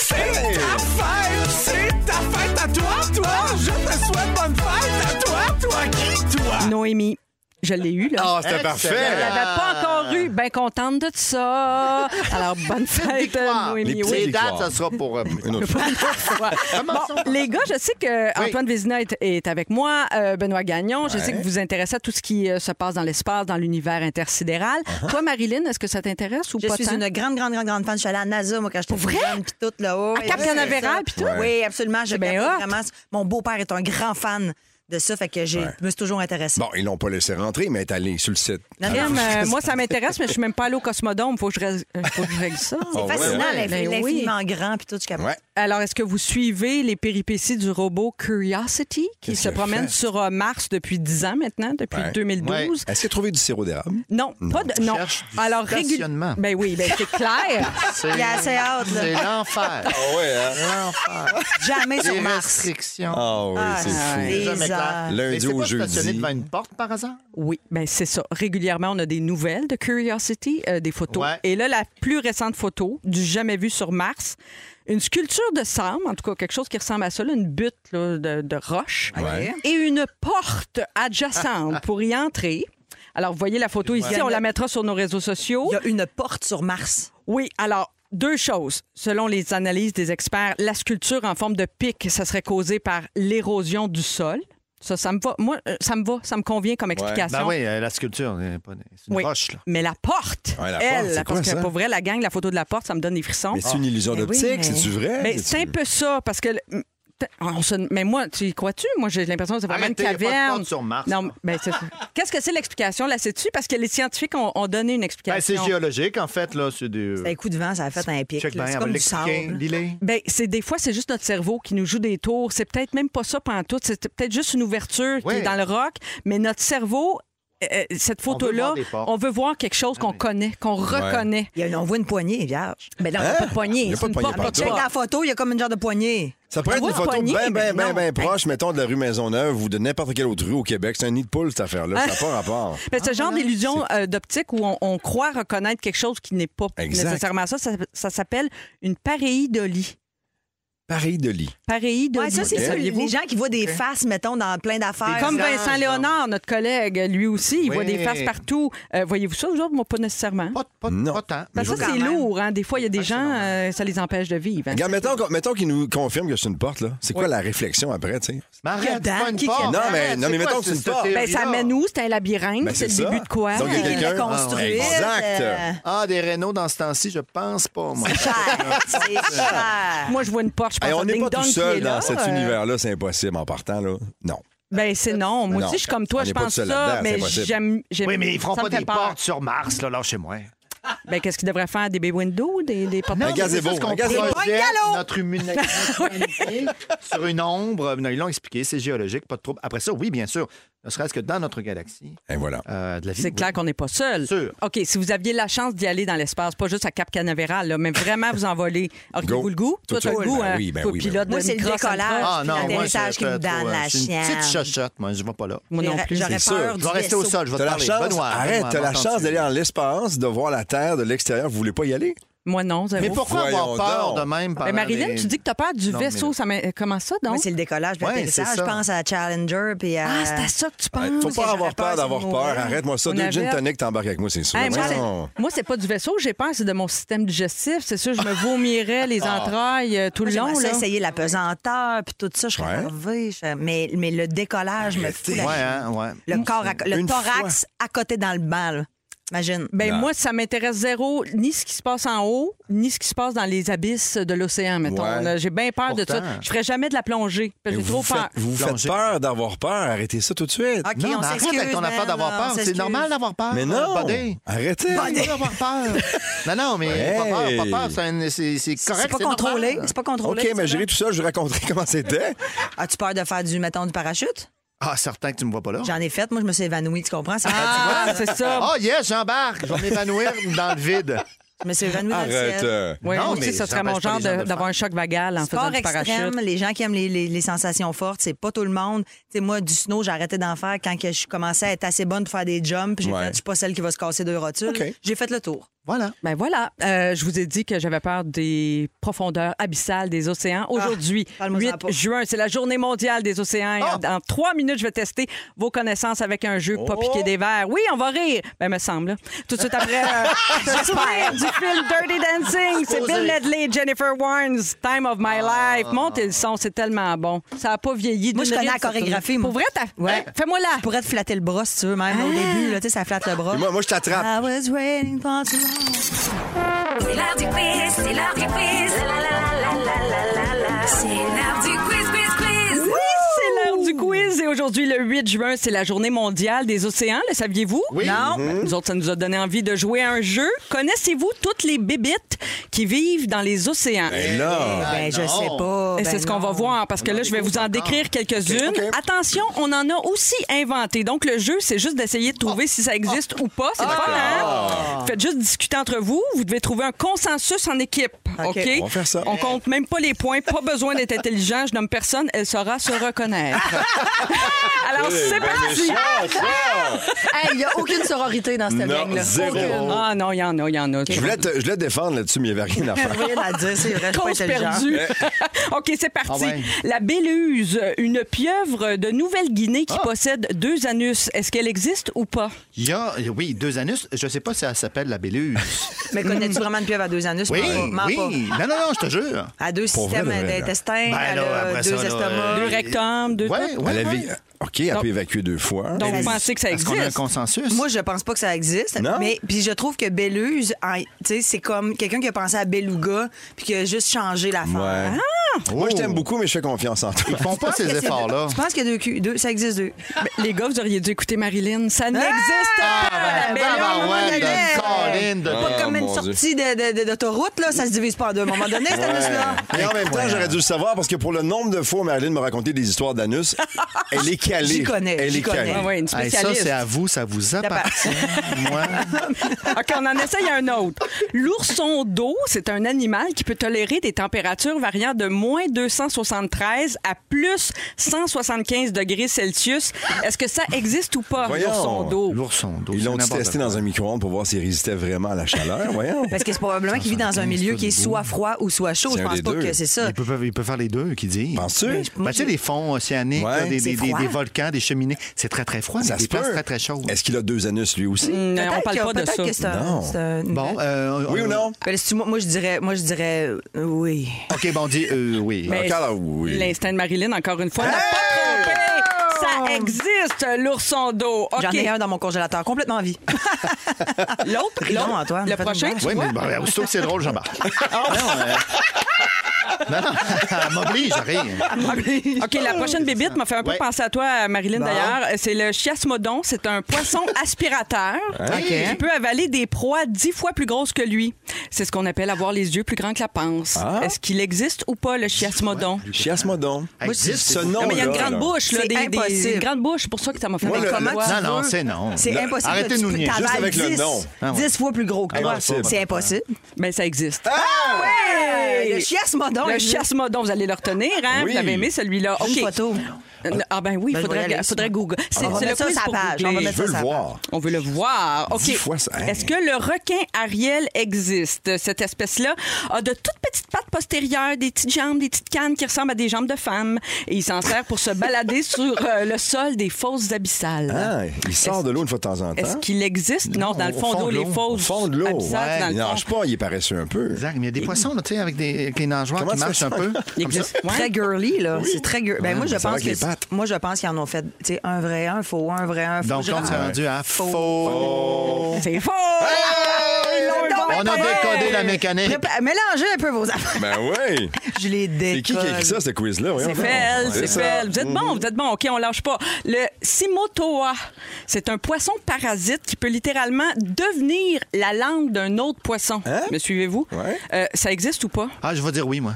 S4: C'est ta fête, c'est ta fête à toi, toi. Je te souhaite bonne fête à toi, toi qui, toi.
S5: Noémie, je l'ai eu, là.
S6: Ah, c'était
S5: Elle
S6: parfait!
S5: l'avait pas encore eu. Ben contente de ça. Alors, bonne fête, euh,
S7: victoire.
S5: Noémie. oui.
S6: Les petites
S7: Les dates,
S6: victoires.
S7: ça sera pour. euh,
S6: Une autre fois.
S7: Commençons
S5: Bon,
S7: par-
S5: les gars, je sais que
S7: Oui.
S5: Antoine Vézina est, est avec moi, euh, Benoît Gagnon. Je sais que vous vous intéressez à tout ce qui euh, se passe dans l'espace, dans l'univers intersidéral.
S6: Uh-huh.
S5: Toi, Marilyn, est-ce que ça t'intéresse ou
S8: Je
S5: pas
S8: suis
S5: tant?
S8: une grande, grande, grande, grande fan. Je suis allée à la NASA, moi, quand j'étais
S5: Pour vrai?
S8: jeune, puis tout, Oh, là-haut.
S5: À Cap Canaveral, puis tout?
S8: Oui, absolument. Je
S5: C'est bien
S8: capote
S5: hot.
S8: vraiment. Mon beau-père est un grand fan de ça, fait que j'ai- je me suis toujours intéressée.
S6: Bon, Ah, ils l'ont pas laissé rentrer, mais elle est allée sur le site.
S8: Non,
S5: Crème,
S8: non,
S5: euh, moi, ça m'intéresse, mais je suis même pas allée au Cosmodome. Faut que je règle, euh, faut que je règle ça.
S6: Ah ouais,
S8: Fascinant,
S6: ouais.
S8: l'inf-
S5: Ben oui.
S8: l'infiniment grand, puis tout, je capote.
S6: Ouais.
S5: Alors, est-ce que vous suivez les péripéties du robot Curiosity qui
S6: Qu'est-ce
S5: se
S6: qu'il
S5: promène
S6: fait?
S5: sur euh, Mars depuis 10 ans maintenant, depuis
S6: Ouais.
S5: 2012?
S7: Ouais.
S6: Est-ce qu'il a trouvé du sirop d'érable?
S5: Non, pas de. Non.
S7: cherche du
S5: Alors, régul-
S7: stationnement.
S5: Ben oui, ben c'est clair.
S7: C'est
S8: Il y a assez hâte, là.
S7: c'est l'enfer.
S6: ouais, hein?
S7: L'enfer.
S8: Jamais
S7: Les
S8: sur Mars.
S7: restrictions.
S6: Ah oui, c'est fou.
S8: ouais.
S7: Jamais clair.
S8: Bizarre.
S6: Lundi
S7: Mais c'est
S6: au
S7: pas
S6: jeudi.
S7: stationné devant une porte par hasard?
S5: Oui, ben c'est ça. Régulièrement, on a des nouvelles de Curiosity, euh, des photos.
S7: Ouais.
S5: Et là, la plus récente photo du jamais vu sur Mars, une sculpture de sable, en tout cas quelque chose qui ressemble à ça, là, une butte là, de, de roche,
S6: Ouais.
S5: et une porte adjacente pour y entrer. Alors, vous voyez la photo ici, on la mettra sur nos réseaux sociaux.
S8: Il y a une porte sur Mars.
S5: Oui, alors. Deux choses. Selon les analyses des experts, la sculpture en forme de pic, ça serait causé par l'érosion du sol. Ça, ça me va. Moi, euh, ça me va. Ça me convient comme explication.
S7: Ben oui, euh, la sculpture, euh, pas- c'est une
S5: Oui.
S7: roche. Là.
S5: Mais la porte,
S6: Ouais, la porte,
S5: elle,
S6: c'est
S5: parce
S6: quoi
S5: que
S6: ça?
S5: pour vrai, la gang, la photo de la porte, ça me donne des frissons. Ah.
S6: Mais c'est une illusion
S8: Ben oui,
S6: d'optique,
S8: mais-
S6: c'est-tu vrai?
S5: Mais ben, c'est un
S6: C'est-tu-
S5: peu ça, parce que. le- on se- mais moi, tu y crois-tu? Moi, j'ai l'impression que c'est vraiment
S7: Arrêtez,
S5: une
S7: y a pas de
S5: caverne.
S7: porte sur Mars,
S5: Non,
S7: là.
S5: ben, c'est ça. Qu'est-ce que c'est l'explication? Là, sais-tu? Parce que les scientifiques ont, ont donné une
S7: Ben, c'est
S5: explication.
S7: géologique, en fait. là. C'est des.
S8: C'est un coup de vent, ça a fait un pic.
S7: Check
S8: là.
S7: bien,
S8: C'est
S7: on va
S8: comme du
S7: l'expliquer.
S8: sable.
S7: Lily.
S5: Ben, c'est des fois, c'est juste notre cerveau qui nous joue des tours. C'est peut-être même pas ça pantoute. C'est peut-être juste une ouverture qui
S7: Ouais.
S5: est dans le roc. Mais notre cerveau euh, cette photo-là,
S7: voir des portes.
S5: on veut voir quelque chose
S6: Ah
S5: qu'on connaît, qu'on reconnaît.
S8: Il y a- on voit une poignée, vierge.
S5: Mais Ben non,
S6: Hein?
S5: pas de poignée.
S6: Il y a
S5: c'est
S6: pas de
S5: une
S6: poignée
S5: porte,
S6: partout.
S5: de
S8: Check
S5: porte.
S8: la photo, il y a comme une genre de poignée.
S6: Ça pourrait être
S5: voit
S6: une photo
S5: poignée,
S6: bien,
S5: mais
S6: bien, bien,
S5: non.
S6: bien proche, mettons, de la rue Maisonneuve ou de n'importe quelle autre rue au Québec. C'est un nid de poule, cette affaire-là. Ça n'a pas rapport.
S5: Mais Ben,
S8: Ah,
S5: ce genre d'illusion euh, d'optique où on, on croit reconnaître quelque chose qui n'est pas
S6: Exact.
S5: nécessairement ça, ça, ça s'appelle une paréidolie.
S6: Pareil de
S5: Ah,
S6: lit.
S5: Paréidolie.
S8: Ouais, ça, c'est
S6: Ok.
S8: ça, les
S5: Saviez-vous?
S8: gens qui voient des faces, mettons, dans plein d'affaires.
S5: Comme
S7: Des anges,
S5: Vincent
S7: genre.
S5: Léonard, notre collègue, lui aussi, il voit
S7: Oui.
S5: des faces partout. Euh, Voyez-vous ça aujourd'hui? Moi, pas nécessairement.
S7: Pas, pas,
S6: Non.
S7: pas tant.
S5: Parce que
S7: Mais
S5: ça,
S8: quand
S5: c'est
S8: même.
S5: lourd. Hein? Des fois, il y a des
S7: Ouais, c'est
S5: gens,
S7: normal.
S5: euh, ça les empêche de vivre. hein.
S6: Regarde, mettons, qu'on- mettons qu'ils nous confirment que c'est une porte, là. C'est quoi la réflexion après, tu sais?
S7: Mais arrête,
S8: Dedans,
S7: c'est pas une
S8: qui-
S7: porte.
S6: Non, mais-
S7: Arrête,
S6: non, mais
S7: c'est
S6: mettons
S7: quoi
S6: que c'est
S7: cette
S6: une porte.
S5: Ben, ça
S7: théorie-là?
S5: mène où? C'est un labyrinthe.
S6: Ben,
S5: c'est le
S6: ça.
S5: début de quoi?
S6: Donc, il y a
S8: Ils
S6: quelqu'un.
S8: reconstruisent,
S6: Exact.
S8: euh,
S7: Ah, des rénaux dans ce temps-ci, je pense pas, moi.
S8: Cher, c'est cher.
S5: Moi, je vois une porte. Je pense
S6: Hey, on
S5: à
S6: n'est
S5: Ding
S6: pas
S5: Dong
S6: tout
S5: qui est
S6: seul
S5: là,
S6: dans cet
S5: euh,
S6: univers-là, c'est impossible en partant, là. Non.
S5: Ben, c'est non. Moi
S6: Non,
S5: aussi, je suis comme toi.
S6: on
S5: Je
S6: est pas
S5: pense
S6: tout
S5: ça,
S6: seul là-dedans, c'est
S5: mais
S6: impossible.
S5: j'aime. j'aime-
S7: Oui, mais ils feront
S5: ça me
S7: pas
S5: fait
S7: des
S5: peur.
S7: portes sur Mars, là, là, chez moi.
S5: Ben, qu'est-ce qu'ils devraient faire? Des bay windows? Des, des portes
S6: Un
S7: mais c'est
S6: gazebo,
S7: ça, ce qu'on
S6: un gazebo.
S7: projette,
S8: Des bungalows.
S7: Notre humain- notre humanité sur une ombre. Non, ils l'ont expliqué, c'est géologique, pas de trouble. Après ça, oui, bien sûr. Ne serait-ce que dans notre galaxie,
S6: Et voilà.
S7: euh, de la vie.
S5: C'est clair qu'on n'est pas seul.
S7: Sûr.
S5: OK, si vous aviez la chance d'y aller dans l'espace, pas juste à Cap Canaveral, là, mais vraiment vous envoler. Auriez-vous le goût?
S6: Tout
S5: Toi,
S6: de
S5: t'as
S6: suite.
S5: le goût,
S6: Ben
S5: hein?
S6: oui, ben
S5: Toi,
S6: oui, ben
S5: pilote
S6: oui.
S5: de
S8: Moi, c'est le
S5: micro, ça me
S8: décollage.
S5: prend.
S7: Ah non, moi,
S8: L'atterrissage
S7: c'est-
S8: qui nous
S7: c'est-
S8: donne la
S7: c'est une
S8: chienne.
S7: petite chochotte, moi, je vais pas là.
S5: Moi non plus.
S8: J'aurais
S6: C'est
S8: peur
S6: sûr.
S8: du
S7: Je vais rester au
S8: vaisseau.
S7: sol, je vais te
S6: T'as la
S7: parler.
S6: chance,
S7: Benoît,
S6: arrête,
S7: Benoît,
S6: t'as la
S7: m'entends-tu?
S6: chance d'aller dans l'espace, de voir la Terre de l'extérieur. Vous voulez pas y aller?
S5: Moi non, zéro.
S7: Mais pourquoi avoir
S6: Voyons
S7: peur
S6: donc.
S7: de même pendant
S5: Mais Ben, Marilyn,
S7: les-
S5: tu dis que t'as peur du
S7: Non, mais
S5: vaisseau.
S7: là-
S5: Ça m'in- Comment ça,
S8: Moi,
S5: donc?
S8: c'est le décollage, puis
S7: Ouais,
S8: l'atterrissage.
S7: c'est
S8: Je
S7: ça.
S8: pense à Challenger, puis à...
S5: Ah, c'est à ça que tu penses.
S6: Faut pas avoir
S8: j'aurais peur,
S6: peur d'avoir
S8: c'est de mourir.
S6: peur. Arrête-moi ça.
S5: On
S6: Deux gin
S5: avait-
S6: tonic, t'embarques avec moi, c'est sûr.
S5: Hey, moi, c'est-
S6: Non.
S5: moi, c'est pas du vaisseau que j'ai peur, c'est de mon système digestif. C'est sûr, je me vomirais les entrailles euh, tout le
S8: J'aimerais
S5: long.
S8: ça
S5: là.
S8: essayer la pesanteur, puis tout ça, je serais
S6: Ouais.
S8: énervée. je- Mais, mais le décollage me fout la
S7: Ouais,
S8: chienne.
S7: hein, ouais.
S8: Le, corps à- le
S6: Une
S8: thorax à côté dans le banc, là. Imagine.
S5: Ben,
S6: Non.
S5: moi, ça m'intéresse zéro, ni ce qui se passe en haut, ni ce qui se passe dans les abysses de l'océan, mettons.
S6: Ouais.
S5: là. J'ai bien peur de
S7: Pourtant.
S5: ça. Je ferais jamais de la plongée. parce que
S6: Mais
S5: J'ai trop
S6: Vous
S5: peur.
S6: faites- vous vous faites
S7: Plongée.
S6: peur d'avoir peur. Arrêtez ça tout de suite.
S8: OK,
S7: non,
S8: on
S7: mais arrête
S8: s'excuse.
S7: avec ton
S8: man,
S7: affaire d'avoir
S8: on
S7: peur. C'est
S8: s'excuse.
S7: normal d'avoir peur.
S6: Mais non!
S7: Buddy.
S6: Arrêtez!
S7: Pas d'avoir peur. Non, non, mais
S6: Hey.
S7: pas peur, pas peur. c'est un- C'est c'est correct.
S8: C'est pas
S7: normal.
S8: contrôlé. C'est pas contrôlé.
S6: OK,
S8: c'est
S6: mais
S8: ça.
S6: gérer tout ça, je vous raconterai comment c'était.
S8: As-tu peur de faire du, mettons, du parachute?
S7: Ah, certain que tu me vois pas là.
S8: J'en ai fait. Moi, je me suis évanouie, tu comprends? C'est vrai, tu vois?
S5: Ah, c'est ça.
S7: Oh yes, j'embarque. Je vais m'évanouir dans le vide.
S8: Je me suis évanouie dans le
S6: Arrête.
S8: ciel.
S6: euh.
S5: Oui,
S7: Non,
S5: moi aussi,
S7: mais
S5: ça serait
S7: j'empêche
S5: mon
S7: pas
S5: genre
S7: les gens de
S5: de-
S7: le
S5: d'avoir un choc vagal en faisant
S8: Sport
S5: du parachute.
S8: extrême, les gens qui aiment les, les- les sensations fortes, c'est pas tout le monde. Tu sais, moi, du snow, j'ai arrêté d'en faire quand que je commençais à être assez bonne pour faire des jumps. puis J'ai
S6: Ouais.
S8: fait, je suis pas celle qui va se casser deux rotules.
S6: OK.
S8: J'ai fait le tour.
S7: Voilà.
S5: Ben voilà, euh, je vous ai dit que j'avais peur des profondeurs abyssales des océans. Aujourd'hui,
S8: Ah, parle-moi-en
S5: 8
S8: pas. Ah!
S5: juin, c'est la journée mondiale des océans. Et en- Dans trois minutes, je vais tester vos connaissances avec un jeu pas
S8: Oh!
S5: piqué des verres. Oui, on va rire. Ben, me semble. là. Tout de suite après, euh, le sourire du film Dirty Dancing. C'est Bill Medley et Jennifer Warnes. Time of my life. Montez le son, c'est tellement bon. Ça a pas vieilli.
S8: Ah. Moi, je
S5: d'une
S8: connais
S5: ride,
S8: la chorégraphie,
S5: ça.
S8: moi.
S5: Pour vrai, t'as- Hein?
S8: Ouais.
S5: fais-moi
S8: Je
S5: la.
S8: pourrais te flatter le bras si tu veux, même
S7: Ah!
S8: au début. Là, tu sais, ça flatte le bras.
S6: Moi, moi, je t'attrape.
S8: I was waiting for too long.
S2: C'est l'heure du quiz, c'est l'heure du quiz. La, la, la, la, la, la, la, la. C'est l'heure du quiz, quiz, quiz.
S5: Oui, c'est l'heure du quiz. Et aujourd'hui, le 8 juin, c'est la journée mondiale des océans. Le saviez-vous? Oui. Non. Ben, Nous autres, ça nous a donné envie de jouer à un jeu. Connaissez-vous toutes les bébites qui vivent dans les océans?
S6: Et là,
S8: Ben, je sais pas.
S6: Oh,
S5: Et c'est
S8: Ben
S5: ce qu'on va
S8: non.
S5: voir, hein, parce que là, je vais vous en décrire quelques-unes. Attention, on en a aussi inventé. Donc, le jeu, c'est juste d'essayer de
S6: Oh.
S5: trouver si ça existe ou pas. C'est
S6: Ah.
S5: pas mal. hein? Faites juste discuter entre vous. Vous devez trouver un consensus en équipe. OK?
S8: OK.
S6: On va faire ça.
S5: On compte même pas les points. Pas besoin d'être intelligent. Je nomme personne. Elle saura se reconnaître.
S6: Eh,
S5: Alors, c'est
S6: ben,
S5: parti.
S11: Hey, il n'y a aucune sororité dans cette
S6: Non,
S11: gang-là.
S6: zéro.
S11: Aucune.
S5: Ah non, il y en a, il y en a.
S6: je voulais, te, je voulais te défendre là-dessus, mais il n'y avait rien à faire.
S8: Rien à dire, c'est vrai, je suis pas
S5: Cause
S8: intelligente.
S5: perdue. OK, c'est parti.
S7: Ah ouais.
S5: La Béluse, une pieuvre de Nouvelle-Guinée
S7: Ah.
S5: qui possède deux anus. Est-ce qu'elle existe ou pas?
S7: Il y a, oui, deux anus. Je sais pas si elle s'appelle la Béluse.
S8: Mais connais-tu vraiment une pieuvre à deux anus?
S7: Oui,
S8: Mens pas, mens
S7: oui.
S8: Ah, pas.
S7: Non, non, non, je te jure.
S8: À deux
S6: Pour vrai,
S8: systèmes
S6: de vrai, là.
S8: d'intestin,
S7: Ben,
S8: elle
S7: là,
S8: a
S7: après
S8: deux
S7: ça, là,
S8: estomacs.
S5: Deux
S7: euh,
S5: rectums, deux
S7: Ouais,
S5: têtes.
S7: ouais,
S6: Elle
S7: ouais.
S6: avait- OK, elle
S5: Donc-
S6: peut évacuer deux fois.
S5: Donc, vous pensez que ça
S7: Est-ce qu'on a un
S5: existe?
S7: consensus?
S8: Moi, je pense pas que ça existe.
S6: Non?
S8: Mais puis je trouve que Belluse, en- tu sais, c'est comme quelqu'un qui a pensé à Beluga puis qui a juste changé la forme.
S6: Ouais. Moi, je t'aime beaucoup, mais je fais confiance en toi.
S7: Ils font pas ces efforts-là.
S8: Je pense qu'il y a deux culs, deux, ça existe deux.
S5: Ben, les gars, vous auriez dû écouter Marilyn. Ça n'existe
S7: Ah,
S5: pas! la
S7: ben,
S5: Béluse.
S7: ben,
S8: à un
S7: ben,
S8: moment donné,
S7: ouais, de Colin, de-
S8: Pas
S6: Ah,
S8: comme une
S6: mon
S8: sortie de- de- de- d'autoroute, là, ça se divise pas en deux. À un moment donné, cet anus-là.
S6: Et en même temps, j'aurais dû le savoir parce que pour le nombre de fois où Marilyn m'a raconté des histoires d'anus, elle est calée.
S8: J'y connais,
S6: Elle
S8: j'y
S6: est
S8: connais.
S6: calée.
S5: Ah ouais, une
S7: Hey,
S5: spécialiste.
S7: ça, c'est à vous, ça vous appartient. Moi,
S5: OK, on en essaye un autre. L'ourson d'eau, c'est un animal qui peut tolérer des températures variant de moins 273 à plus 175 degrés Celsius. Est-ce que ça existe ou pas,
S6: Voyons.
S5: l'ourson d'eau?
S7: l'ourson d'eau.
S6: Ils
S7: c'est
S6: l'ont
S7: n'importe
S6: testé
S7: quoi.
S6: dans un micro-ondes pour voir s'il résistait vraiment à la chaleur. Voyons.
S8: Parce que c'est probablement qu'il vit dans un
S7: 175,
S8: milieu qui est
S7: c'est
S8: soit froid ou soit chaud.
S6: C'est
S8: Je
S6: un
S8: pense
S6: des
S8: pas
S6: deux.
S8: que c'est ça.
S7: Il peut, faire- il peut faire les deux, qui dit.
S6: Penses-tu?
S7: Ben,
S8: moi,
S7: tu sais,
S8: j'ai-
S7: les fonds océaniques,
S6: Ouais.
S7: là, des,
S8: C'est
S7: des- des-
S8: froid.
S7: des volcans, des cheminées, c'est très, très froid. mais
S6: Ça
S7: des
S6: se peut.
S7: places très, très chaudes.
S6: Est-ce qu'il a deux anus lui aussi?
S5: Mm, Non, on
S8: Peut-être
S5: parle
S8: que-
S5: pas de
S8: peut-être
S5: ça.
S8: que c'est un-
S6: Non.
S8: c'est un-
S7: Bon, euh,
S6: Oui
S7: on-
S6: ou non?
S8: Ben, si tu- moi, moi, je dirais, moi, je dirais euh, oui.
S7: OK, bon, on dit euh, oui.
S5: Mais
S6: Encore là, oui.
S5: Ben, L'instinct de Marilyn, encore une fois, n'a pas trompé. Ça existe, l'ourson d'eau. OK.
S8: J'en ai un dans mon congélateur, complètement en vie.
S5: L'autre,
S8: Ris
S5: l'autre,
S8: donc, Antoine,
S5: le
S8: fais-nous
S5: prochain,
S8: voir.
S5: tu
S7: Oui,
S5: vois?
S7: mais bon, ben, aussitôt que c'est drôle, j'embarque. euh, non, euh, non, non, elle m'oblige à rire.
S5: OK, la prochaine bébite m'a fait un peu
S7: Ouais.
S5: penser à toi, à Marilyn d'ailleurs. C'est le chiasmodon. C'est un poisson aspirateur
S6: Ah.
S5: qui peut avaler des proies dix fois plus grosses que lui. C'est ce qu'on appelle avoir les yeux plus grands que la panse.
S6: Ah.
S5: Est-ce qu'il existe ou pas, le chiasmodon?
S6: Chiasmodon.
S7: Hey, dis-
S6: Ce
S7: c'est-
S6: nom
S5: Non, mais il y a une grande
S6: là.
S5: bouche, là,
S8: C'est
S5: des, des-
S8: impossible.
S5: une grande bouche. C'est pour ça que ça m'a fait
S6: Moi,
S5: penser
S6: le-
S5: à
S8: Comment
S5: toi.
S8: tu
S7: Non, non,
S8: veux?
S7: c'est non.
S8: C'est
S7: Le-
S8: impossible.
S7: arrêtez de
S8: Tu
S7: nous
S8: peux-
S7: niaiser.
S6: Juste
S8: t'avales
S6: avec le
S8: 10,
S6: nom.
S7: Ah ouais.
S8: 10 fois plus gros que toi.
S6: Impossible.
S8: C'est impossible.
S5: Mais Ben, ça existe.
S6: Ah!
S5: Ah,
S8: Hey, Le chiasmodon.
S5: le
S8: existe.
S5: chiasmodon, vous allez le retenir, hein?
S6: Oui.
S5: Vous l'avez aimé, celui-là.
S8: J'ai
S5: OK.
S8: Une photo.
S5: Euh, Ah ben oui, il
S8: Ben, je vais y
S5: faudrait,
S8: aller,
S5: faudrait
S8: sinon.
S5: Google. C'est
S8: On va
S5: c'est le
S8: mettre ça
S5: quiz
S8: sur la
S5: pour
S8: page.
S5: googler.
S8: On va mettre
S6: Je veux
S8: Ça,
S6: le
S8: ça
S6: voir.
S5: On veut le voir. OK.
S6: Dix fois, ça- hein? hey.
S5: Est-ce que le requin Ariel existe? Cette espèce-là a de toutes petites pattes postérieures, des petites jambes, des petites cannes qui ressemblent à des jambes de femmes. Et il s'en sert pour se balader sur euh, le sol des fosses abyssales.
S6: Ah, il sort
S5: Est-ce-
S6: de l'eau une fois de temps en temps.
S5: Est-ce qu'il existe? Non,
S7: Non,
S5: dans le
S7: au
S5: fond
S7: fond
S5: d'eau,
S7: de
S5: les
S7: l'eau.
S6: Au
S5: fosses
S6: fond de l'eau.
S5: abyssales,
S7: Ouais,
S5: dans le
S6: Il
S5: fond.
S6: nage pas, il est paresseux un peu.
S7: Exact, mais il y a des poissons, là, tu sais, avec, des, avec les nageoires
S6: Comment
S7: qui
S6: ça
S7: marchent
S6: se
S7: un peu.
S5: Il existe. Ouais.
S8: Très girly, là. C'est très girly. Ben, moi, je
S6: mais ça va
S8: pense
S6: avec les pattes.
S8: que. Moi, je pense qu'ils en ont fait tu sais, un vrai, un faux, un vrai, un faux.
S7: Donc,
S8: Je-
S7: là, on s'est rendu à faux.
S5: C'est faux!
S6: Ah!
S7: On a décodé la mécanique.
S8: Prépa- Mélangez un peu vos affaires.
S6: Ben oui!
S8: Je les décolle.
S6: C'est qui qui a écrit ça, ce quiz-là? Voyons
S5: C'est
S6: donc.
S5: fait, c'est
S6: ça. Mm.
S5: fait. Vous êtes bon, vous êtes bon. OK, on lâche pas. Le Simotoa, c'est un poisson parasite qui peut littéralement devenir la langue d'un autre poisson.
S6: Hein?
S5: Me suivez-vous?
S6: Ouais.
S5: Euh, ça existe ou pas?
S7: Ah, je vais dire oui, moi.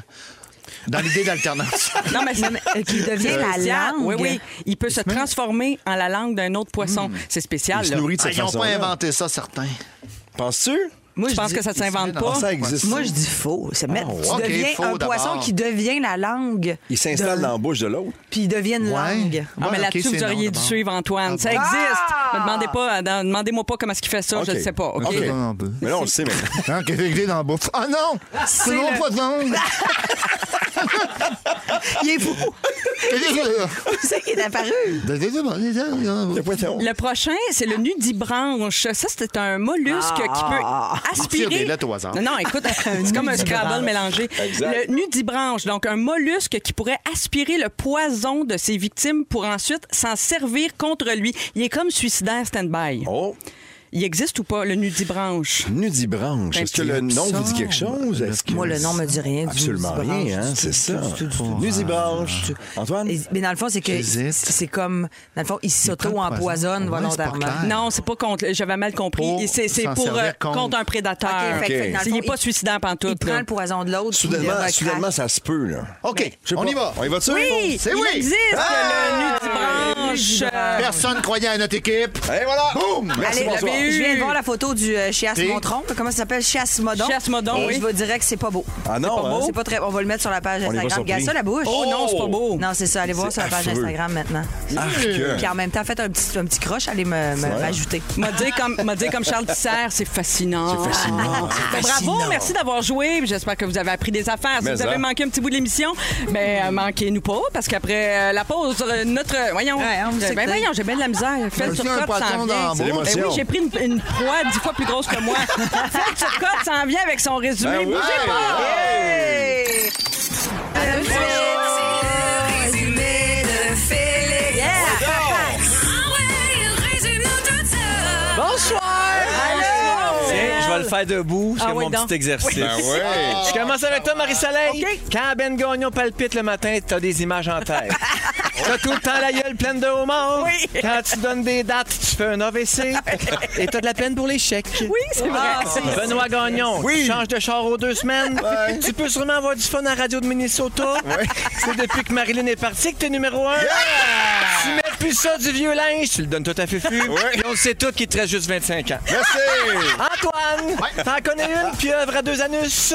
S7: Dans l'idée d'alternance.
S5: Non, mais ça...
S8: euh, qui devient
S5: C'est
S8: la
S5: spécial.
S8: langue.
S5: Oui, oui. Il peut se transformer en la langue d'un autre poisson. C'est spécial.
S6: Il se
S5: là.
S6: nourrit de
S7: Ah,
S6: cette
S7: ils n'ont pas
S6: façon-là.
S7: inventé ça, certains.
S6: Penses-tu?
S8: Moi,
S5: Je pense
S8: dis-
S5: que ça ne s'invente
S7: se met
S5: pas.
S7: dans-
S6: Ah, ça existe.
S8: Moi, je dis faux. C'est mettre-
S6: ouais.
S8: Tu
S7: Oh, Ok,
S8: deviens
S7: faux
S8: un
S7: d'abord.
S8: poisson qui devient la langue.
S6: Il s'installe
S8: de-
S6: dans la bouche de l'autre.
S8: Puis il devient une
S7: Ouais.
S8: langue.
S5: Ah, mais
S7: Ouais,
S5: là-dessus,
S7: ok, c'est
S5: vous auriez
S7: non,
S5: dû
S7: d'abord.
S5: suivre Antoine. Ça
S8: bon?
S5: existe.
S8: Ah!
S5: Me demandez pas, euh, demandez-moi pas comment est-ce qu'il fait ça, je
S6: OK.
S5: ne sais pas. OK?
S6: OK.
S7: Non, ben.
S6: Mais là, on le sait maintenant.
S7: Hein, qu'est-ce que j'ai dans la bouffe? Ah non! C'est
S8: C'est
S7: non,
S8: le-
S7: pas de langue!
S8: Il est fou. C'est ça qui est apparu.
S7: Ben,
S6: Le poisson.
S5: Le prochain, c'est le nudibranche. Ça, c'est un mollusque
S8: Ah!
S5: qui peut
S7: Il tire
S5: aspirer.
S7: des lettres au hasard.
S5: Non, non, écoute, c'est comme un scrabble mélangé.
S6: Exact.
S5: Le nudibranche, donc un mollusque qui pourrait aspirer le poison de ses victimes pour ensuite s'en servir contre lui. Il est comme suicidaire stand-by.
S6: Oh,
S5: Il existe ou pas, le nudibranche?
S6: nudibranche.
S8: Ben,
S6: Est-ce que le nom vous dit quelque chose? Est-ce que-
S8: Moi, le nom me dit rien. du
S6: Absolument
S8: nudibranche,
S6: rien, hein,
S8: du
S6: c'est
S8: tout,
S6: ça.
S8: du tout, du tout, du tout.
S6: Nudibranche. Antoine?
S8: Et- Mais dans le fond, c'est que
S7: J'hésite.
S8: c'est comme. Dans le fond, il s'auto-empoisonne
S7: Ouais, c'est pas
S8: volontairement.
S7: clair.
S5: Non, c'est pas contre. J'avais mal compris.
S7: Pour
S5: Et c'est c'est
S7: s'en
S5: pour
S7: servir
S5: euh, contre.
S7: contre
S5: un prédateur.
S8: Ah, OK, fait que dans le
S5: Il n'est
S8: fond,
S5: pas
S8: il-
S5: suicidaire
S8: Il
S5: pantoute.
S8: prend
S5: là.
S8: le poison de l'autre. puis il le
S6: Soudainement,
S8: recrache.
S6: soudainement, ça se peut, là.
S7: OK,
S6: Je sais
S7: on
S6: pas.
S7: y va.
S6: On y va-tu?
S5: Oui,
S7: C'est
S5: il
S7: oui. Ah!
S5: existe, le nudibranche. Euh,
S7: Personne croyait à notre équipe.
S6: Et voilà!
S7: Boum!
S6: Merci,
S8: Allez,
S6: bonsoir.
S5: l'avez eu.
S8: je viens de voir la photo du euh, chiasmotron. Comment ça s'appelle? Chiasmodon.
S5: Chiasmodon,
S8: Et
S5: oui.
S8: je vous dirais que c'est pas beau.
S6: Ah non,
S8: C'est pas
S6: hein?
S8: beau. C'est pas très. On va le mettre sur la page
S6: On est pas
S8: Instagram.
S6: surpris.
S8: Garde ça la bouche.
S5: Oh non, c'est pas beau.
S8: Non, c'est Mmh. ça. Allez voir sur la page
S6: affreux.
S8: Instagram maintenant.
S6: Arc.
S8: Puis en même temps, faites un petit, un petit croche. Allez me- me- m'ajouter.
S5: M'a dit comme, m'a dit comme Charles Tissère, c'est fascinant.
S6: C'est fascinant.
S5: Ben, bravo, merci d'avoir joué. J'espère que vous avez appris des affaires. Si
S6: Mais hein.
S5: vous
S6: ça.
S5: avez manqué un petit bout de l'émission, ben euh, manquez-nous pas, parce qu'après euh, la pause, euh, notre. Voyons.
S8: Ouais, on vous
S5: Ben,
S8: sait
S5: ben,
S8: que-
S5: voyons, j'ai bien de la misère. Fel
S7: Monsieur,
S5: sur
S7: un poisson
S5: s'en
S7: dans la
S5: vient.
S7: bouche.
S6: C'est
S5: Ben
S6: l'émotion.
S5: oui, j'ai pris une, une proie dix fois plus grosse que moi. Fel sur s'en vient avec son résumé.
S6: Ben oui.
S5: Bougez pas!
S2: C'est le résumé de Félix. Ah ouais, il résume tout ça.
S5: Bonsoir!
S12: Tiens, je vais le faire debout, c'est
S5: Ah oui,
S12: mon
S5: donc.
S12: petit exercice.
S6: Ben ouais!
S12: Je commence avec toi, Marie-Soleil.
S5: OK.
S12: Quand Ben Gagnon palpite le matin, t'as des images en tête. T'as tout le temps la gueule pleine de homards.
S5: Oui.
S12: Quand tu donnes des dates, tu fais un AVC. Et t'as de la peine pour les chèques.
S5: Oui, c'est vrai.
S8: Ah,
S12: Benoît Gagnon, tu changes de char aux deux semaines. Tu peux sûrement avoir du fun à la radio de Minnesota. C'est depuis que Marilyn est partie que t'es numéro un. Tu mets plus ça du vieux linge. Tu le donnes tout à Fufu.
S6: Ouais.
S12: Et on le sait tout qu'il te reste juste 25 ans.
S6: Merci!
S12: Antoine, t'en connais une pieuvre à deux anus.